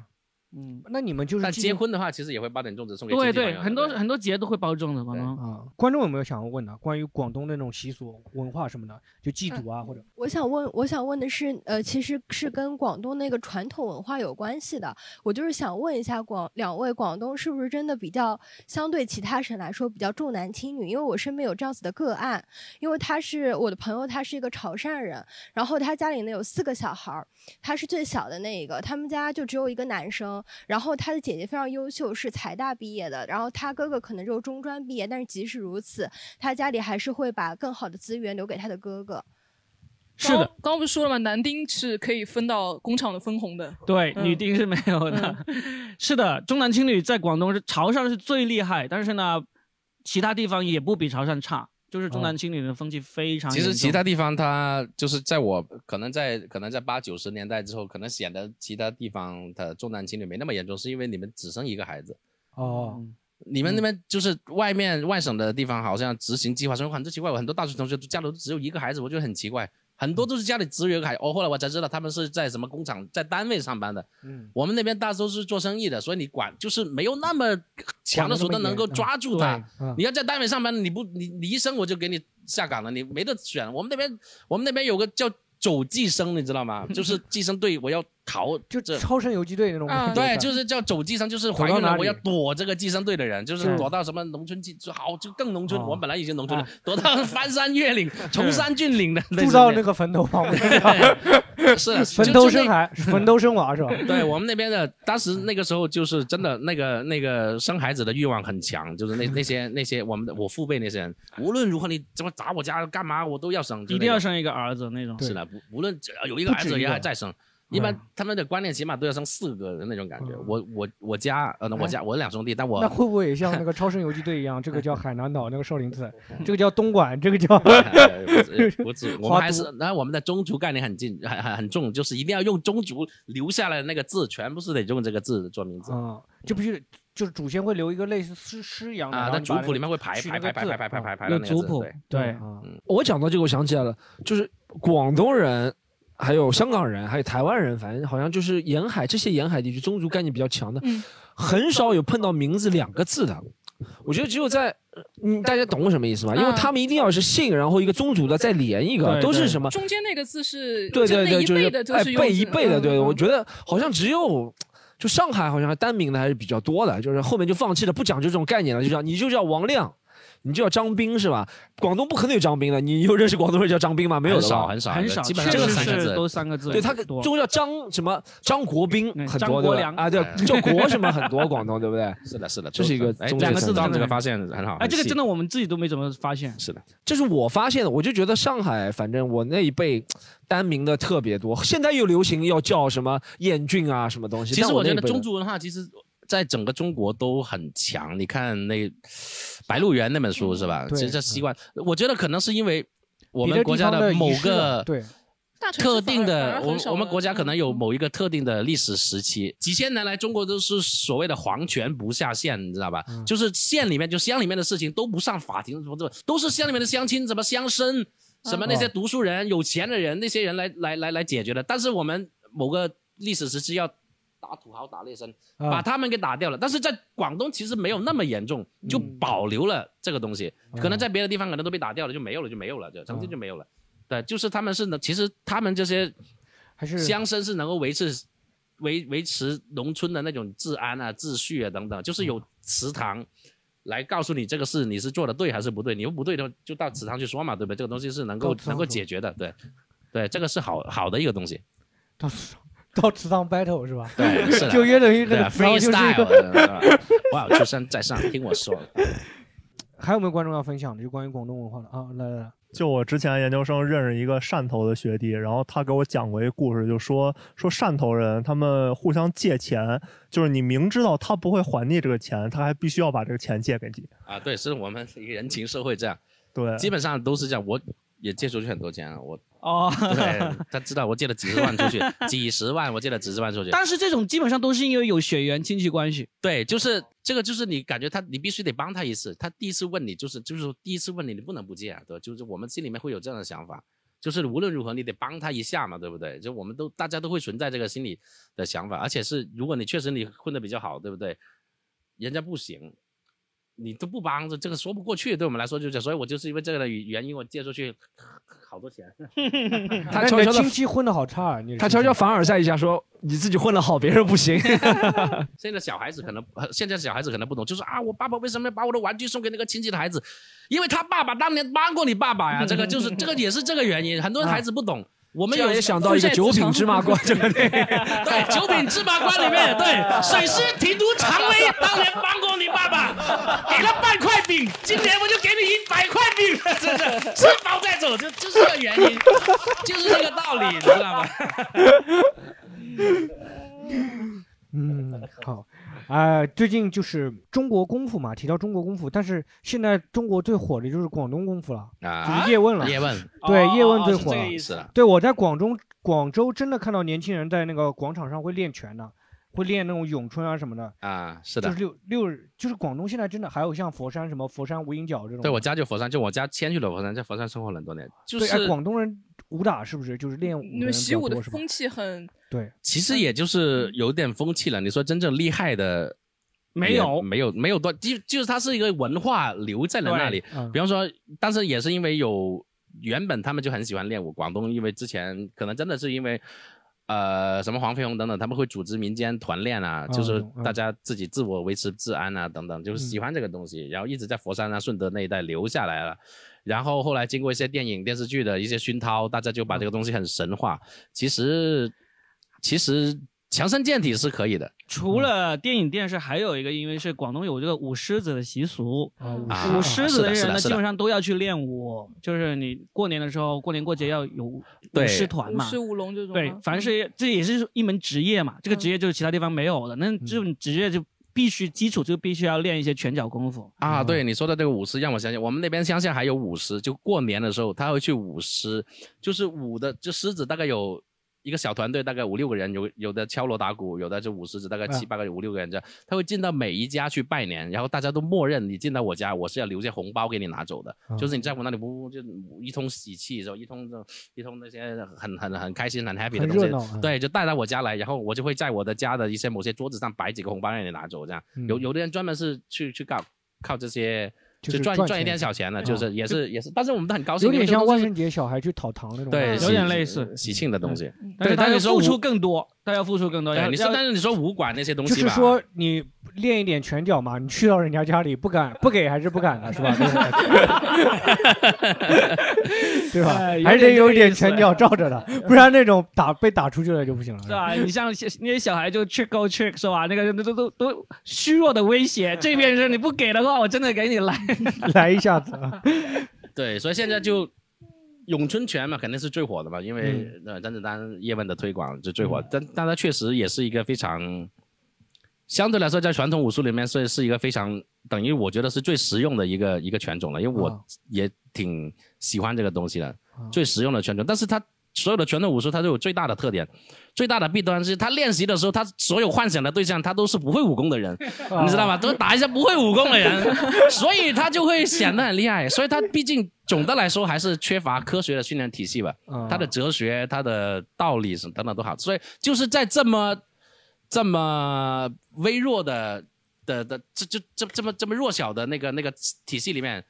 Speaker 3: 嗯，
Speaker 4: 那你们就是
Speaker 2: 但
Speaker 4: 纪
Speaker 2: 结
Speaker 4: 念
Speaker 2: 婚的话，其实也会包点粽子送给
Speaker 3: 对
Speaker 2: 亲戚
Speaker 3: 对，
Speaker 2: 朋友
Speaker 3: 很多
Speaker 2: 对
Speaker 3: 很多节都会包粽子，广东。
Speaker 4: 啊、观众有没有想要问的？关于广东那种习俗文化什么的，就祭祖
Speaker 2: 嗯
Speaker 4: 啊，或者
Speaker 10: 我想问，我想问的是，呃，其实是跟广东那个传统文化有关系的。我就是想问一下广两位，广东是不是真的比较相对其他省来说比较重男轻女？因为我身边有这样子的个案，因为他是我的朋友，他是一个潮汕人，然后他家里呢有四个小孩儿，他是最小的那一个，他们家就只有一个男生，然后他的姐姐非常优秀，是财大毕业的，然后他哥哥可能就是中专毕业，但是即使如此，他家里还是会把更好的资源留给他的哥哥。
Speaker 3: 是的
Speaker 5: 刚刚刚不是说了吗？男丁是可以分到工厂的分红的。
Speaker 3: 对，
Speaker 5: 嗯
Speaker 3: 女丁是没有的。
Speaker 7: 啊嗯
Speaker 3: 是的，重男轻女在广东是潮汕是最厉害，但是呢，其他地方也不比潮汕差，就是重男轻女的风气非常
Speaker 2: 哦其
Speaker 3: 严重。
Speaker 2: 实其他地方它就是在我可能在可能在八九十年代之后，可能显得其他地方的重男轻女没那么严重，是因为你们只生一个孩子。
Speaker 4: 哦，
Speaker 2: 你们那边就是外面外省的地方，好像执行计划生育很奇怪。我很多大学同学家里只有一个孩子，我觉得很奇怪。很多都是家里只有一个孩子。哦，后来我才知道他们是在什么工厂、在单位上班的。
Speaker 4: 嗯，
Speaker 2: 我们那边大多是做生意的，所以你管就是没有那么强的手段能够抓住
Speaker 4: 对
Speaker 2: 他。，
Speaker 4: 嗯
Speaker 2: 你要在单位上班，你不你你一生我就给你下岗了，你没得选。我们那边我们那边有个叫走寄生，你知道吗？就是寄生队，我要逃
Speaker 4: 就
Speaker 2: 这
Speaker 4: 超生游击队那种感
Speaker 2: 嗯
Speaker 4: 觉。
Speaker 5: 啊
Speaker 2: 对，就是叫走寄生，就是
Speaker 4: 躲
Speaker 2: 怀
Speaker 4: 到
Speaker 2: 孕
Speaker 4: 哪
Speaker 2: 了，
Speaker 4: 里
Speaker 2: 我要躲这个寄生队的人，就是
Speaker 4: 是
Speaker 2: 躲到什么农村去，就好就更农村。
Speaker 4: 哦
Speaker 2: 我本来已经农村了，躲 到翻山越岭、崇山峻岭的，
Speaker 4: 住到那
Speaker 2: 那
Speaker 4: 个坟头旁边，
Speaker 2: 个 是
Speaker 4: 坟
Speaker 2: 就
Speaker 4: 头
Speaker 2: 就
Speaker 4: 生
Speaker 2: 那
Speaker 4: 孩，坟头生娃是吧？
Speaker 2: 对我们那边的，当时那个时候就是真的，那个那个生孩子的欲望很强，就是那那些那些我们的我父辈那些人，无论如何你怎么砸我家干嘛，我都要生，就
Speaker 3: 一
Speaker 2: 那
Speaker 3: 定要
Speaker 2: 种
Speaker 3: 生一个儿子那种。
Speaker 2: 是的，不无论呃有一个孩
Speaker 4: 不
Speaker 2: 子
Speaker 4: 止一
Speaker 2: 也
Speaker 4: 个
Speaker 2: 还再生。一般他们的观念起码都要生四个的那种感觉。
Speaker 4: 嗯哎
Speaker 2: 我我我家呃，我家我两兄弟，但 我
Speaker 4: 那会不会也像那个超生游击队一样？这个叫海南岛，那个少 林寺，这个叫东莞，这个叫
Speaker 2: 不止，哎我
Speaker 4: 花
Speaker 2: 们还
Speaker 4: 都
Speaker 2: 是，然后我们的宗族概念很近，很很很重，就是一定要用宗族留下来的那个字，全部是得用这个字做名字
Speaker 4: 啊，这不是就是祖先会留一个类似诗诗一样的
Speaker 2: 啊。那族谱里
Speaker 4: 面
Speaker 2: 面会排
Speaker 4: 取
Speaker 2: 排
Speaker 4: 那个
Speaker 2: 排排
Speaker 4: 字嗯
Speaker 2: 排排排排排
Speaker 3: 有
Speaker 2: 的那个
Speaker 3: 族
Speaker 2: 字，
Speaker 3: 谱嗯
Speaker 2: 对，
Speaker 3: 对，
Speaker 4: 啊，
Speaker 7: 我讲到这个，我想起来了，就是广东人。还有香港人，还有台湾人，反正好像就是沿海这些沿海地区宗族概念比较强的，
Speaker 5: 嗯
Speaker 7: 很少有碰到名字两个字的。我觉得只有在，嗯，大家懂我什么意思吗？因为
Speaker 5: 嗯
Speaker 7: 他们一定要是姓，然后一个宗族的再连一个，
Speaker 3: 对
Speaker 7: 都是
Speaker 3: 对
Speaker 7: 什么？
Speaker 5: 中间那个字是
Speaker 7: 对
Speaker 5: 就
Speaker 7: 对对，
Speaker 5: 那一辈的
Speaker 7: 是
Speaker 5: 都
Speaker 7: 哎
Speaker 5: 是用
Speaker 7: 背一
Speaker 5: 字
Speaker 7: 辈的，
Speaker 5: 嗯
Speaker 7: 对，
Speaker 5: 嗯
Speaker 7: 我觉得好像只有就上海好像单名的还是比较多的，就是后面就放弃了，不讲究这种概念了，就叫你就叫王亮。你就叫张斌是吧？广东不可能有张斌的，你有认识广东人叫张斌吗？没有
Speaker 2: 很
Speaker 7: 的
Speaker 2: 少
Speaker 7: 吧？
Speaker 2: 很少
Speaker 3: 很少，
Speaker 2: 基本
Speaker 3: 确
Speaker 2: 上
Speaker 3: 实
Speaker 2: 就三个
Speaker 3: 是
Speaker 2: 字。
Speaker 3: 都三个字。
Speaker 7: 对他跟
Speaker 3: 多
Speaker 7: 中国叫张什么张国斌
Speaker 3: 嗯
Speaker 7: 很
Speaker 3: 张
Speaker 7: 多
Speaker 3: 国
Speaker 7: 对吧
Speaker 3: 良？
Speaker 7: 啊，对，
Speaker 2: 哎
Speaker 7: 叫国什么很多 广东对不对？
Speaker 2: 是的，是的，
Speaker 7: 这是一个
Speaker 2: 哎，
Speaker 7: 宗
Speaker 2: 两
Speaker 7: 旨
Speaker 2: 个字
Speaker 7: 上
Speaker 2: 的
Speaker 7: 的
Speaker 2: 这个发现很好。
Speaker 3: 哎，这个真
Speaker 2: 的
Speaker 3: 的我们自己都没怎么发现。
Speaker 2: 是的，
Speaker 7: 这是我发现的，我就觉得上海，反正我那一辈单名的特别多，现在又流行要叫什么彦俊啊，什么东西。
Speaker 2: 其实
Speaker 7: 但
Speaker 2: 我
Speaker 7: 我
Speaker 2: 觉
Speaker 7: 那
Speaker 2: 得
Speaker 7: 一辈的
Speaker 2: 宗族文化其实。在整个中国都很强，你看那《白鹿原》那本书是吧？
Speaker 4: 对嗯
Speaker 2: 其实这习惯，我觉得可能是因为我
Speaker 4: 别
Speaker 2: 们
Speaker 4: 的
Speaker 2: 国
Speaker 4: 地
Speaker 2: 家
Speaker 4: 方
Speaker 2: 的
Speaker 4: 仪
Speaker 2: 某
Speaker 4: 式啊
Speaker 2: 个
Speaker 4: 对
Speaker 5: 大城市
Speaker 2: 特
Speaker 5: 反而
Speaker 2: 定
Speaker 5: 反
Speaker 2: 的
Speaker 5: 而，很
Speaker 2: 我
Speaker 5: 少
Speaker 2: 我们
Speaker 5: 了
Speaker 2: 国家可能有
Speaker 5: 嗯
Speaker 2: 某一个特定的历史时期，几千年来中国都是所谓的皇权不下县，你知道吧？就是县里面就乡里面的事情都不上法庭，什么什么都是乡里面的乡亲，什么乡绅，什么那些读书人、有钱的人那些人来来来来解决的。但是我们某个历史时期要打土豪打劣绅，把
Speaker 4: 啊，
Speaker 2: 他们给打掉了。但是在广东其实没有那么严重，就保留了这个东西。
Speaker 4: 嗯
Speaker 2: 可能在别的地方可能都被打掉了，就没有了，就没有了，就曾经就没有了。对，就是他们是能，其实他们这些
Speaker 4: 还是
Speaker 2: 乡绅是能够维持维维持农村的那种治安啊、秩序啊等等，就是有祠堂。来告诉你这个事你是做的对还是不对，你又不对的话就到祠堂去说嘛，对不对？这个东西是能够
Speaker 4: 到祠堂
Speaker 2: 能够
Speaker 4: 说
Speaker 2: 解决的，对，对，这个是好好的一个东西，
Speaker 4: 到祠 到祠堂 battle 是吧？
Speaker 2: 对，是的。
Speaker 4: 就约等于那
Speaker 2: 对啊
Speaker 4: 个祠堂就是一个。
Speaker 2: 嗯 ，freestyle，哇，呃出山在上，听我说，
Speaker 4: 还有没有观众要分享的？就关于广东文化的啊，来来来，
Speaker 8: 就我之前研究生认识一个汕头的学弟，然后他给我讲过一个故事，就说说汕头人他们互相借钱，就是你明知道他不会还你这个钱，他还必须要把这个钱借给你。
Speaker 2: 啊，对，是我们一个人情社会这样，
Speaker 8: 对
Speaker 2: 基本上都是这样。我也借出去很多钱了， 我
Speaker 3: 哦
Speaker 2: 对，他知道我借了几十万出去，几十万我借了几十万 出去。
Speaker 3: 但是这种基本上都是因为有血缘亲戚关系。
Speaker 2: 对，就是这个，就是你感觉他，你必须得帮他一次。他第一次问你，就是就是说第一次问你，你不能不借啊，对吧？就是我们心里面会有这样的想法，就是无论如何你得帮他一下嘛，对不对？就我们都大家都会存在这个心理的想法，而且是如果你确实你混得比较好，对不对？人家不行，你都不帮着，这个说不过去，对我们来说就是这样，所以我就是因为这个的原因，我借出去好多钱。
Speaker 7: 他
Speaker 4: 那
Speaker 7: 悄悄
Speaker 4: 你的
Speaker 7: 的
Speaker 4: 亲戚混的好差啊！你
Speaker 7: 他悄悄凡尔赛一下说：“你自己混得好，别人 不行。
Speaker 2: 现在小孩
Speaker 7: 嗯
Speaker 2: 子可能，呃现在小孩子可能不懂，就是啊，我爸爸为什么要把我的玩具送给那个亲戚的孩子？因为他爸爸当年帮过你爸爸呀，这个就是这个也是这个原因。很多孩子不懂，我们
Speaker 7: 啊这样
Speaker 2: 有
Speaker 7: 也想到一个九品芝麻官这个
Speaker 2: 对对，九品芝麻官里面对水师提督常威当年帮过你爸爸，给了半块饼，今年我就给你一百块 饼，真的吃饱再走，就就是这个原因，就是这个道理，你知道吗？
Speaker 4: 嗯，好，啊、最近就是中国功夫嘛，提到中国功夫，但是现在中国最火的就是广东功夫了，
Speaker 2: 啊
Speaker 4: 就是叶问了，
Speaker 2: 叶问
Speaker 4: 对
Speaker 3: 哦，
Speaker 4: 叶问
Speaker 3: 哦
Speaker 4: 最
Speaker 3: 是这
Speaker 4: 火
Speaker 3: 个
Speaker 4: 了
Speaker 3: 意思
Speaker 2: 了
Speaker 4: 对我在广州，广州真的看到年轻人在那个广场上会练拳的，会练那种咏春啊什么的，
Speaker 2: 啊，是的
Speaker 4: 就是。六六日，就是广东现在真的还有像佛山什么佛山无影脚这种，
Speaker 2: 对我家就佛山，就我家迁去了佛山，在佛山生活了很多年。就
Speaker 4: 对哎
Speaker 2: 是
Speaker 4: 广东人武打是不是就是练武的
Speaker 5: 你
Speaker 4: 人
Speaker 5: 们
Speaker 4: 比
Speaker 5: 习
Speaker 4: 较
Speaker 5: 武
Speaker 4: 多
Speaker 5: 的
Speaker 4: 是吧
Speaker 5: 风气很
Speaker 4: 对，
Speaker 2: 其实也就是有点风气了。你说真正厉害的，
Speaker 3: 没
Speaker 2: 也
Speaker 3: 有
Speaker 2: 没有，没有多，就就是它是一个文化留在了那里
Speaker 4: 对嗯。
Speaker 2: 比方说，但是也是因为有原本他们就很喜欢练武，广东因为之前可能真的是因为。呃，什么黄飞鸿等等，他们会组织民间团练啊，
Speaker 4: 嗯
Speaker 2: 就是
Speaker 4: 懂嗯
Speaker 2: 大家自己自我维持治安啊，等等，就是喜欢这个东西，然后一直在佛山啊、顺德那一带留下来了。然后后来经过一些电影、电视剧的一些熏陶，大家就把这个东西很神化。其实，其实强身健体是可以的
Speaker 3: 除了电影电视，还有一个，因为是广东有这个舞狮子的习俗，
Speaker 4: 啊，武
Speaker 2: 啊。
Speaker 3: 舞狮子
Speaker 2: 是的是
Speaker 3: 人呢，
Speaker 2: 的是
Speaker 3: 基本
Speaker 2: 的，
Speaker 3: 上都要去练武，就是你过年的时候，过年过节要有舞
Speaker 2: 对
Speaker 3: 狮团
Speaker 5: 舞
Speaker 3: 嘛
Speaker 5: 狮。舞龙这种吗。
Speaker 3: 对，凡
Speaker 5: 嗯
Speaker 3: 是这也是一门职业嘛，这个
Speaker 5: 嗯
Speaker 3: 职业就是其他地方没有的，那这种职业就必须基础就必须要练一些拳脚功夫。
Speaker 2: 啊，对
Speaker 4: 嗯
Speaker 2: 你说的这个舞狮，让我想起我们那边乡下还有舞狮，就过年的时候他会去舞狮，就是舞的，就狮子大概有。一个小团队大概五六个人，有有的敲锣打鼓，有的就舞狮子，大概七
Speaker 4: 啊
Speaker 2: 八个、五六个人这样。他会进到每一家去拜年，然后大家都默认你进到我家，我是要留下红包给你拿走的，
Speaker 4: 啊
Speaker 2: 就是你在我那里呜呜就一通喜气，然后一通这一通那些很很很开心、很 happy 的
Speaker 4: 很
Speaker 2: 东
Speaker 4: 热
Speaker 2: 西，
Speaker 4: 闹啊，
Speaker 2: 对，哎就带到我家来，然后我就会在我的家的一些某些桌子上摆几个红包让你拿走，这样。有
Speaker 4: 嗯
Speaker 2: 有的人专门是去去靠靠这些，
Speaker 4: 就是
Speaker 2: 赚
Speaker 4: 赚
Speaker 2: 赚一点
Speaker 4: 钱
Speaker 2: 小钱的，
Speaker 4: 嗯
Speaker 2: 就是也是也是，但是我们都很高兴，
Speaker 4: 有
Speaker 2: 因为
Speaker 4: 点
Speaker 2: 这个
Speaker 4: 像
Speaker 2: 东
Speaker 4: 万
Speaker 2: 西
Speaker 4: 圣节小孩去讨糖那种
Speaker 2: 对，
Speaker 4: 感觉，
Speaker 3: 有点
Speaker 2: 喜
Speaker 3: 类似嗯
Speaker 2: 喜庆的东西。
Speaker 3: 但
Speaker 2: 对
Speaker 3: 是他
Speaker 2: 但
Speaker 3: 要
Speaker 2: 是说
Speaker 3: 付出
Speaker 2: 舞
Speaker 3: 更多，他要付出更多。
Speaker 2: 对，
Speaker 3: 要
Speaker 2: 你说，
Speaker 3: 要
Speaker 2: 但是你说武馆那些东
Speaker 4: 就
Speaker 2: 西
Speaker 4: 是
Speaker 2: 吧，
Speaker 4: 说你练一点拳脚嘛，你去到人家家里不敢 不给还是不敢的是吧？那种感觉 对吧
Speaker 3: 哎？有
Speaker 4: 还是得
Speaker 3: 点这
Speaker 4: 有
Speaker 3: 个
Speaker 4: 一点
Speaker 3: 意思哎
Speaker 4: 拳脚罩 着的，不然那种打被打出去了就不行了。
Speaker 3: 是吧？你像小那些小孩就 trick or trick 是吧？那个都都都虚弱的威胁，这边是你不给的话，我真的给你来。
Speaker 4: 来一下子啊，
Speaker 2: 对，所以现在就咏春拳嘛，肯定是最火的嘛，因为
Speaker 4: 嗯
Speaker 2: 呃甄子丹、叶问的推广就最火，但但它确实也是一个非常。相对来说，在传统武术里面是是一个非常等于我觉得是最实用的一个一个拳种了，因为
Speaker 4: 啊
Speaker 2: 我也挺喜欢这个东西的，
Speaker 4: 啊
Speaker 2: 最实用的拳种。但是它所有的拳头武术，它都有最大的特点，最大的弊端是他练习的时候，他所有幻想的对象，他都是不会武功的人， 你知道吗？都打一些不会武功的人，所以他就会显得很厉害。所以他毕竟总的来说还是缺乏科学的训练体系吧。
Speaker 4: 啊
Speaker 2: 他的哲学、他的道理什么等等都好，所以就是在这么这么微弱的的的这这这这么这么弱小的那个那个体系里面，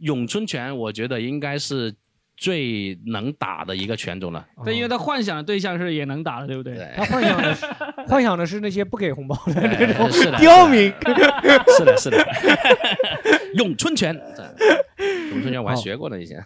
Speaker 2: 咏春拳我觉得应该是最能打的一个拳种了。
Speaker 3: 对，因为他幻想的对象是也能打的，对不对？
Speaker 2: 对
Speaker 4: 他，幻想的是 幻想的是那些不给红包的
Speaker 2: 哎
Speaker 4: 那种
Speaker 2: 是的
Speaker 4: 刁民。
Speaker 2: 是的， 是的，咏春拳，咏春拳我还学过呢以前。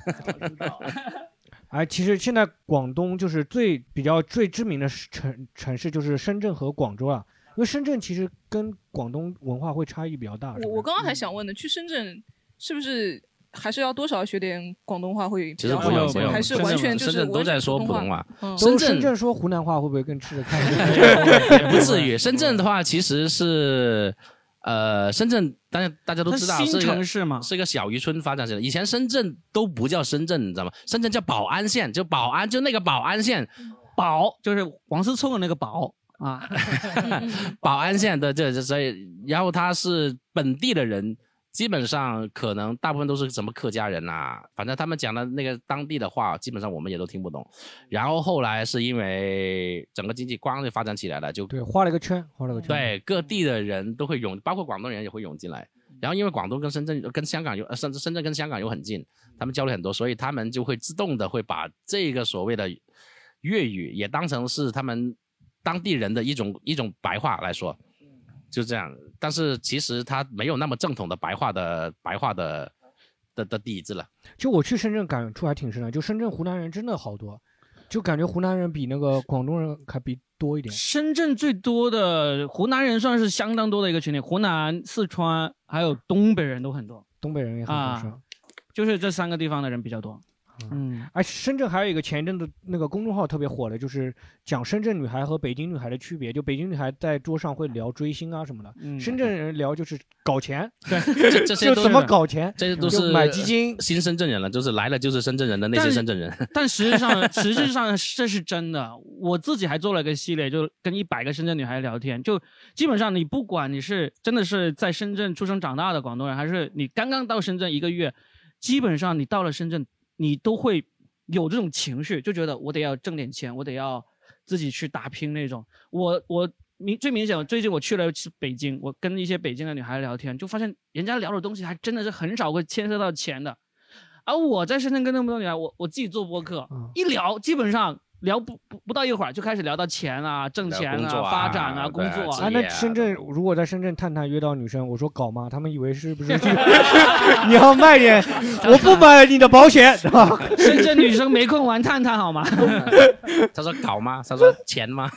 Speaker 4: 哎，其实现在广东就是最比较最知名的市城城市就是深圳和广州啊，因为深圳其实
Speaker 2: 啊
Speaker 4: 跟广东文化会差异比较大。是不
Speaker 5: 我
Speaker 2: 嗯
Speaker 5: 我
Speaker 4: 是
Speaker 5: 刚刚还想问呢，去深圳是不是还是要多少学点广东话会
Speaker 2: 其实
Speaker 5: 比较
Speaker 2: 不
Speaker 5: 好
Speaker 2: 用
Speaker 5: 一
Speaker 2: 不
Speaker 5: 些，
Speaker 2: 用，
Speaker 5: 还是
Speaker 2: 深
Speaker 5: 完
Speaker 2: 圳
Speaker 5: 全就
Speaker 2: 深
Speaker 5: 是
Speaker 2: 圳都在说普通话。
Speaker 5: 嗯
Speaker 4: 都
Speaker 2: 深
Speaker 4: 深
Speaker 2: 圳
Speaker 4: 圳说湖南话会不会更吃得开？
Speaker 2: 也不至于。深圳的话，其实是呃，深圳大家大家都知道
Speaker 3: 它
Speaker 2: 是
Speaker 3: 新
Speaker 2: 一个
Speaker 3: 城市嘛
Speaker 2: 是一个小渔村发展起来。以前深圳都不叫深圳，你知道吗？深圳叫宝安县，就宝安，就那个宝安县，
Speaker 3: 宝嗯就是王思聪的那个宝啊，
Speaker 2: 宝安县的这这所以，然后他是本地的人，基本上可能大部分都是什么客家人啦、反正他们讲的那个当地的话，基本上我们也都听不懂。然后后来是因为整个经济光就发展起来了，就
Speaker 4: 对，画了个圈，画了个圈。
Speaker 2: 对，各地的人都会涌，包括广东人也会涌进来。然后因为广东跟深圳、跟香港有，呃，甚至深圳跟香港又很近，他们交流很多，所以他们就会自动的会把这个所谓的粤语也当成是他们当地人的一种一种白话来说，就这样。但是其实它没有那么正统的白话的白话的的的底子了。
Speaker 4: 就我去深圳感触还挺深的，就深圳湖南人真的好多，就感觉湖南人比那个广东人还比多一点。
Speaker 3: 深圳最多的湖南人算是相当多的一个群体，湖南、四川还有东北人都很多，
Speaker 4: 东北人也很多是吧啊
Speaker 3: 啊，就是这三个地方的人比较多。嗯，
Speaker 4: 而哎深圳还有一个前一阵子那个公众号特别火的，就是讲深圳女孩和北京女孩的区别。就北京女孩在桌上会聊追星啊什么的，
Speaker 3: 嗯
Speaker 4: 深圳人聊就是搞 钱，
Speaker 2: 这这些
Speaker 4: 就
Speaker 2: 都
Speaker 4: 怎么
Speaker 2: 是
Speaker 4: 搞钱，
Speaker 2: 这些都
Speaker 4: 就是买基金。
Speaker 2: 新深圳人了，就是来了就是深圳人的那些
Speaker 3: 但
Speaker 2: 深圳人。
Speaker 3: 但实际上，实际上这是真的。我自己还做了一个系列，就跟一百个深圳女孩聊天，就基本上你不管你是真的是在深圳出生长大的广东人，还是你刚刚到深圳一个月，基本上你到了深圳，你都会有这种情绪，就觉得我得要挣点钱，我得要自己去打拼那种。我我明最明显，我最近我去了北京，我跟一些北京的女孩聊天，就发现人家聊的东西还真的是很少会牵涉到钱的。而我在深圳跟那么多女孩，我我自己做播客，
Speaker 4: 嗯
Speaker 3: 一聊基本上聊不不不到一会儿就开始聊到钱啊、挣
Speaker 2: 聊
Speaker 3: 钱
Speaker 2: 工作啊
Speaker 3: 发展啊、
Speaker 2: 对
Speaker 3: 工作
Speaker 2: 职
Speaker 3: 啊。
Speaker 2: 业
Speaker 4: 啊，那
Speaker 2: 啊
Speaker 4: 深圳如果在深圳探探约到女生，我说搞吗？他们以为是不 是 你要卖点？我不买你的保 险，是吧？
Speaker 3: 深圳女生没空玩探探好吗？
Speaker 2: 他说搞吗？他说钱吗？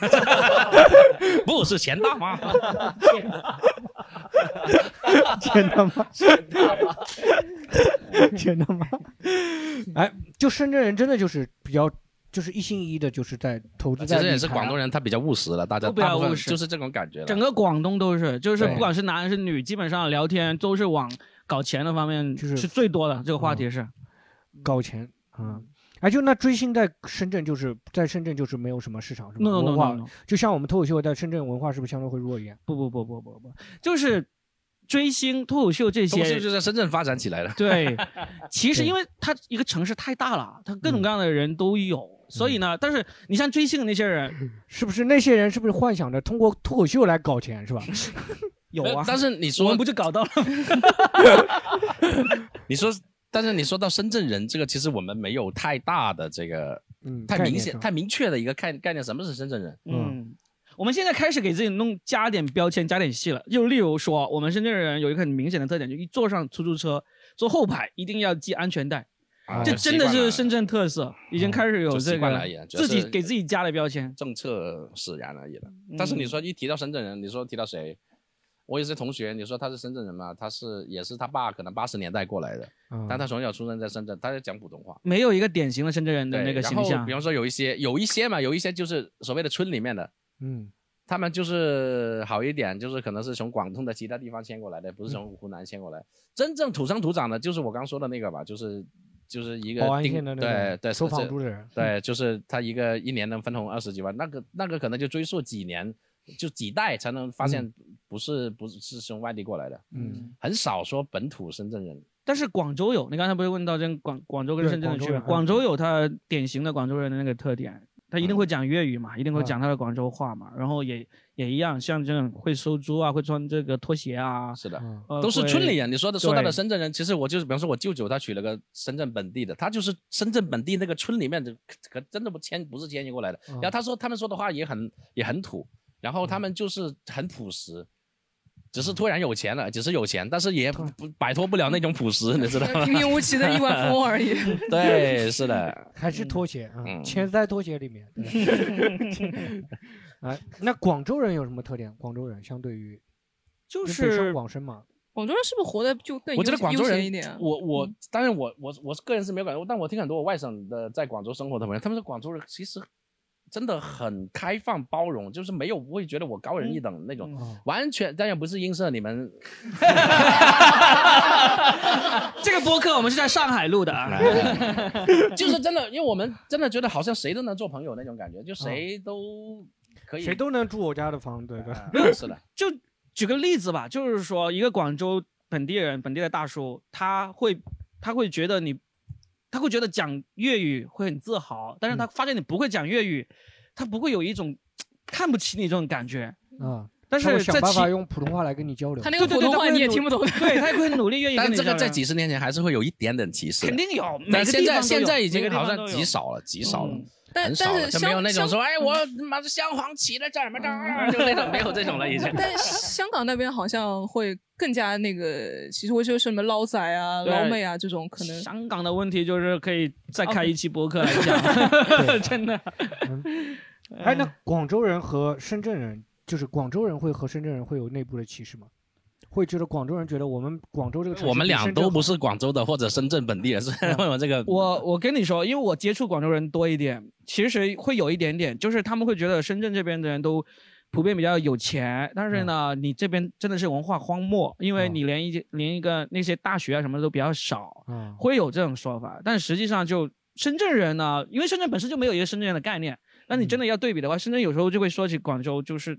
Speaker 2: 不是钱大吗？
Speaker 4: 真的 吗？真的吗？ 哎，就深圳人真的就是比较，就是一心一意的，就是在投资
Speaker 2: 其
Speaker 4: 在
Speaker 2: 实也
Speaker 4: 理
Speaker 2: 是
Speaker 4: 财啊
Speaker 2: 广东人，他比较务实了，大家
Speaker 3: 都比较
Speaker 2: 大部分
Speaker 3: 务实
Speaker 2: 就是这种感觉了。
Speaker 3: 整个广东都是，就是
Speaker 2: 对
Speaker 3: 不管是男还是女，基本上聊天都是往搞钱的方面
Speaker 4: 就是
Speaker 3: 是最多的。这个话题是，
Speaker 4: 搞钱啊。哎，就那追星在深圳就是在深圳就是没有什么市场，是吗
Speaker 3: No, no, no,
Speaker 4: 文化
Speaker 3: no, no
Speaker 4: 就像我们脱口秀在深圳文化是不是相对会弱一点？
Speaker 3: 不不不不不不，就是追星、脱口秀这
Speaker 2: 东西
Speaker 3: 些
Speaker 2: 就。在深圳发展起来了。
Speaker 3: 对，其实
Speaker 4: 对
Speaker 3: 因为它一个城市太大了，它
Speaker 2: 嗯
Speaker 3: 各种各样的人都有，所以呢，但是你像追星的那些人
Speaker 4: 是不是那些人是不是幻想着通过脱口秀来搞钱，是吧？
Speaker 3: 有
Speaker 2: 没有
Speaker 3: 啊，
Speaker 2: 但是你
Speaker 3: 我
Speaker 2: 说
Speaker 3: 们不就搞到了吗？
Speaker 2: 你说，但是你说到深圳人这个，其实我们没有太大的这个
Speaker 4: 嗯，
Speaker 2: 太
Speaker 4: 概
Speaker 2: 明
Speaker 4: 念
Speaker 2: 显、
Speaker 4: 上
Speaker 2: 太明确的一个概概念，什么是深圳人？
Speaker 3: 嗯，我们现在开始给自己弄加点标签、加点戏了。就例如说，我们深圳人有一个很明显的特点，就一坐上出租车，坐后排一定要系安全带，
Speaker 2: 啊
Speaker 3: 这真的
Speaker 2: 习惯
Speaker 3: 是
Speaker 2: 了嗯
Speaker 3: 深圳特色，已经开始有
Speaker 2: 就
Speaker 3: 这
Speaker 2: 习惯了而已
Speaker 3: 个
Speaker 2: 主要
Speaker 3: 自己
Speaker 2: 是
Speaker 3: 给自己加的标签。
Speaker 2: 政策使然而已了。
Speaker 3: 嗯
Speaker 2: 但是你说一提到深圳人，你说提到谁？我有些同学，你说他是深圳人嘛？他是也是他爸可能八十年代过来的，
Speaker 3: 嗯
Speaker 2: 但他从小出生在深圳，他就讲普通话。
Speaker 3: 没有一个典型的深圳人的
Speaker 2: 对，
Speaker 3: 那个
Speaker 2: 然
Speaker 3: 形
Speaker 2: 后
Speaker 3: 象
Speaker 2: 比，方说有一些有一些嘛，有一些就是所谓的村里面的，
Speaker 4: 嗯
Speaker 2: 他们就是好一点，就是可能是从 广东的其他地方迁过来的，不是从湖南迁过来。真正土生土长的，就是我刚说的那个吧，就是就是 一个
Speaker 4: 保安
Speaker 2: 丁
Speaker 4: 县的那
Speaker 2: 对
Speaker 4: 个
Speaker 2: 对
Speaker 4: 收
Speaker 2: 是
Speaker 4: 房
Speaker 2: 这
Speaker 4: 租的人
Speaker 2: 对，就是他一个一年能分红二十几万，那个那个可能就追溯几年，就几代才能发现不是、不是是从外地过来的，
Speaker 4: 嗯，
Speaker 2: 很少说本土深圳人。
Speaker 3: 但是广州有，你刚才不是问到这广广州跟
Speaker 4: 对
Speaker 3: 深圳的
Speaker 4: 广州
Speaker 3: 区别？
Speaker 4: 人
Speaker 3: 广州有它典型的广州人的那个特点，他一定会讲粤语嘛，一定会
Speaker 4: 嗯
Speaker 3: 讲他的广州话嘛，然后也也一样，像这种会收租啊，会穿这个拖鞋啊，
Speaker 2: 是的，
Speaker 4: 嗯
Speaker 3: 呃
Speaker 2: 都是村里。人。你说的说到
Speaker 3: 对
Speaker 2: 了深圳人，其实我就是，比方说我舅舅他娶了个深圳本地的，他就是深圳本地那个村里面的，可可真的不迁不是迁移过来的。然
Speaker 5: 嗯
Speaker 2: 后他说他们说的话也很也很土，然后他们就是很朴实。只
Speaker 5: 嗯
Speaker 2: 是突然有钱了，只是有钱，但是也不不摆脱不了那种朴实，你知道吗？
Speaker 5: 平平无奇的亿万富翁而已。
Speaker 2: 对，是的，
Speaker 4: 还是拖鞋啊，
Speaker 2: 嗯
Speaker 4: 钱在拖鞋里面。 对啊哎，那广州人有什么特点？广州人相对于
Speaker 3: 就
Speaker 4: 因为北上
Speaker 3: 是
Speaker 4: 广深嘛，
Speaker 5: 广州人是不是活得就更
Speaker 2: 我觉得
Speaker 5: 悠
Speaker 2: 广州
Speaker 5: 悠闲
Speaker 2: 人，
Speaker 5: 一点啊？
Speaker 2: 我我当然我我我个人是没有感觉，但我听很多我外省的在广州生活的朋友，他们说广州人其实真的很开放包容，就是没有不会觉得我高人一等那种，
Speaker 5: 嗯
Speaker 4: 嗯
Speaker 2: 完全当然不是映射你 们
Speaker 3: 这个播客我们是在上海录的啊，
Speaker 2: 就是真的，因为我们真的觉得好像谁都能做朋友那种感觉，就谁都可以，
Speaker 4: 嗯
Speaker 2: 啊
Speaker 4: 谁都能住我家的房，对吧？
Speaker 2: 是的，
Speaker 3: 就举个例子吧，就是说一个广州本地人、本地的大叔，他会他会觉得你，他会觉得讲粤语会很自豪，但是
Speaker 2: 嗯
Speaker 3: 他发现你不会讲粤语，他不会有一种看不起你这种感觉。
Speaker 4: 啊，
Speaker 3: 但是
Speaker 4: 他会想
Speaker 3: 在
Speaker 4: 办法
Speaker 3: 其
Speaker 4: 用普通话来跟你交流。
Speaker 3: 对对对他会努 对，他会努力愿意
Speaker 2: 但
Speaker 3: 跟你
Speaker 2: 这个
Speaker 3: 交流
Speaker 2: 在几十年前还是会有一点点歧视，
Speaker 3: 肯定有，每
Speaker 2: 但
Speaker 3: 个
Speaker 2: 现
Speaker 3: 地
Speaker 2: 在
Speaker 3: 方都有
Speaker 2: 现在已
Speaker 3: 每
Speaker 2: 经
Speaker 3: 个地
Speaker 2: 好
Speaker 3: 方
Speaker 2: 像
Speaker 3: 都有嗯
Speaker 2: 极少了，极少了，
Speaker 5: 但
Speaker 2: 很
Speaker 5: 但
Speaker 2: 少了，
Speaker 5: 是
Speaker 2: 就没有
Speaker 5: 香
Speaker 2: 那种
Speaker 5: 香。
Speaker 2: 说哎我妈这镶黄旗了，这儿么
Speaker 3: 嗯
Speaker 2: 这儿，就那种没有这种了已经
Speaker 5: 但香港那边好像会更加那个，其实我就是什么捞仔啊、
Speaker 3: 对
Speaker 5: 捞妹啊这种，可能
Speaker 3: 香港的问题就是可以再
Speaker 2: 哦
Speaker 3: 开一期博客来 讲， 真的。
Speaker 4: 哎，
Speaker 3: 嗯
Speaker 4: 那广州人和深圳人，就是广州人会和深圳人会有内部的歧视吗？会觉得广州人觉得我们广州这个城市
Speaker 2: 我们
Speaker 4: 比
Speaker 2: 俩
Speaker 4: 深圳
Speaker 2: 都
Speaker 4: 好
Speaker 2: 不是广州的或者深圳本地人，所
Speaker 3: 嗯
Speaker 2: 以 问我这个
Speaker 3: 我我跟你说，因为我接触广州人多一点，其实会有一点点，就是他们会觉得深圳这边的人都普遍比较有钱，但是呢，你这边真的是文化荒漠，因为你连一些、连一个那些大学啊什么的都比较少，
Speaker 4: 嗯
Speaker 3: 会有这种说法。但实际上就深圳人呢，因为深圳本身就没有一个深圳人的概念，那你
Speaker 4: 嗯
Speaker 3: 真的要对比的话，深圳有时候就会说起广州就是。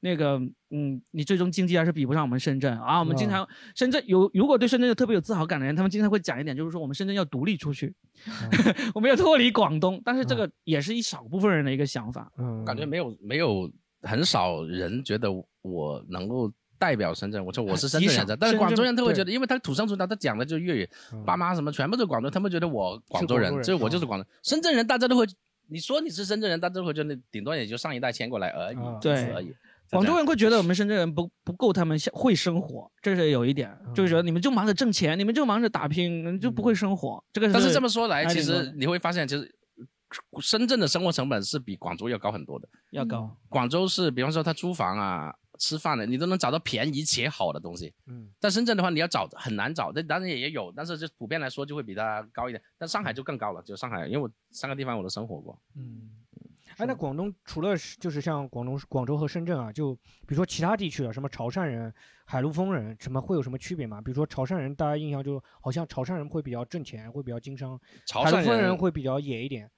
Speaker 3: 那个，嗯，你最终经济还是比不上我们深圳啊。我们经常、
Speaker 4: 哦
Speaker 3: 深圳有，如果对深圳有特别有自豪感的人，他们经常会讲一点，就是说我们深圳要独立出去，
Speaker 4: 嗯
Speaker 3: 我们要脱离广东。但是这个也是一少部分人的一个想法。
Speaker 4: 嗯
Speaker 2: 感觉没有没有很少人觉得我能够代表深圳，我说我是深圳
Speaker 3: 极少
Speaker 2: 人，但是广州人他会觉
Speaker 3: 深圳
Speaker 2: 得，因为他土生土长，他讲的就是粤语，爸妈什么全部都是广州，他们觉得我广州人
Speaker 7: 是广，州
Speaker 2: 所以
Speaker 7: 人
Speaker 2: 我就是广州深圳人，大家都会。你说你是深圳人，大家都会觉得你顶多也就上一代迁过来而已，仅此
Speaker 3: 对
Speaker 2: 而已。
Speaker 3: 广州人会觉得我们深圳人不不够他们像会生活，这是有一点，就是
Speaker 2: 嗯
Speaker 3: 觉得你们就忙着挣钱，你们就忙着打拼，你们就不会生活。这个
Speaker 2: 但是这么说来，
Speaker 3: 哪里
Speaker 2: 其
Speaker 3: 说
Speaker 2: 实
Speaker 3: 的
Speaker 2: 你会发现，其实深圳的生活成本是比广州要高很多的。嗯
Speaker 3: 要高，
Speaker 2: 广州是，比方说他租房啊、吃饭的，你都能找到便宜且好的东西。
Speaker 4: 嗯，
Speaker 2: 在深圳的话，你要找很难找，但当然也有，但是就普遍来说就会比它高一点。但上海就更高了，就上海，因为我三个地方我都生活过。
Speaker 4: 嗯，哎，那广东除了是就是像广东、广州和深圳啊，就比如说其他地区啊，什么潮汕人、海陆丰人，什么会有什么区别吗？比如说潮汕人，大家印象就好像潮汕人会比较挣钱，会比较经商，
Speaker 2: 潮
Speaker 4: 海陆
Speaker 2: 汕
Speaker 4: 丰
Speaker 2: 人
Speaker 4: 人会比较野一点。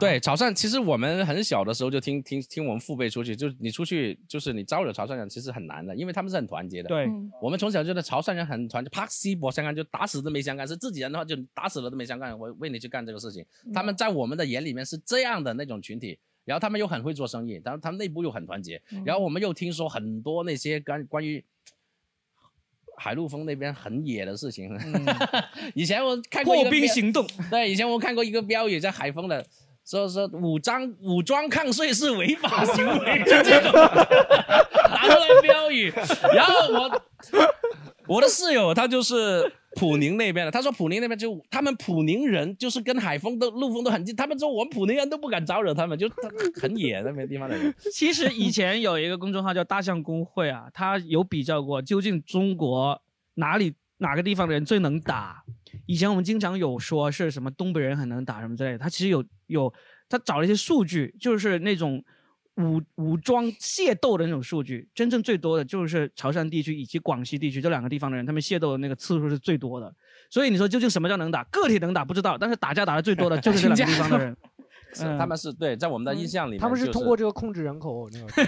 Speaker 2: 对，潮汕其实我们很小的时候就听听听我们父辈出去，就是你出去就是你招惹潮汕人其实很难的，因为他们是很团结的。
Speaker 3: 对嗯
Speaker 2: 我们从小觉得潮汕人很团结，啪西博相干就打死都没相干，是自己人的话就打死了都没相干，我为你去干这个事情。他们在我们的眼里面是这样的那种群体。然后他们又很会做生意，然后他们内部又很团结，然后我们又听说很多那些关关于海陆丰那边很野的事情。 以前我看过一个
Speaker 3: 嗯破冰
Speaker 2: 标
Speaker 3: 行动，
Speaker 2: 对，以前我看过一个标语，在海丰的，说说武装武装抗税是违法行 为，就这种拿出来标语，然后我我的室友他就是普宁那边的，他说普宁那边就他们普宁人就是跟海丰都陆丰都很近，他们说我们普宁人都不敢招惹他们，就很野那边地方的人。
Speaker 3: 其实以前有一个公众号叫“大象公会”啊，它有比较过究竟中国哪里哪个地方的人最能打。以前我们经常有说是什么东北人很能打什么之类的，它其实有有它找了一些数据，就是那种武武装械斗的那种数据，真正最多的就是潮汕地区以及广西地区这两个地方的人，他们械斗的那个次数是最多的。所以你说究竟什么叫能打？个体能打不知道，但是打架打的最多的就是这两个地方 的人。
Speaker 2: 是他们是对，在我们的印象里面、
Speaker 4: 嗯他们是
Speaker 2: 就
Speaker 4: 通过这个控制人口，那个西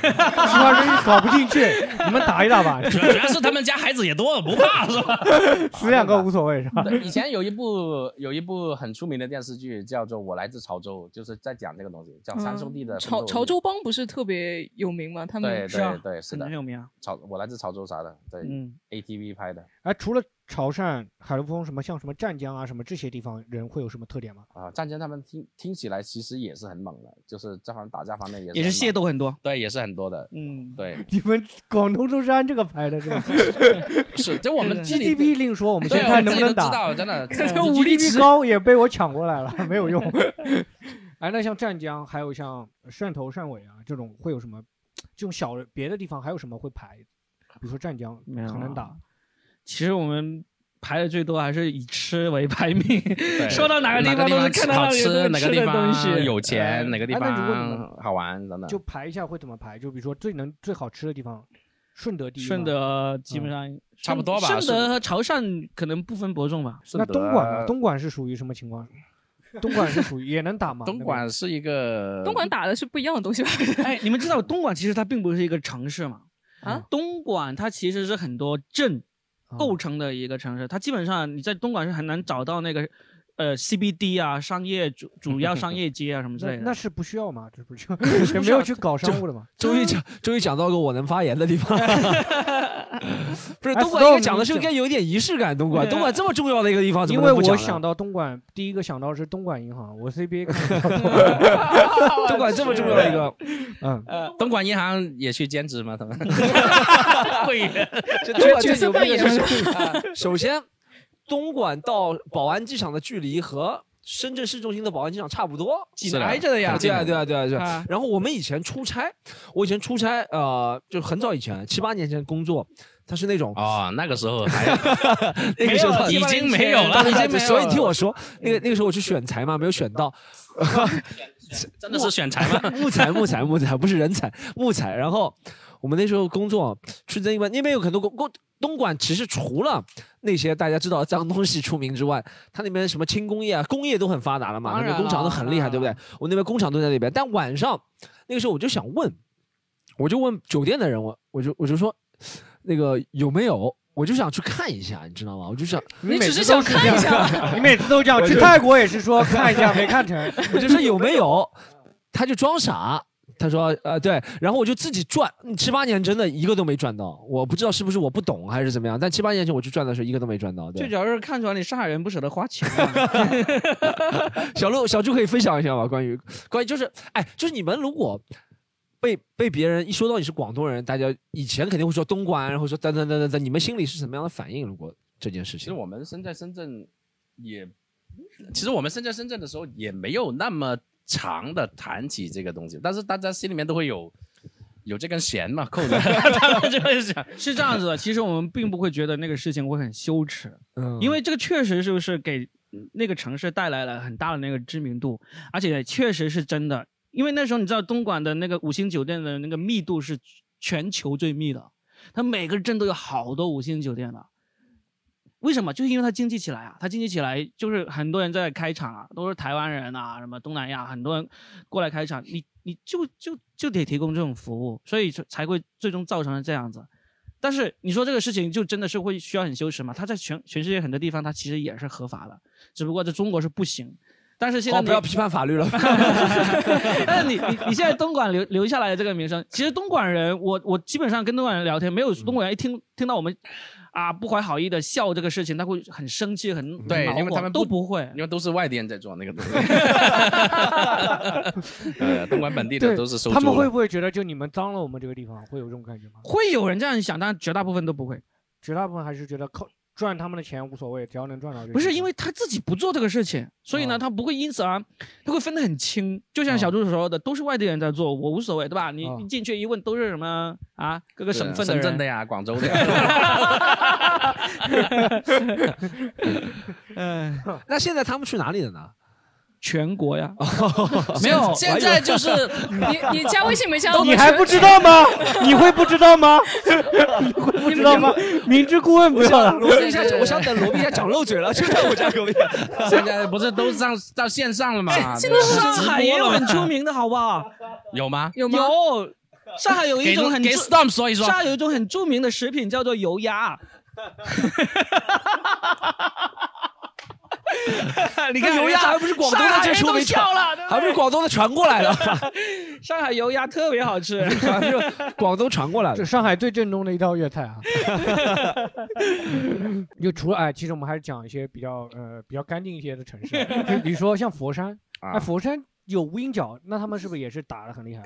Speaker 4: 方人搞不进去，你们打一打 吧，
Speaker 2: 啊主主要是他们家孩子也多，不怕是吧？
Speaker 4: 死两个无所谓是吧？
Speaker 2: 对，以前有一部有一部很出名的电视剧叫做《我来自潮州》，就是在讲这个东西，讲三兄弟的
Speaker 5: 嗯
Speaker 2: 奋斗
Speaker 5: 潮
Speaker 2: 历
Speaker 5: 潮州帮不是特别有名吗？他
Speaker 2: 对
Speaker 5: 们
Speaker 2: 对对，是的，
Speaker 3: 很有名啊。
Speaker 2: 潮，我来自潮州啥的，对，
Speaker 3: 嗯
Speaker 2: ，ATV 拍的
Speaker 4: 哎，除了潮汕、海陆丰什么，像什么湛江啊什么这些地方人会有什么特点吗？
Speaker 2: 啊。战争他们听听起来其实也是很猛的，就是这方打架方面也
Speaker 4: 也
Speaker 2: 是
Speaker 4: 是
Speaker 2: 很
Speaker 4: 械斗
Speaker 3: 很多，
Speaker 2: 对，也是很多的，
Speaker 3: 嗯，
Speaker 2: 对，
Speaker 4: 你们广东都是按这个排的 是吧？
Speaker 2: 是，就我们自己
Speaker 4: GDP 另说，我们
Speaker 2: 对
Speaker 4: 先看能
Speaker 2: 我们自己
Speaker 4: 不能
Speaker 2: 都知
Speaker 4: 打。
Speaker 2: 道真 的
Speaker 4: GDP 高也被我抢过来了，没有用。哎，那像湛江，还有像汕头、汕尾啊这种，会有什么？这种小的别的地方还有什么会排？比如说湛江
Speaker 3: 没有
Speaker 4: 可能
Speaker 3: 啊
Speaker 4: 打，
Speaker 3: 其实我们排的最多还是以吃为排名，
Speaker 2: 对
Speaker 3: 说到哪个地方都是看到
Speaker 2: 好
Speaker 3: 有
Speaker 2: 吃，哪
Speaker 3: 个
Speaker 2: 个地
Speaker 3: 的东西
Speaker 2: 方有钱，哪个地
Speaker 4: 哎那如果你们
Speaker 2: 方好玩等等。
Speaker 4: 就排一下会怎么排？就比如说最能最好吃的地方，顺德第一吗。嗯
Speaker 3: 顺德基本上
Speaker 4: 差不多吧
Speaker 3: 顺
Speaker 4: 顺
Speaker 3: 德和潮汕可能不分伯仲吧。
Speaker 4: 那东莞呢？东莞是属于什么情况？东莞是属于也能打吗？
Speaker 3: 东
Speaker 2: 莞是一个
Speaker 5: 东莞打的是不一样的东 西吧？
Speaker 3: 哎，你们知道东莞其实它并不是一个城市嘛？
Speaker 5: 啊，
Speaker 3: 东莞它其实是很多镇
Speaker 4: 啊
Speaker 3: 构成的一个城市，它基本上你在东莞是很难找到那个呃 CBD 啊、商业主主要商业街啊什么之
Speaker 4: 那
Speaker 3: 类的。
Speaker 4: 那是不需要嘛？这不就也没有去 搞商务了嘛？
Speaker 7: 终于 讲，终于讲到个我能发言的地方。 不是
Speaker 4: 哎
Speaker 7: 东莞应该
Speaker 4: Storm，
Speaker 7: 讲的是啊应
Speaker 4: 你
Speaker 7: 该有点仪式感。东莞，
Speaker 4: 对
Speaker 7: 东莞这么重要的一个地方，怎
Speaker 4: 因
Speaker 7: 么
Speaker 4: 为
Speaker 7: 能不讲
Speaker 4: 我
Speaker 7: 呢
Speaker 4: 想到东莞，第一个想到是东莞银行，我 CBA 看不到
Speaker 7: 东莞这么重要的一个，
Speaker 4: 嗯，
Speaker 2: 呃，东莞银行也去兼职吗？他们
Speaker 3: 会员，
Speaker 7: 这东莞
Speaker 2: 角
Speaker 7: 最
Speaker 2: 色
Speaker 7: 牛逼的
Speaker 2: 扮演
Speaker 7: 就是，啊首先，东莞到宝安机场的距离和深圳市中心的宝安机场差不多，
Speaker 2: 紧挨着的呀
Speaker 7: 对啊，对啊，对啊，对
Speaker 2: 啊
Speaker 7: 啊。然后我们以前出差，我以前出差，呃，就很早以前，七八年前工作，他是那种
Speaker 2: 哦，那个时候还
Speaker 7: 那个时候
Speaker 2: 已经没有了，已经没有了
Speaker 7: 所以你听我说，那个那个时候我去选材嘛，没有选到，
Speaker 2: 真的是选材 吗？
Speaker 7: 木材，木 材，木材，不是人才，木材。然后我们那时候工作，去这一关，那边有很多工工。东莞其实除了那些大家知道的脏东西出名之外，它那边什么轻工业啊，工业都很发达了嘛，
Speaker 2: 当
Speaker 7: 那
Speaker 2: 然
Speaker 7: 边工厂都很厉害，对不对？我那边工厂都在那边。但晚上那个时候我就想问，我就问酒店的人，我我就我就说，那个有没有？我就想去看一下，你知道吗？我就想，
Speaker 4: 你每次都是这样 你每次都这样。
Speaker 7: 我
Speaker 4: 去
Speaker 7: 就
Speaker 4: 泰国也是说看一下没看成，
Speaker 7: 我就说有没有，他就装傻。他说：“呃，对，然后我就自己赚，七八年真的一个都没赚到，我不知道是不是我不懂还是怎么样，但七八年前我去赚的时候一个都没赚到。
Speaker 3: 最
Speaker 7: 对
Speaker 3: 主，要是看出来你上海人不舍得花 钱。
Speaker 7: 小鹿小猪可以分享一下吗？关于关于就是，哎，就是你们如果被被别人一说到你是广东人，大家以前肯定会说东莞，然后说等等等等等，你们心里是什么样的反应？如果这件事
Speaker 2: 其实
Speaker 7: 情，
Speaker 2: 我们身在深 圳也，其实我们身在深圳的时候也没有那么长的谈起这个东西，但是大家心里面都会有有这根弦嘛扣 着，他们就会想，
Speaker 3: 是这样子的，其实我们并不会觉得那个事情会很羞 耻，
Speaker 7: 嗯
Speaker 3: 因为这个确实就是给那个城市带来了很大的那个知名度，而且确实是真的，因为那时候你知道东莞的那个五星酒店的那个密度是全球最密的，它每个镇都有好多五星酒店的。为什么？就是因为它经济起来啊，它经济起来就是很多人在开厂啊，都是台湾人啊，什么东南亚很多人过来开厂，你你就就就得提供这种服务，所以才会最终造成了这样子。但是你说这个事情就真的是会需要很羞耻吗？它在全全世界很多地方它其实也是合法的，只不过在中国是不行。但是现在
Speaker 7: 好，哦
Speaker 3: 你
Speaker 7: 不要批判法 律了。
Speaker 3: 但是你你你现在东莞留留下来的这个名声，其实东莞人，我我基本上跟东莞人聊天，没有东莞人一听听到我们啊不怀好意的笑这个事情，他会很生气，很很
Speaker 2: 对，
Speaker 3: 恼
Speaker 2: 因为
Speaker 3: 火
Speaker 2: 他们
Speaker 3: 都不会，
Speaker 2: 因为都是外地人在做那个东西，呃，东莞本地的
Speaker 4: 对
Speaker 2: 都是收，
Speaker 4: 他们
Speaker 2: 租
Speaker 4: 会
Speaker 2: 的。
Speaker 4: 不会觉得就你们脏了我们这个地方，会有这种感觉吗？
Speaker 3: 会有人这样想，但绝大部分都不会。
Speaker 4: 绝大部分还是觉得靠赚他们的钱无所谓，只要能赚到就行。
Speaker 3: 不是因为他自己不做这个事情，所以呢，他不会因此而他会分得很清。就像小朱说的，都是外地人在做，我无所谓，对吧？你
Speaker 2: 哦
Speaker 3: 一进去一问，都是什么啊，各个省份
Speaker 2: 深
Speaker 3: 人
Speaker 2: 圳的呀，广州的呀，哎
Speaker 3: 嗯，
Speaker 7: 那现在他们去哪里了呢？哦
Speaker 3: 全国呀，
Speaker 2: 没有现
Speaker 7: 哎
Speaker 2: 在就是
Speaker 3: 哦哎
Speaker 5: 你你加微信 没加？
Speaker 4: 你还不知 道 吗？你会不知道吗？你会不知道吗？明知故问不
Speaker 7: 我
Speaker 4: 要了
Speaker 7: 想。 罗宾一下，我想等罗宾一下讲漏嘴了， 就在我家隔壁。
Speaker 2: 现在不是都上到线上 了吗？
Speaker 3: 这个
Speaker 2: 对吧
Speaker 3: 哎上海也有很
Speaker 2: 直
Speaker 3: 出，
Speaker 2: 播了吗
Speaker 3: 名的，好不好？
Speaker 2: 有吗？
Speaker 5: 有吗？
Speaker 3: 啊有，上海有一种很
Speaker 2: 给
Speaker 3: 著
Speaker 2: Storm 说一说
Speaker 3: 上海有一种很著名的食品叫做油鸭。 你看
Speaker 7: 油鸭还不是广东
Speaker 3: 上
Speaker 7: 的
Speaker 3: 海
Speaker 7: 最
Speaker 3: 人
Speaker 7: 出
Speaker 3: 都
Speaker 7: 名
Speaker 3: 笑了，对
Speaker 7: 还不是广东的传过来的，
Speaker 3: 对 上海油鸭特别好吃。
Speaker 7: 还不是 广东传过来
Speaker 4: 这
Speaker 7: 的。
Speaker 4: 上海最正宗的一道粤菜 啊！就除了哎，其实我们还是讲一些比较呃比较干净一些的城市 啊，就比如说像佛山，
Speaker 2: 啊
Speaker 4: 哎，佛山有无影脚，那他们是不是也是打的很厉害？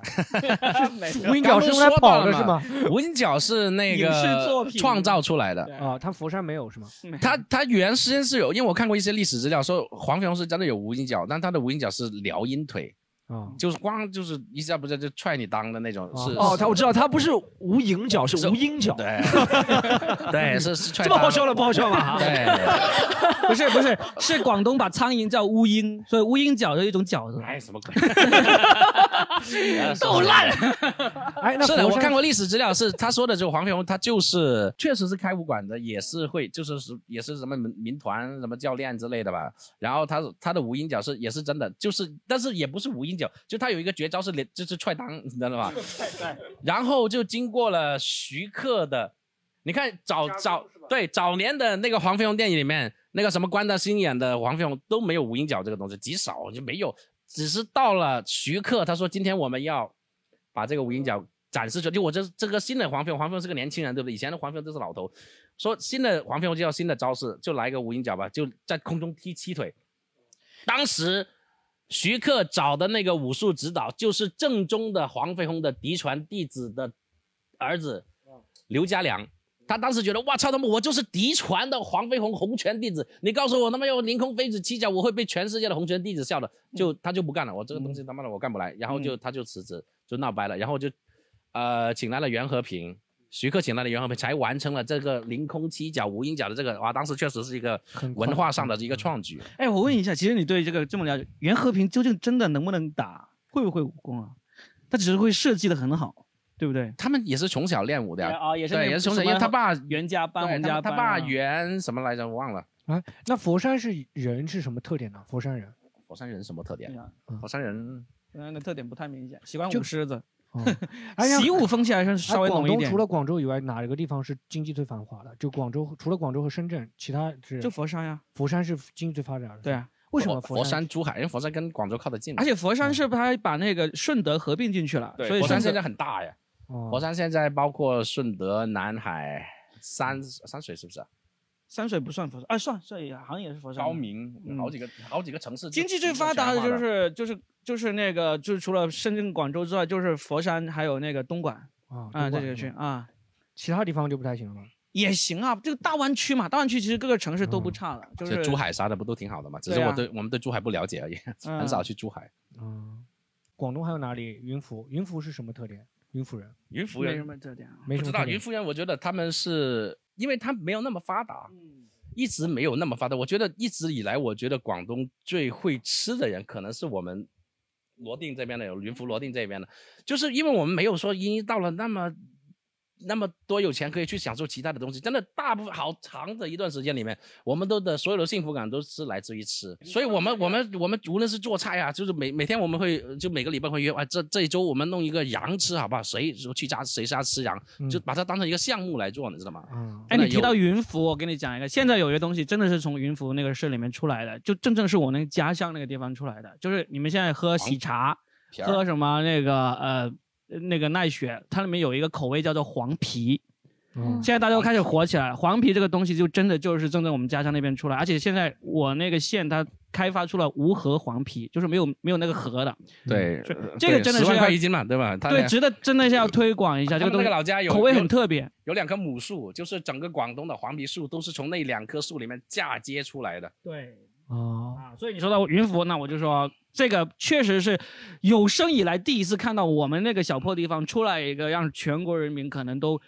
Speaker 3: 没
Speaker 4: 无影脚是用来跑的是吗？
Speaker 2: 无影脚是那
Speaker 3: 影视作
Speaker 2: 个
Speaker 3: 品
Speaker 2: 创造出来的。
Speaker 4: 啊，他佛山没有 是吗？
Speaker 2: 它它原先是有，因为我看过一些历史资料说黄飞鸿是真的有无影脚，但他的无影脚是撩阴腿，
Speaker 4: 啊，
Speaker 2: 就是光就是一下不是就踹你裆的那种，是
Speaker 7: 哦，他我知道，他不是无影脚，是无阴脚。
Speaker 2: 对，对是是 踹
Speaker 7: 这么
Speaker 2: 裆
Speaker 7: 好笑了，不好笑吗？
Speaker 2: 对，
Speaker 3: 不是不是，是广东把苍蝇叫乌蝇，所以乌蝇饺是一种饺子。
Speaker 2: 哎，什么鬼？
Speaker 3: 够烂！
Speaker 4: 哎，那
Speaker 2: 是的，
Speaker 4: 佛
Speaker 2: 我
Speaker 4: 山
Speaker 2: 看过历史资料，是他说的，就黄飞鸿，他 就是确实是开武馆的，也是会，就是是也是什么民民团、什么教练之类的吧。然后他他的无影脚是也是真的，就是但是也不是无影脚，就他有一个绝招是连就是踹裆，你知道吧？然后就经过了徐克的，你看早早对早年的那个黄飞鸿电影里面，那个什么关达欣演的黄飞鸿都没有无影脚这个东西，极少就没有，只是到了徐克，他说今天我们要把这个无影脚展示出来，就我这这个新的黄飞鸿，黄飞鸿是个年轻人，对不对？以前的黄飞鸿都是老头，说新的黄飞鸿就要新的招式，就来一个无影脚吧，就在空中踢七腿。当时徐克找的那个武术指导就是正宗的黄飞鸿的嫡传弟子的儿子
Speaker 3: 嗯
Speaker 2: 刘家良。他当时觉得，哇操他妈，我就是嫡传的黄飞鸿洪拳弟子，你告诉我他妈用凌空飞子七脚，我会被全世界的洪拳弟子笑的，就
Speaker 3: 嗯
Speaker 2: 他就不干了，我这个东西他妈的我干不来，然后就他就辞职，就闹掰了，然后就，呃，请来了袁和平，徐克请来了袁和平，才完成了这个凌空七脚无影脚的这个，哇，当时确实是一个文化上的一个创举。
Speaker 3: 哎，我问一下，其实你对这个这么了解，呃袁和平究竟真的能不能打，会不会武功啊？他只是会设计的很好，对不对？
Speaker 2: 他们也是从小练武的呀，
Speaker 3: 啊，也是那
Speaker 2: 对，
Speaker 3: 个
Speaker 2: 也是从
Speaker 3: 什
Speaker 2: 小，
Speaker 3: 么
Speaker 2: 因为他爸
Speaker 3: 袁家班、
Speaker 2: 对
Speaker 3: 洪
Speaker 2: 他
Speaker 3: 家
Speaker 2: 他
Speaker 3: 班啊，
Speaker 2: 爸袁什么来着，我忘了。
Speaker 4: 哎，那佛山是人是什么特点呢？佛山人
Speaker 2: 火山人什么特点
Speaker 3: 对？啊
Speaker 4: 嗯
Speaker 2: 火山人
Speaker 3: 原来的嗯特点不太明显，喜欢
Speaker 4: 就
Speaker 3: 舞狮子，
Speaker 4: 哦哎呀
Speaker 3: 习武风气还是
Speaker 4: 哎
Speaker 3: 稍微
Speaker 4: 广
Speaker 3: 浓一
Speaker 4: 东
Speaker 3: 点
Speaker 4: 除。了广州以外，哪个地方是经济最繁华的？就广州，除了广州和深圳，其他是
Speaker 3: 就佛山呀，
Speaker 4: 佛山是经济最发达的。
Speaker 3: 对，啊，
Speaker 4: 为什么
Speaker 2: 佛
Speaker 4: 山
Speaker 2: 山、珠海？因为佛山跟广州靠得近嘛，嗯
Speaker 3: 而且佛山是不是还把那个顺德合并进去了？
Speaker 2: 对
Speaker 3: 所以
Speaker 2: 佛山现
Speaker 3: 顺德
Speaker 2: 在很大呀。
Speaker 4: 哦
Speaker 2: 佛山现在包括顺德、南海、山山水是不是啊？
Speaker 3: 山水不算佛山，啊，算算也好像也是佛山。
Speaker 2: 高明
Speaker 3: 嗯
Speaker 2: 好几个好几个城市
Speaker 3: 经济最发达的就是就是就是那个就是除了深圳、广州之外，就是佛山还有那个东莞
Speaker 4: 啊
Speaker 3: 啊
Speaker 4: 东
Speaker 3: 这
Speaker 4: 莞
Speaker 3: 几个
Speaker 4: 是
Speaker 3: 区
Speaker 4: 吧
Speaker 3: 啊
Speaker 4: 其他地方就不太行了吗？
Speaker 3: 也行啊，这个大湾区嘛，大湾区其实各个城市都不差的，就
Speaker 2: 就是是嗯珠海啥的不都挺好的嘛？只是
Speaker 3: 对啊
Speaker 2: 我对我们对珠海不了解而已，很少去珠海。
Speaker 4: 嗯，广东还有哪里？云浮，云浮是什么特点？云浮人
Speaker 2: 云浮
Speaker 3: 没
Speaker 2: 人
Speaker 3: 什么特点啊。
Speaker 4: 没什
Speaker 2: 不
Speaker 4: 么
Speaker 2: 知
Speaker 4: 特
Speaker 2: 道云
Speaker 4: 点。
Speaker 2: 浮人，我觉得他们是因为他没有那么发达，
Speaker 3: 嗯
Speaker 2: 一直没有那么发达。我觉得一直以来，我觉得广东最会吃的人可能是我们罗定这边的，有云浮罗定这边的，就是因为我们没有说已经到了那么。那么多有钱可以去享受其他的东西，真的大部分好长的一段时间里面，我们都的所有的幸福感都是来自于吃，所以我们我们我们无论是做菜啊，就是每每天我们会就每个礼拜会约啊，这这一周我们弄一个羊吃好不好？谁说去家谁家吃羊，就把它当成一个项目来做，你知道吗？
Speaker 4: 嗯，
Speaker 2: 嗯
Speaker 3: 哎，
Speaker 2: 那
Speaker 3: 你提
Speaker 2: 有
Speaker 3: 到云浮，我跟你讲一个，现在有一个东西真的是从云浮那个市里面出来的，就真正是我那个家乡那个地方出来的，就是你们现在喝喜茶，
Speaker 2: 皮
Speaker 3: 喝什么那个呃那个奈雪，它里面有一个口味叫做黄皮。
Speaker 4: 嗯
Speaker 3: 现在大家都开始火起来了，黄皮这个东西就真的就是正在我们家乡那边出来，而且现在我那个县它开发出了无核黄皮，就是没有没有那个核的，
Speaker 2: 对，
Speaker 3: 这个真的是
Speaker 2: 十万
Speaker 3: 要
Speaker 2: 块一斤嘛，对吧？他
Speaker 3: 对，
Speaker 2: 那
Speaker 3: 值得真的是要推广一
Speaker 2: 他
Speaker 3: 下这
Speaker 2: 们
Speaker 3: 个东
Speaker 2: 那个，
Speaker 3: 西
Speaker 2: 老家有
Speaker 3: 口味
Speaker 2: 有
Speaker 3: 很特别。
Speaker 2: 有两棵母树，就是整个广东的黄皮树都是从那两棵树里面嫁接出来的。
Speaker 3: 对，
Speaker 4: 哦，
Speaker 3: 啊，所以你说到云浮，那我就说这个确实是有生以来第一次看到我们那个小破地方出来一个让全国人民可能都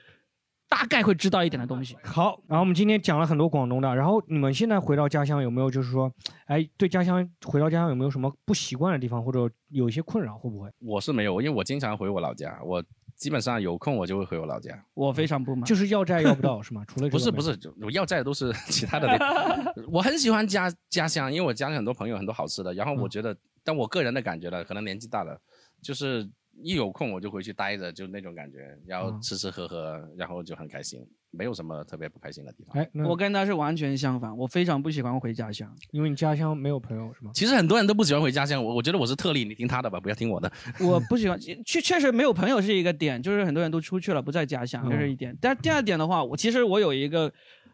Speaker 3: 大概会知道一点的东西。
Speaker 4: 好，然后我们今天讲了很多广东的，然后你们现在回到家乡有没有就是说，哎，对家乡回到家乡有没有什么不习惯的地方，或者有一些困扰，会不会？
Speaker 2: 我是没有，因为我经常回我老家，我基本上有空我就会回我老家。
Speaker 3: 我非常不满，
Speaker 4: 就是要债要不到是吗？除了这
Speaker 2: 不
Speaker 4: 个
Speaker 2: 是
Speaker 4: 没
Speaker 2: 不
Speaker 4: 有，
Speaker 2: 是，我要债的都是 其他的地方。我很喜欢家家乡，因为我家里很多朋友，很多好吃的。然后
Speaker 3: 嗯
Speaker 2: 我觉得，但我个人的感觉呢，可能年纪大了，就是一有空我就回去待着，就那种感觉，然后
Speaker 4: 嗯
Speaker 2: 吃吃喝喝，然后就很开心，没有什么特别不开心的地方。
Speaker 4: 哎，那
Speaker 3: 我跟他是完全相反，我非常不喜欢回家乡。
Speaker 4: 因为你家乡没有朋友是
Speaker 3: 嗯
Speaker 4: 吗？
Speaker 2: 其实很多人都不喜欢回家乡，我我觉得我是特例，你听他的吧，不要听我的。
Speaker 3: 我不喜欢，确确实没有朋友是一个点，就是很多人都出去了，不在家乡，
Speaker 4: 哦
Speaker 3: 这是一点。但第二点的话，我其实我有一个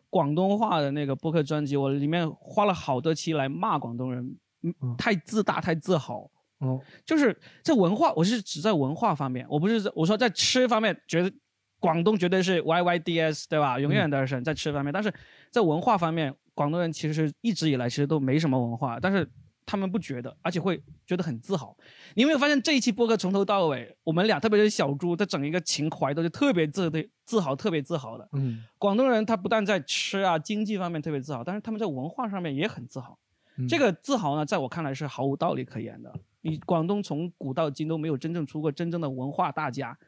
Speaker 3: 广东话的那个播客专辑，我里面花了好多期来骂广东人，嗯
Speaker 4: 嗯
Speaker 3: 太自大，太自豪。
Speaker 4: 哦，
Speaker 3: 就是在文化，我是指在文化方面，我不是在我说在吃方面，觉得广东绝对是 Y Y D S 对吧？永远的神在吃方面，但是在文化方面，广东人其实一直以来其实都没什么文化，但是他们不觉得，而且会觉得很自豪。你有没有发现这一期播客从头到尾，我们俩特别是小猪，他整一个情怀都是特别自对自豪，特别自豪的。
Speaker 4: 嗯，
Speaker 3: 广东人他不但在吃啊经济方面特别自豪，但是他们在文化上面也很自豪。
Speaker 4: 嗯
Speaker 3: 这个自豪呢，在我看来是毫无道理可言的。你广东从古到今都没有真正出过真正的文化大家，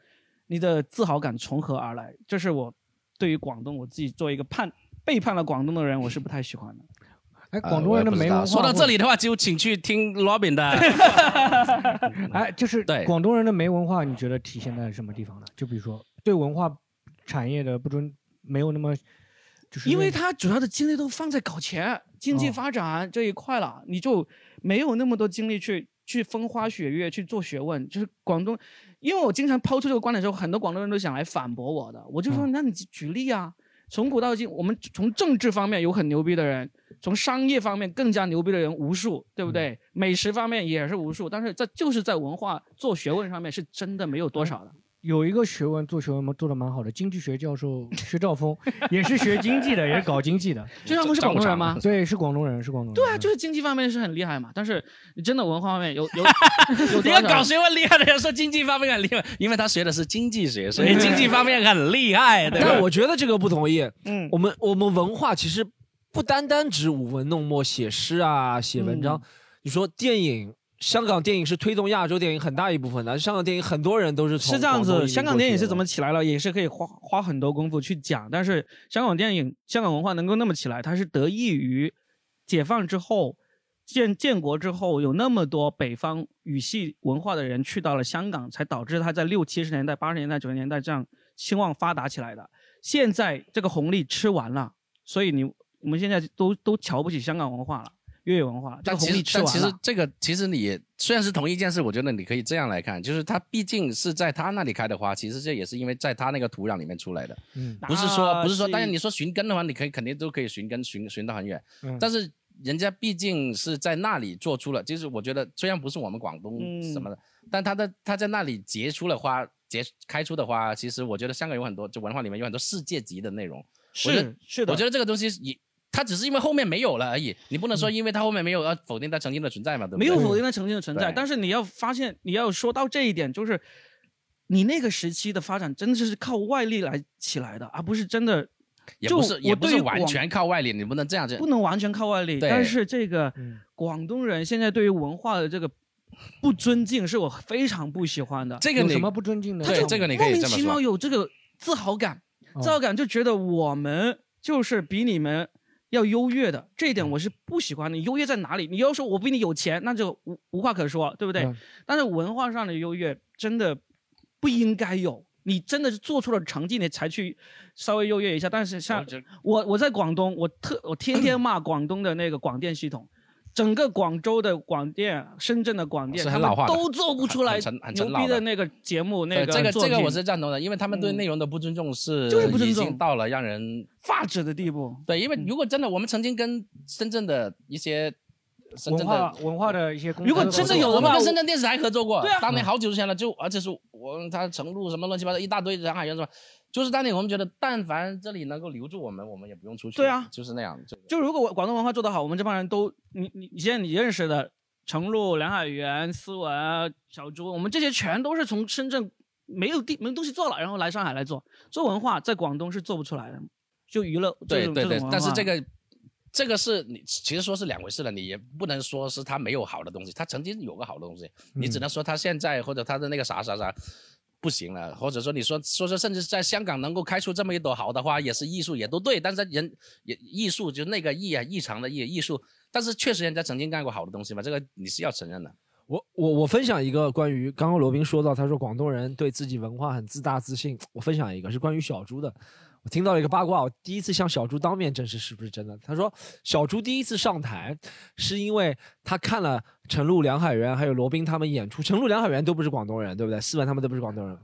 Speaker 3: 你的自豪感从何而来？这是我对于广东我自己作为一个叛背叛了广东的人，我是不太喜欢的。
Speaker 4: 哎，
Speaker 3: 广东人
Speaker 2: 呃
Speaker 3: 的没文化
Speaker 2: 说到这里的话，就请去听 Robin 的。
Speaker 4: 哎，就是
Speaker 2: 对
Speaker 4: 广东人的没文化，你觉得体现在什么地方呢？就比如说对文化产业的不尊，没有那么就是
Speaker 3: 因为
Speaker 4: 那
Speaker 3: 他主要的精力都放在搞钱、经济发展这一块了，你就没有那么多精力去去风花雪月去做学问。就是广东，因为我经常抛出这个观点的时候，很多广东人都想来反驳我的，我就说，那你举例啊。从古到今，我们从政治方面有很牛逼的人，从商业方面更加牛逼的人无数，对不对？美食方面也是无数，但是在就是在文化做学问上面是真的没有多少的。
Speaker 4: 有一个学问做学问嘛做的蛮好的，经济学教 授薛兆丰也是学经济的，也是搞经济的。
Speaker 3: 薛兆丰是广东人吗
Speaker 4: 对，是广东人，是广东人。
Speaker 3: 对啊，就是经济方面是很厉害嘛，但是你真的文化方面有有有
Speaker 2: 你
Speaker 3: 多
Speaker 2: 要
Speaker 3: 少？
Speaker 2: 搞学问厉害的人说经济方面很厉害，因为他学的是经济学，所以经济方面很厉害。对吧
Speaker 7: 但我觉得这个不同意。
Speaker 3: 嗯，
Speaker 7: 我们我们文化其实不单单指舞文弄墨、写诗啊、写文章。
Speaker 3: 嗯
Speaker 7: 你说电影，香港电影是推动亚洲电影很大一部分的。香港电影很多人都是从
Speaker 3: 是这样
Speaker 7: 广东移
Speaker 3: 子，
Speaker 7: 民
Speaker 3: 香
Speaker 7: 过
Speaker 3: 港
Speaker 7: 去
Speaker 3: 电影是
Speaker 7: 的
Speaker 3: 怎么起来了，也是可以花花很多功夫去讲。但是香港电影、香港文化能够那么起来，它是得益于解放之后、建建国之后，有那么多北方语系文化的人去到了香港，才导致它在六七十年代、八十年代、九十年代这样兴旺发达起来的。现在这个红利吃完了，所以你我们现在都都瞧不起香港文化了。粤语文化，这
Speaker 2: 但
Speaker 3: 个
Speaker 2: 其
Speaker 3: 红
Speaker 2: 实
Speaker 3: 利，吃
Speaker 2: 但
Speaker 3: 完了。
Speaker 2: 其实这个，其实你虽然是同一件事，我觉得你可以这样来看，就是它毕竟是在他那里开的花，其实这也是因为在他那个土壤里面出来的，
Speaker 4: 嗯
Speaker 2: 不是说
Speaker 3: 那
Speaker 2: 不是说，
Speaker 3: 是
Speaker 2: 当然你说寻根的话，你可以肯定都可以寻根寻寻到很远，
Speaker 4: 嗯
Speaker 2: 但是人家毕竟是在那里做出了，就是我觉得虽然不是我们广东
Speaker 3: 嗯
Speaker 2: 什么的，但他在他在那里结出了花，结开出的花，其实我觉得香港有很多，就文化里面有很多世界级的内容，我觉得
Speaker 3: 是是的嗯
Speaker 2: 我觉得这个东西也。它只是因为后面没有了而已，你不能说因为它后面没有而否定它曾经的存在嘛，对不
Speaker 3: 没
Speaker 2: 对？
Speaker 3: 有否定它曾经的存在，
Speaker 2: 对
Speaker 3: 但是你要发现，你要说到这一点，就是你那个时期的发展真的是靠外力来起来的，而不是真的。
Speaker 2: 也
Speaker 3: 就
Speaker 2: 不是也
Speaker 3: 我
Speaker 2: 不
Speaker 3: 对
Speaker 2: 是
Speaker 3: 于
Speaker 2: 完
Speaker 3: 广
Speaker 2: 全靠外力，你不能这样子。
Speaker 3: 不能完全靠外力，
Speaker 2: 对
Speaker 3: 但是这个
Speaker 4: 嗯
Speaker 3: 广东人现在对于文化的这个不尊敬，是我非常不喜欢的。
Speaker 2: 这个
Speaker 4: 有
Speaker 2: 你
Speaker 4: 什么不尊敬的？
Speaker 2: 对
Speaker 3: 他就
Speaker 2: 这个你可
Speaker 3: 莫
Speaker 2: 以
Speaker 3: 名
Speaker 2: 这么
Speaker 3: 其妙
Speaker 2: 说。
Speaker 3: 有这个自豪感，
Speaker 4: 哦
Speaker 3: 自豪感就觉得我们就是比你们要优越的，这
Speaker 4: 嗯
Speaker 3: 一点我是不喜欢的。你优越在哪里？你要说我比你有钱，那就无无话可说，对不对？
Speaker 4: 嗯
Speaker 3: 但是文化上的优越真的不应该有。你真的是做出了成绩，你才去稍微优越一下。但是像
Speaker 2: 我觉得
Speaker 3: 我，我在广东，我特 我天天骂广东的那个广电系统，整个广州的广电、深圳的广电，
Speaker 2: 是
Speaker 3: 他
Speaker 2: 很
Speaker 3: 们
Speaker 2: 老化的
Speaker 3: 都做不出来
Speaker 2: 很很
Speaker 3: 牛
Speaker 2: 很
Speaker 3: 逼
Speaker 2: 老
Speaker 3: 的
Speaker 2: 的
Speaker 3: 那个节目，那
Speaker 2: 对
Speaker 3: 个
Speaker 2: 呃这个
Speaker 3: 作
Speaker 2: 这个
Speaker 3: 品嗯
Speaker 2: 我是赞同的，因为他们对内容的不尊重是
Speaker 3: 就是不尊
Speaker 2: 已
Speaker 3: 重
Speaker 2: 经到了让人
Speaker 3: 发指的地步。嗯
Speaker 2: 对，因为如果真的我们曾经跟深圳的一些深
Speaker 4: 文
Speaker 2: 圳
Speaker 4: 化
Speaker 2: 的。
Speaker 4: 文化的一些公司合
Speaker 3: 如
Speaker 4: 作，啊
Speaker 3: 果真的有
Speaker 2: 我
Speaker 3: 的
Speaker 2: 们
Speaker 3: 话
Speaker 2: 跟深圳电视台合作过，
Speaker 3: 对啊
Speaker 2: 当年好久之前了，就而且是我他成都什么乱七八糟一大堆人海员什么，就是当年我们觉得，但凡这里能够留住我们，我们也不用出去，
Speaker 3: 对啊
Speaker 2: 就是那样，就
Speaker 3: 就如果我广东文化做得好，我们这帮人都，你你你现在你认识的程璐、梁海源、思文、小朱，我们这些全都是从深圳没有地没东西做了，然后来上海来做做文化，在广东是做不出来的，就娱乐这
Speaker 2: 对
Speaker 3: 种
Speaker 2: 对
Speaker 3: 这
Speaker 2: 对
Speaker 3: 种，文
Speaker 2: 但是
Speaker 3: 化
Speaker 2: 这个这个是你其实说是两回事了，你也不能说是他没有好的东西，他曾经有个好的东西，你
Speaker 3: 嗯
Speaker 2: 只能说他现在或者他的那个啥啥啥。不行了，或者说你说说说，甚至在香港能够开出这么一朵好的花，也是艺术，也都对。但是人也艺术就那个艺啊，异常的艺艺术，但是确实人家曾经干过好的东西嘛，这个你是要承认的。
Speaker 7: 我我我分享一个关于刚刚罗宾说到，他说广东人对自己文化很自大自信。我分享一个是关于小猪的，我听到了一个八卦，我第一次向小猪当面证实是不是真的。他说小猪第一次上台是因为他看了陈露、梁海源还有罗宾他们演出，陈露、梁海源都不是广东人，对不对？斯文他们都不是广东人。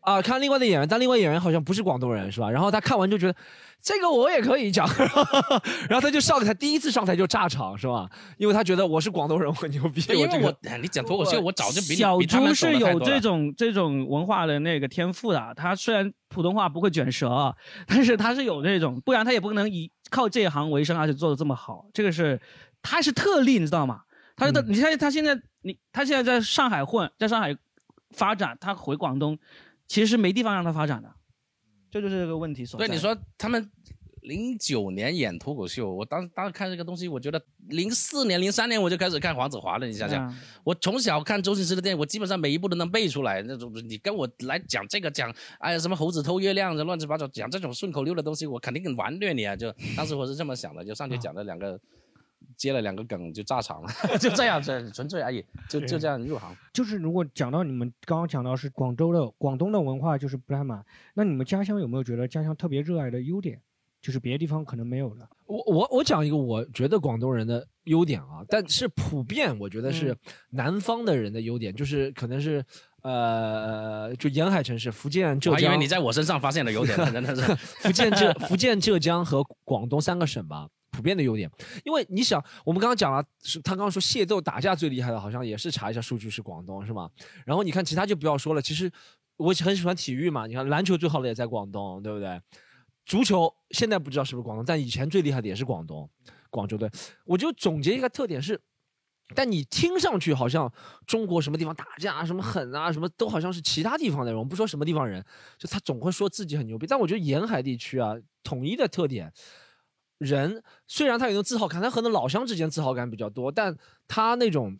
Speaker 7: 啊，看另外的演员，但另外演员好像不是广东人，是吧？然后他看完就觉得，这个我也可以讲， 然后他就上台，第一次上台就炸场，是吧？因为他觉得我是广东人，我牛逼，
Speaker 2: 因为
Speaker 7: 这个
Speaker 2: 我哎你讲脱口秀，我早就比你
Speaker 3: 小
Speaker 2: 比他们懂
Speaker 3: 猪是
Speaker 2: 得太
Speaker 3: 有
Speaker 2: 多了
Speaker 3: 这种这种文化的那个天赋的，啊他虽然普通话不会卷舌啊，但是他是有这种，不然他也不可能以靠这一行为生，而且做的这么好。这个是他是特例，你知道吗？他
Speaker 2: 嗯
Speaker 3: 他，你看他现在你他现在在上海混，在上海发展，他回广东其实没地方让他发展的，这就是这个问题所在。
Speaker 2: 对，你说他们零九年演脱口秀，我当当时看这个东西，我觉得零四年、零三年我就开始看黄子华了。你想想，
Speaker 3: 嗯
Speaker 2: 我从小看周星驰的电影，我基本上每一部都能背出来。那种你跟我来讲这个讲，哎呀什么猴子偷月亮，这乱七八糟讲这种顺口溜的东西，我肯定玩虐你啊！就当时我是这么想的，就上去讲了两个。接了两个梗就炸场了， 就这样子，纯粹而已，就就这样入行。
Speaker 4: 就是如果讲到你们刚刚讲到是广州的广东的文化就是不太满，那你们家乡有没有觉得家乡特别热爱的优点，就是别的地方可能没有的？
Speaker 7: 我我我讲一个我觉得广东人的优点啊，但是普遍我觉得是
Speaker 4: 嗯
Speaker 7: 南方的人的优点，就是可能是呃，就沿海城市，福建、浙
Speaker 2: 我还以
Speaker 7: 江。
Speaker 2: 为你在我身上发现了优 点，真的是
Speaker 7: 福建、浙、福建、浙江和广东三个省吧，普遍的优点。因为你想，我们刚刚讲了，是他刚刚说械斗打架最厉害的，好像也是查一下数据是广东，是吗？然后你看其他就不要说了，其实我很喜欢体育嘛，你看篮球最好的也在广东，对不对？足球现在不知道是不是广东，但以前最厉害的也是广东，广州队。我就总结一个特点是。但你听上去好像中国什么地方打架啊、什么狠啊、什么都好像是其他地方的人，我们不说什么地方人，就他总会说自己很牛逼。但我觉得沿海地区啊，统一的特点，人虽然他有那种自豪感，他可能老乡之间自豪感比较多，但他那种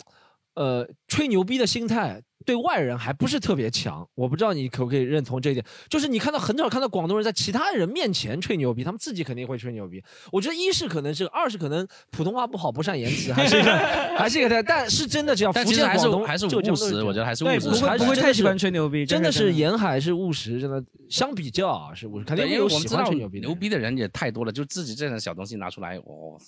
Speaker 7: 呃吹牛逼的心态对外人还不是特别强。我不知道你可不可以认同这一点，就是你看到很少看到广东人在其他人面前吹牛逼，他们自己肯定会吹牛逼。我觉得一是可能是，二是可能普通话不好，不善言辞，还 是一个还是一个态，但是真的这样。
Speaker 2: 但
Speaker 7: 福
Speaker 2: 其实
Speaker 7: 建、
Speaker 2: 还是
Speaker 7: 广东
Speaker 2: 还是
Speaker 7: 浙江
Speaker 2: 务
Speaker 7: 都这
Speaker 2: 实，
Speaker 7: 样
Speaker 2: 我觉得还是务
Speaker 3: 对
Speaker 2: 实，
Speaker 3: 不会
Speaker 7: 还是
Speaker 3: 不会
Speaker 7: 真
Speaker 3: 太
Speaker 7: 的
Speaker 3: 喜
Speaker 7: 是
Speaker 3: 欢吹牛逼
Speaker 7: 真
Speaker 3: 这个
Speaker 7: 的
Speaker 3: 真
Speaker 7: 是
Speaker 3: 的
Speaker 7: 沿海是务实，真的相比较啊，是务实，肯定
Speaker 2: 对，
Speaker 7: 会
Speaker 2: 因为
Speaker 7: 有
Speaker 2: 我们
Speaker 7: 喜
Speaker 2: 知
Speaker 7: 欢
Speaker 2: 道
Speaker 7: 吹牛逼的
Speaker 2: 牛
Speaker 7: 人。
Speaker 2: 逼的人也太多了，就自己这种小东西拿出来，哦，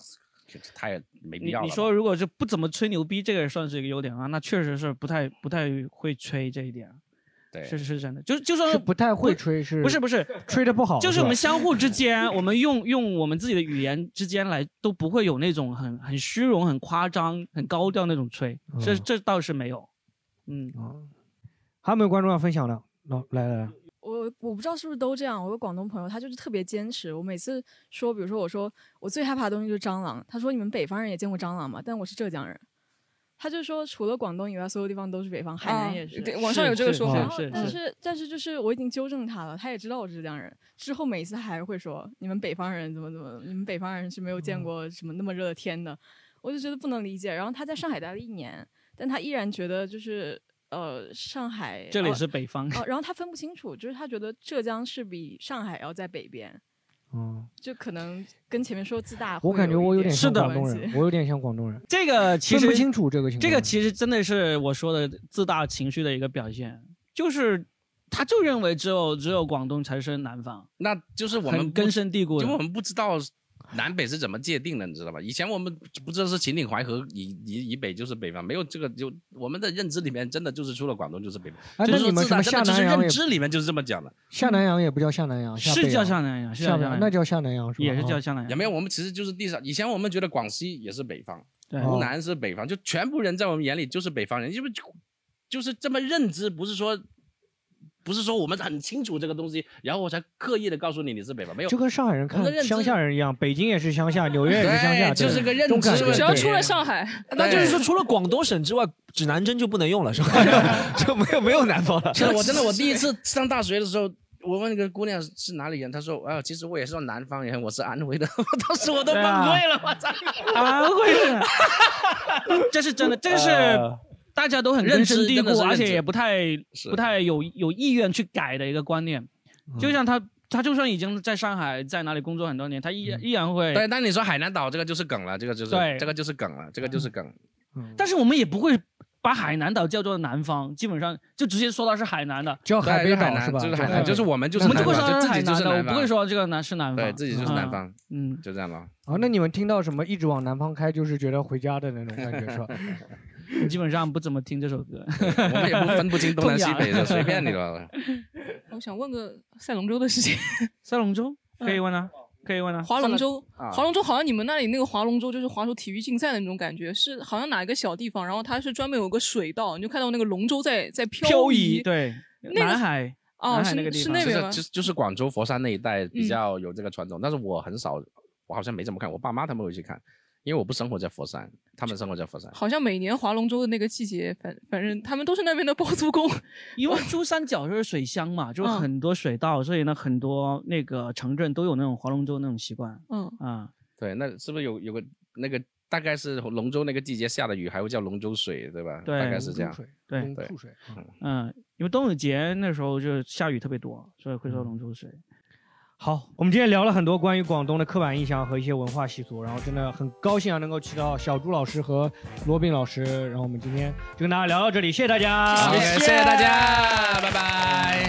Speaker 2: 这太没必
Speaker 3: 你
Speaker 2: 要了吧。
Speaker 3: 你说如果是不怎么吹牛逼，这个也算是一个优点啊，那确实是不太不太会吹这一点，啊
Speaker 2: 对
Speaker 3: 是是真的，就就算
Speaker 4: 是不太会吹，是
Speaker 3: 不是不是
Speaker 4: 吹的不好，
Speaker 3: 就是
Speaker 4: 吧
Speaker 3: 我们相互之间，我们用用我们自己的语言之间来，都不会有那种很很虚荣、很夸张、很高调那种吹，这
Speaker 4: 嗯
Speaker 3: 这倒是没有。嗯，
Speaker 4: 还有没有观众要分享的？老来来来，
Speaker 9: 我我不知道是不是都这样。我有广东朋友，他就是特别坚持。我每次说，比如说我说我最害怕的东西就是蟑螂，他说你们北方人也见过蟑螂吗？但我是浙江人，他就说除了广东以外，所有地方都是北方，海
Speaker 5: 啊
Speaker 9: 南也是。
Speaker 5: 对网上有这个说法
Speaker 9: 然后
Speaker 3: 是是
Speaker 9: 但
Speaker 3: 是
Speaker 9: 是但是就是我已经纠正他了，他也知道我是浙江人。之后每一次还会说你们北方人怎么怎么，你们北方人是没有
Speaker 3: 嗯
Speaker 9: 见过什么那么热的天的。我就觉得不能理解。然后他在上海待了一年，但他依然觉得就是呃上海
Speaker 3: 这里
Speaker 9: 哦
Speaker 3: 是北方，
Speaker 9: 哦，然后他分不清楚，就是他觉得浙江是比上海要在北边，
Speaker 4: 嗯，
Speaker 9: 就可能能跟前面说自大会
Speaker 4: 我
Speaker 9: 一。
Speaker 4: 感觉我有点
Speaker 3: 是
Speaker 4: 像
Speaker 3: 的
Speaker 4: 广东人，我有点像广东人，
Speaker 3: 这个其
Speaker 4: 分
Speaker 3: 实
Speaker 4: 不清楚这个情况。
Speaker 3: 这个其实真的是我说的自大情绪的一个表现，就是他就认为只有只有广东才是南方，
Speaker 2: 那就是我们
Speaker 3: 很
Speaker 2: 不
Speaker 3: 根深蒂固的
Speaker 2: 因为我们不知道南北是怎么界定的，你知道吧？以前我们不知道是秦岭淮河以以以北就是北方，没有这个就我们的认知里面真的就是除了广东就是北方，
Speaker 4: 哎
Speaker 2: 就是
Speaker 4: 那你们
Speaker 2: 说自打真
Speaker 4: 什么
Speaker 2: 的就
Speaker 4: 下
Speaker 2: 是
Speaker 4: 南洋也
Speaker 2: 认知里面就是这么讲的。
Speaker 4: 下南洋也不叫下南洋，
Speaker 2: 是
Speaker 4: 北
Speaker 2: 叫
Speaker 4: 洋
Speaker 2: 下南洋是叫
Speaker 4: 下
Speaker 2: 下南洋
Speaker 4: 那叫下南洋是吧？嗯
Speaker 2: 也是叫
Speaker 3: 下南
Speaker 2: 也没有，我们其实就是地上。以前我们觉得广西也是北方，
Speaker 3: 对
Speaker 4: 哦
Speaker 2: 湖南是北方，就全部人在我们眼里就是北方人，因为就就是这么认知，不是说不是说我们很清楚这个东西，然后我才刻意的告诉你你是北方，没有
Speaker 4: 就跟上海人
Speaker 2: 我们的
Speaker 4: 看
Speaker 2: 认知
Speaker 4: 乡下人一样，北京也是乡下，纽约也是乡
Speaker 3: 哎
Speaker 4: 下，
Speaker 2: 对就是个认
Speaker 4: 中
Speaker 2: 知
Speaker 4: 感
Speaker 2: 问题只要出了
Speaker 5: 上海，
Speaker 7: 那就是说除了广东省之外，指南针就不能用了，是吧？ 就没有没有南方了。
Speaker 2: 是的，我真的，我第一次上大学的时候，我问那个姑娘是哪里人，她说，啊，其实我也是南方人，我是安徽的。 我当时我都崩
Speaker 3: 啊
Speaker 2: 溃了， 我操！
Speaker 3: 安徽人，这是真的，这个是
Speaker 2: 呃
Speaker 3: 大家都很根深蒂
Speaker 2: 认知真的
Speaker 3: 固，
Speaker 2: 是
Speaker 3: 而
Speaker 2: 认知
Speaker 3: 且也不太
Speaker 2: 是
Speaker 3: 不太有有意愿去改的一个观念。
Speaker 4: 嗯
Speaker 3: 就像他，他就算已经在上海在哪里工作很多年，他依然依然会。
Speaker 2: 对，嗯但你说海南岛这个就是梗了，这个就是
Speaker 3: 对
Speaker 2: 这个就是梗了，这个就是梗。
Speaker 3: 但是我们也不会把海南岛叫做南方，基本上就直接说它是海南的，
Speaker 4: 叫海
Speaker 2: 对
Speaker 4: 北
Speaker 2: 就海
Speaker 4: 岛
Speaker 2: 南
Speaker 4: 是吧？
Speaker 2: 就是海南
Speaker 4: 对
Speaker 2: 就是我们就是
Speaker 3: 我们就会
Speaker 2: 南
Speaker 3: 说
Speaker 2: 方就
Speaker 3: 它
Speaker 2: 自
Speaker 3: 海
Speaker 2: 己就
Speaker 3: 南
Speaker 2: 是
Speaker 3: 的，我
Speaker 2: 南
Speaker 3: 不
Speaker 2: 方
Speaker 3: 会说这个南是南方，
Speaker 2: 对自己就是南
Speaker 3: 啊
Speaker 2: 方，
Speaker 3: 嗯，
Speaker 2: 就这样了。
Speaker 4: 哦，那你们听到什么一直往南方开，就是觉得回家的那种感觉是吧？
Speaker 3: 基本上不怎么听这首歌，
Speaker 2: 我们也不分不清东南西北的，随便你 了。
Speaker 5: 我想问个赛龙舟的事情。嗯
Speaker 3: 赛龙舟可以问啊，可以问啊。
Speaker 5: 划龙舟，
Speaker 3: 啊
Speaker 5: 划龙舟好像你们那里那个划龙舟就是划出体育竞赛的那种感觉，是好像哪一个小地方，然后它是专门有个水道，你就看到那个龙舟在在
Speaker 3: 漂
Speaker 5: 移。
Speaker 3: 移，对，
Speaker 5: 那个
Speaker 3: 南海，
Speaker 5: 哦
Speaker 3: 南海
Speaker 5: 是
Speaker 3: 那个地
Speaker 5: 是
Speaker 3: 方，
Speaker 5: 那边吗嗯
Speaker 2: 就是就是广州、佛山那一带比较有这个传统，但是我很少，我好像没怎么看，我爸妈他们会去看。因为我不生活在佛山，他们生活在佛山。
Speaker 5: 好像每年划龙舟的那个季节，反反正他们都是那边的包租公，
Speaker 3: 因为珠三角就是水乡嘛，就是
Speaker 5: 嗯
Speaker 3: 很多水道，所以呢，很多那个城镇都有那种划龙舟那种习惯。
Speaker 5: 嗯
Speaker 3: 啊，
Speaker 2: 对，那是不是有有个那个大概是龙舟那个季节下的雨，还会叫龙舟水，对吧？
Speaker 3: 对
Speaker 2: 大概是这样。
Speaker 3: 对
Speaker 2: 对，
Speaker 3: 嗯，因为端午节那时候就下雨特别多，所以会说
Speaker 2: 嗯
Speaker 3: 龙舟水。
Speaker 4: 好，我们今天聊了很多关于广东的刻板印象和一些文化习俗，然后真的很高兴啊，能够请到小朱老师和罗宾老师，然后我们今天就跟大家聊到这里，谢谢大家，
Speaker 2: OK，谢谢大家，拜拜。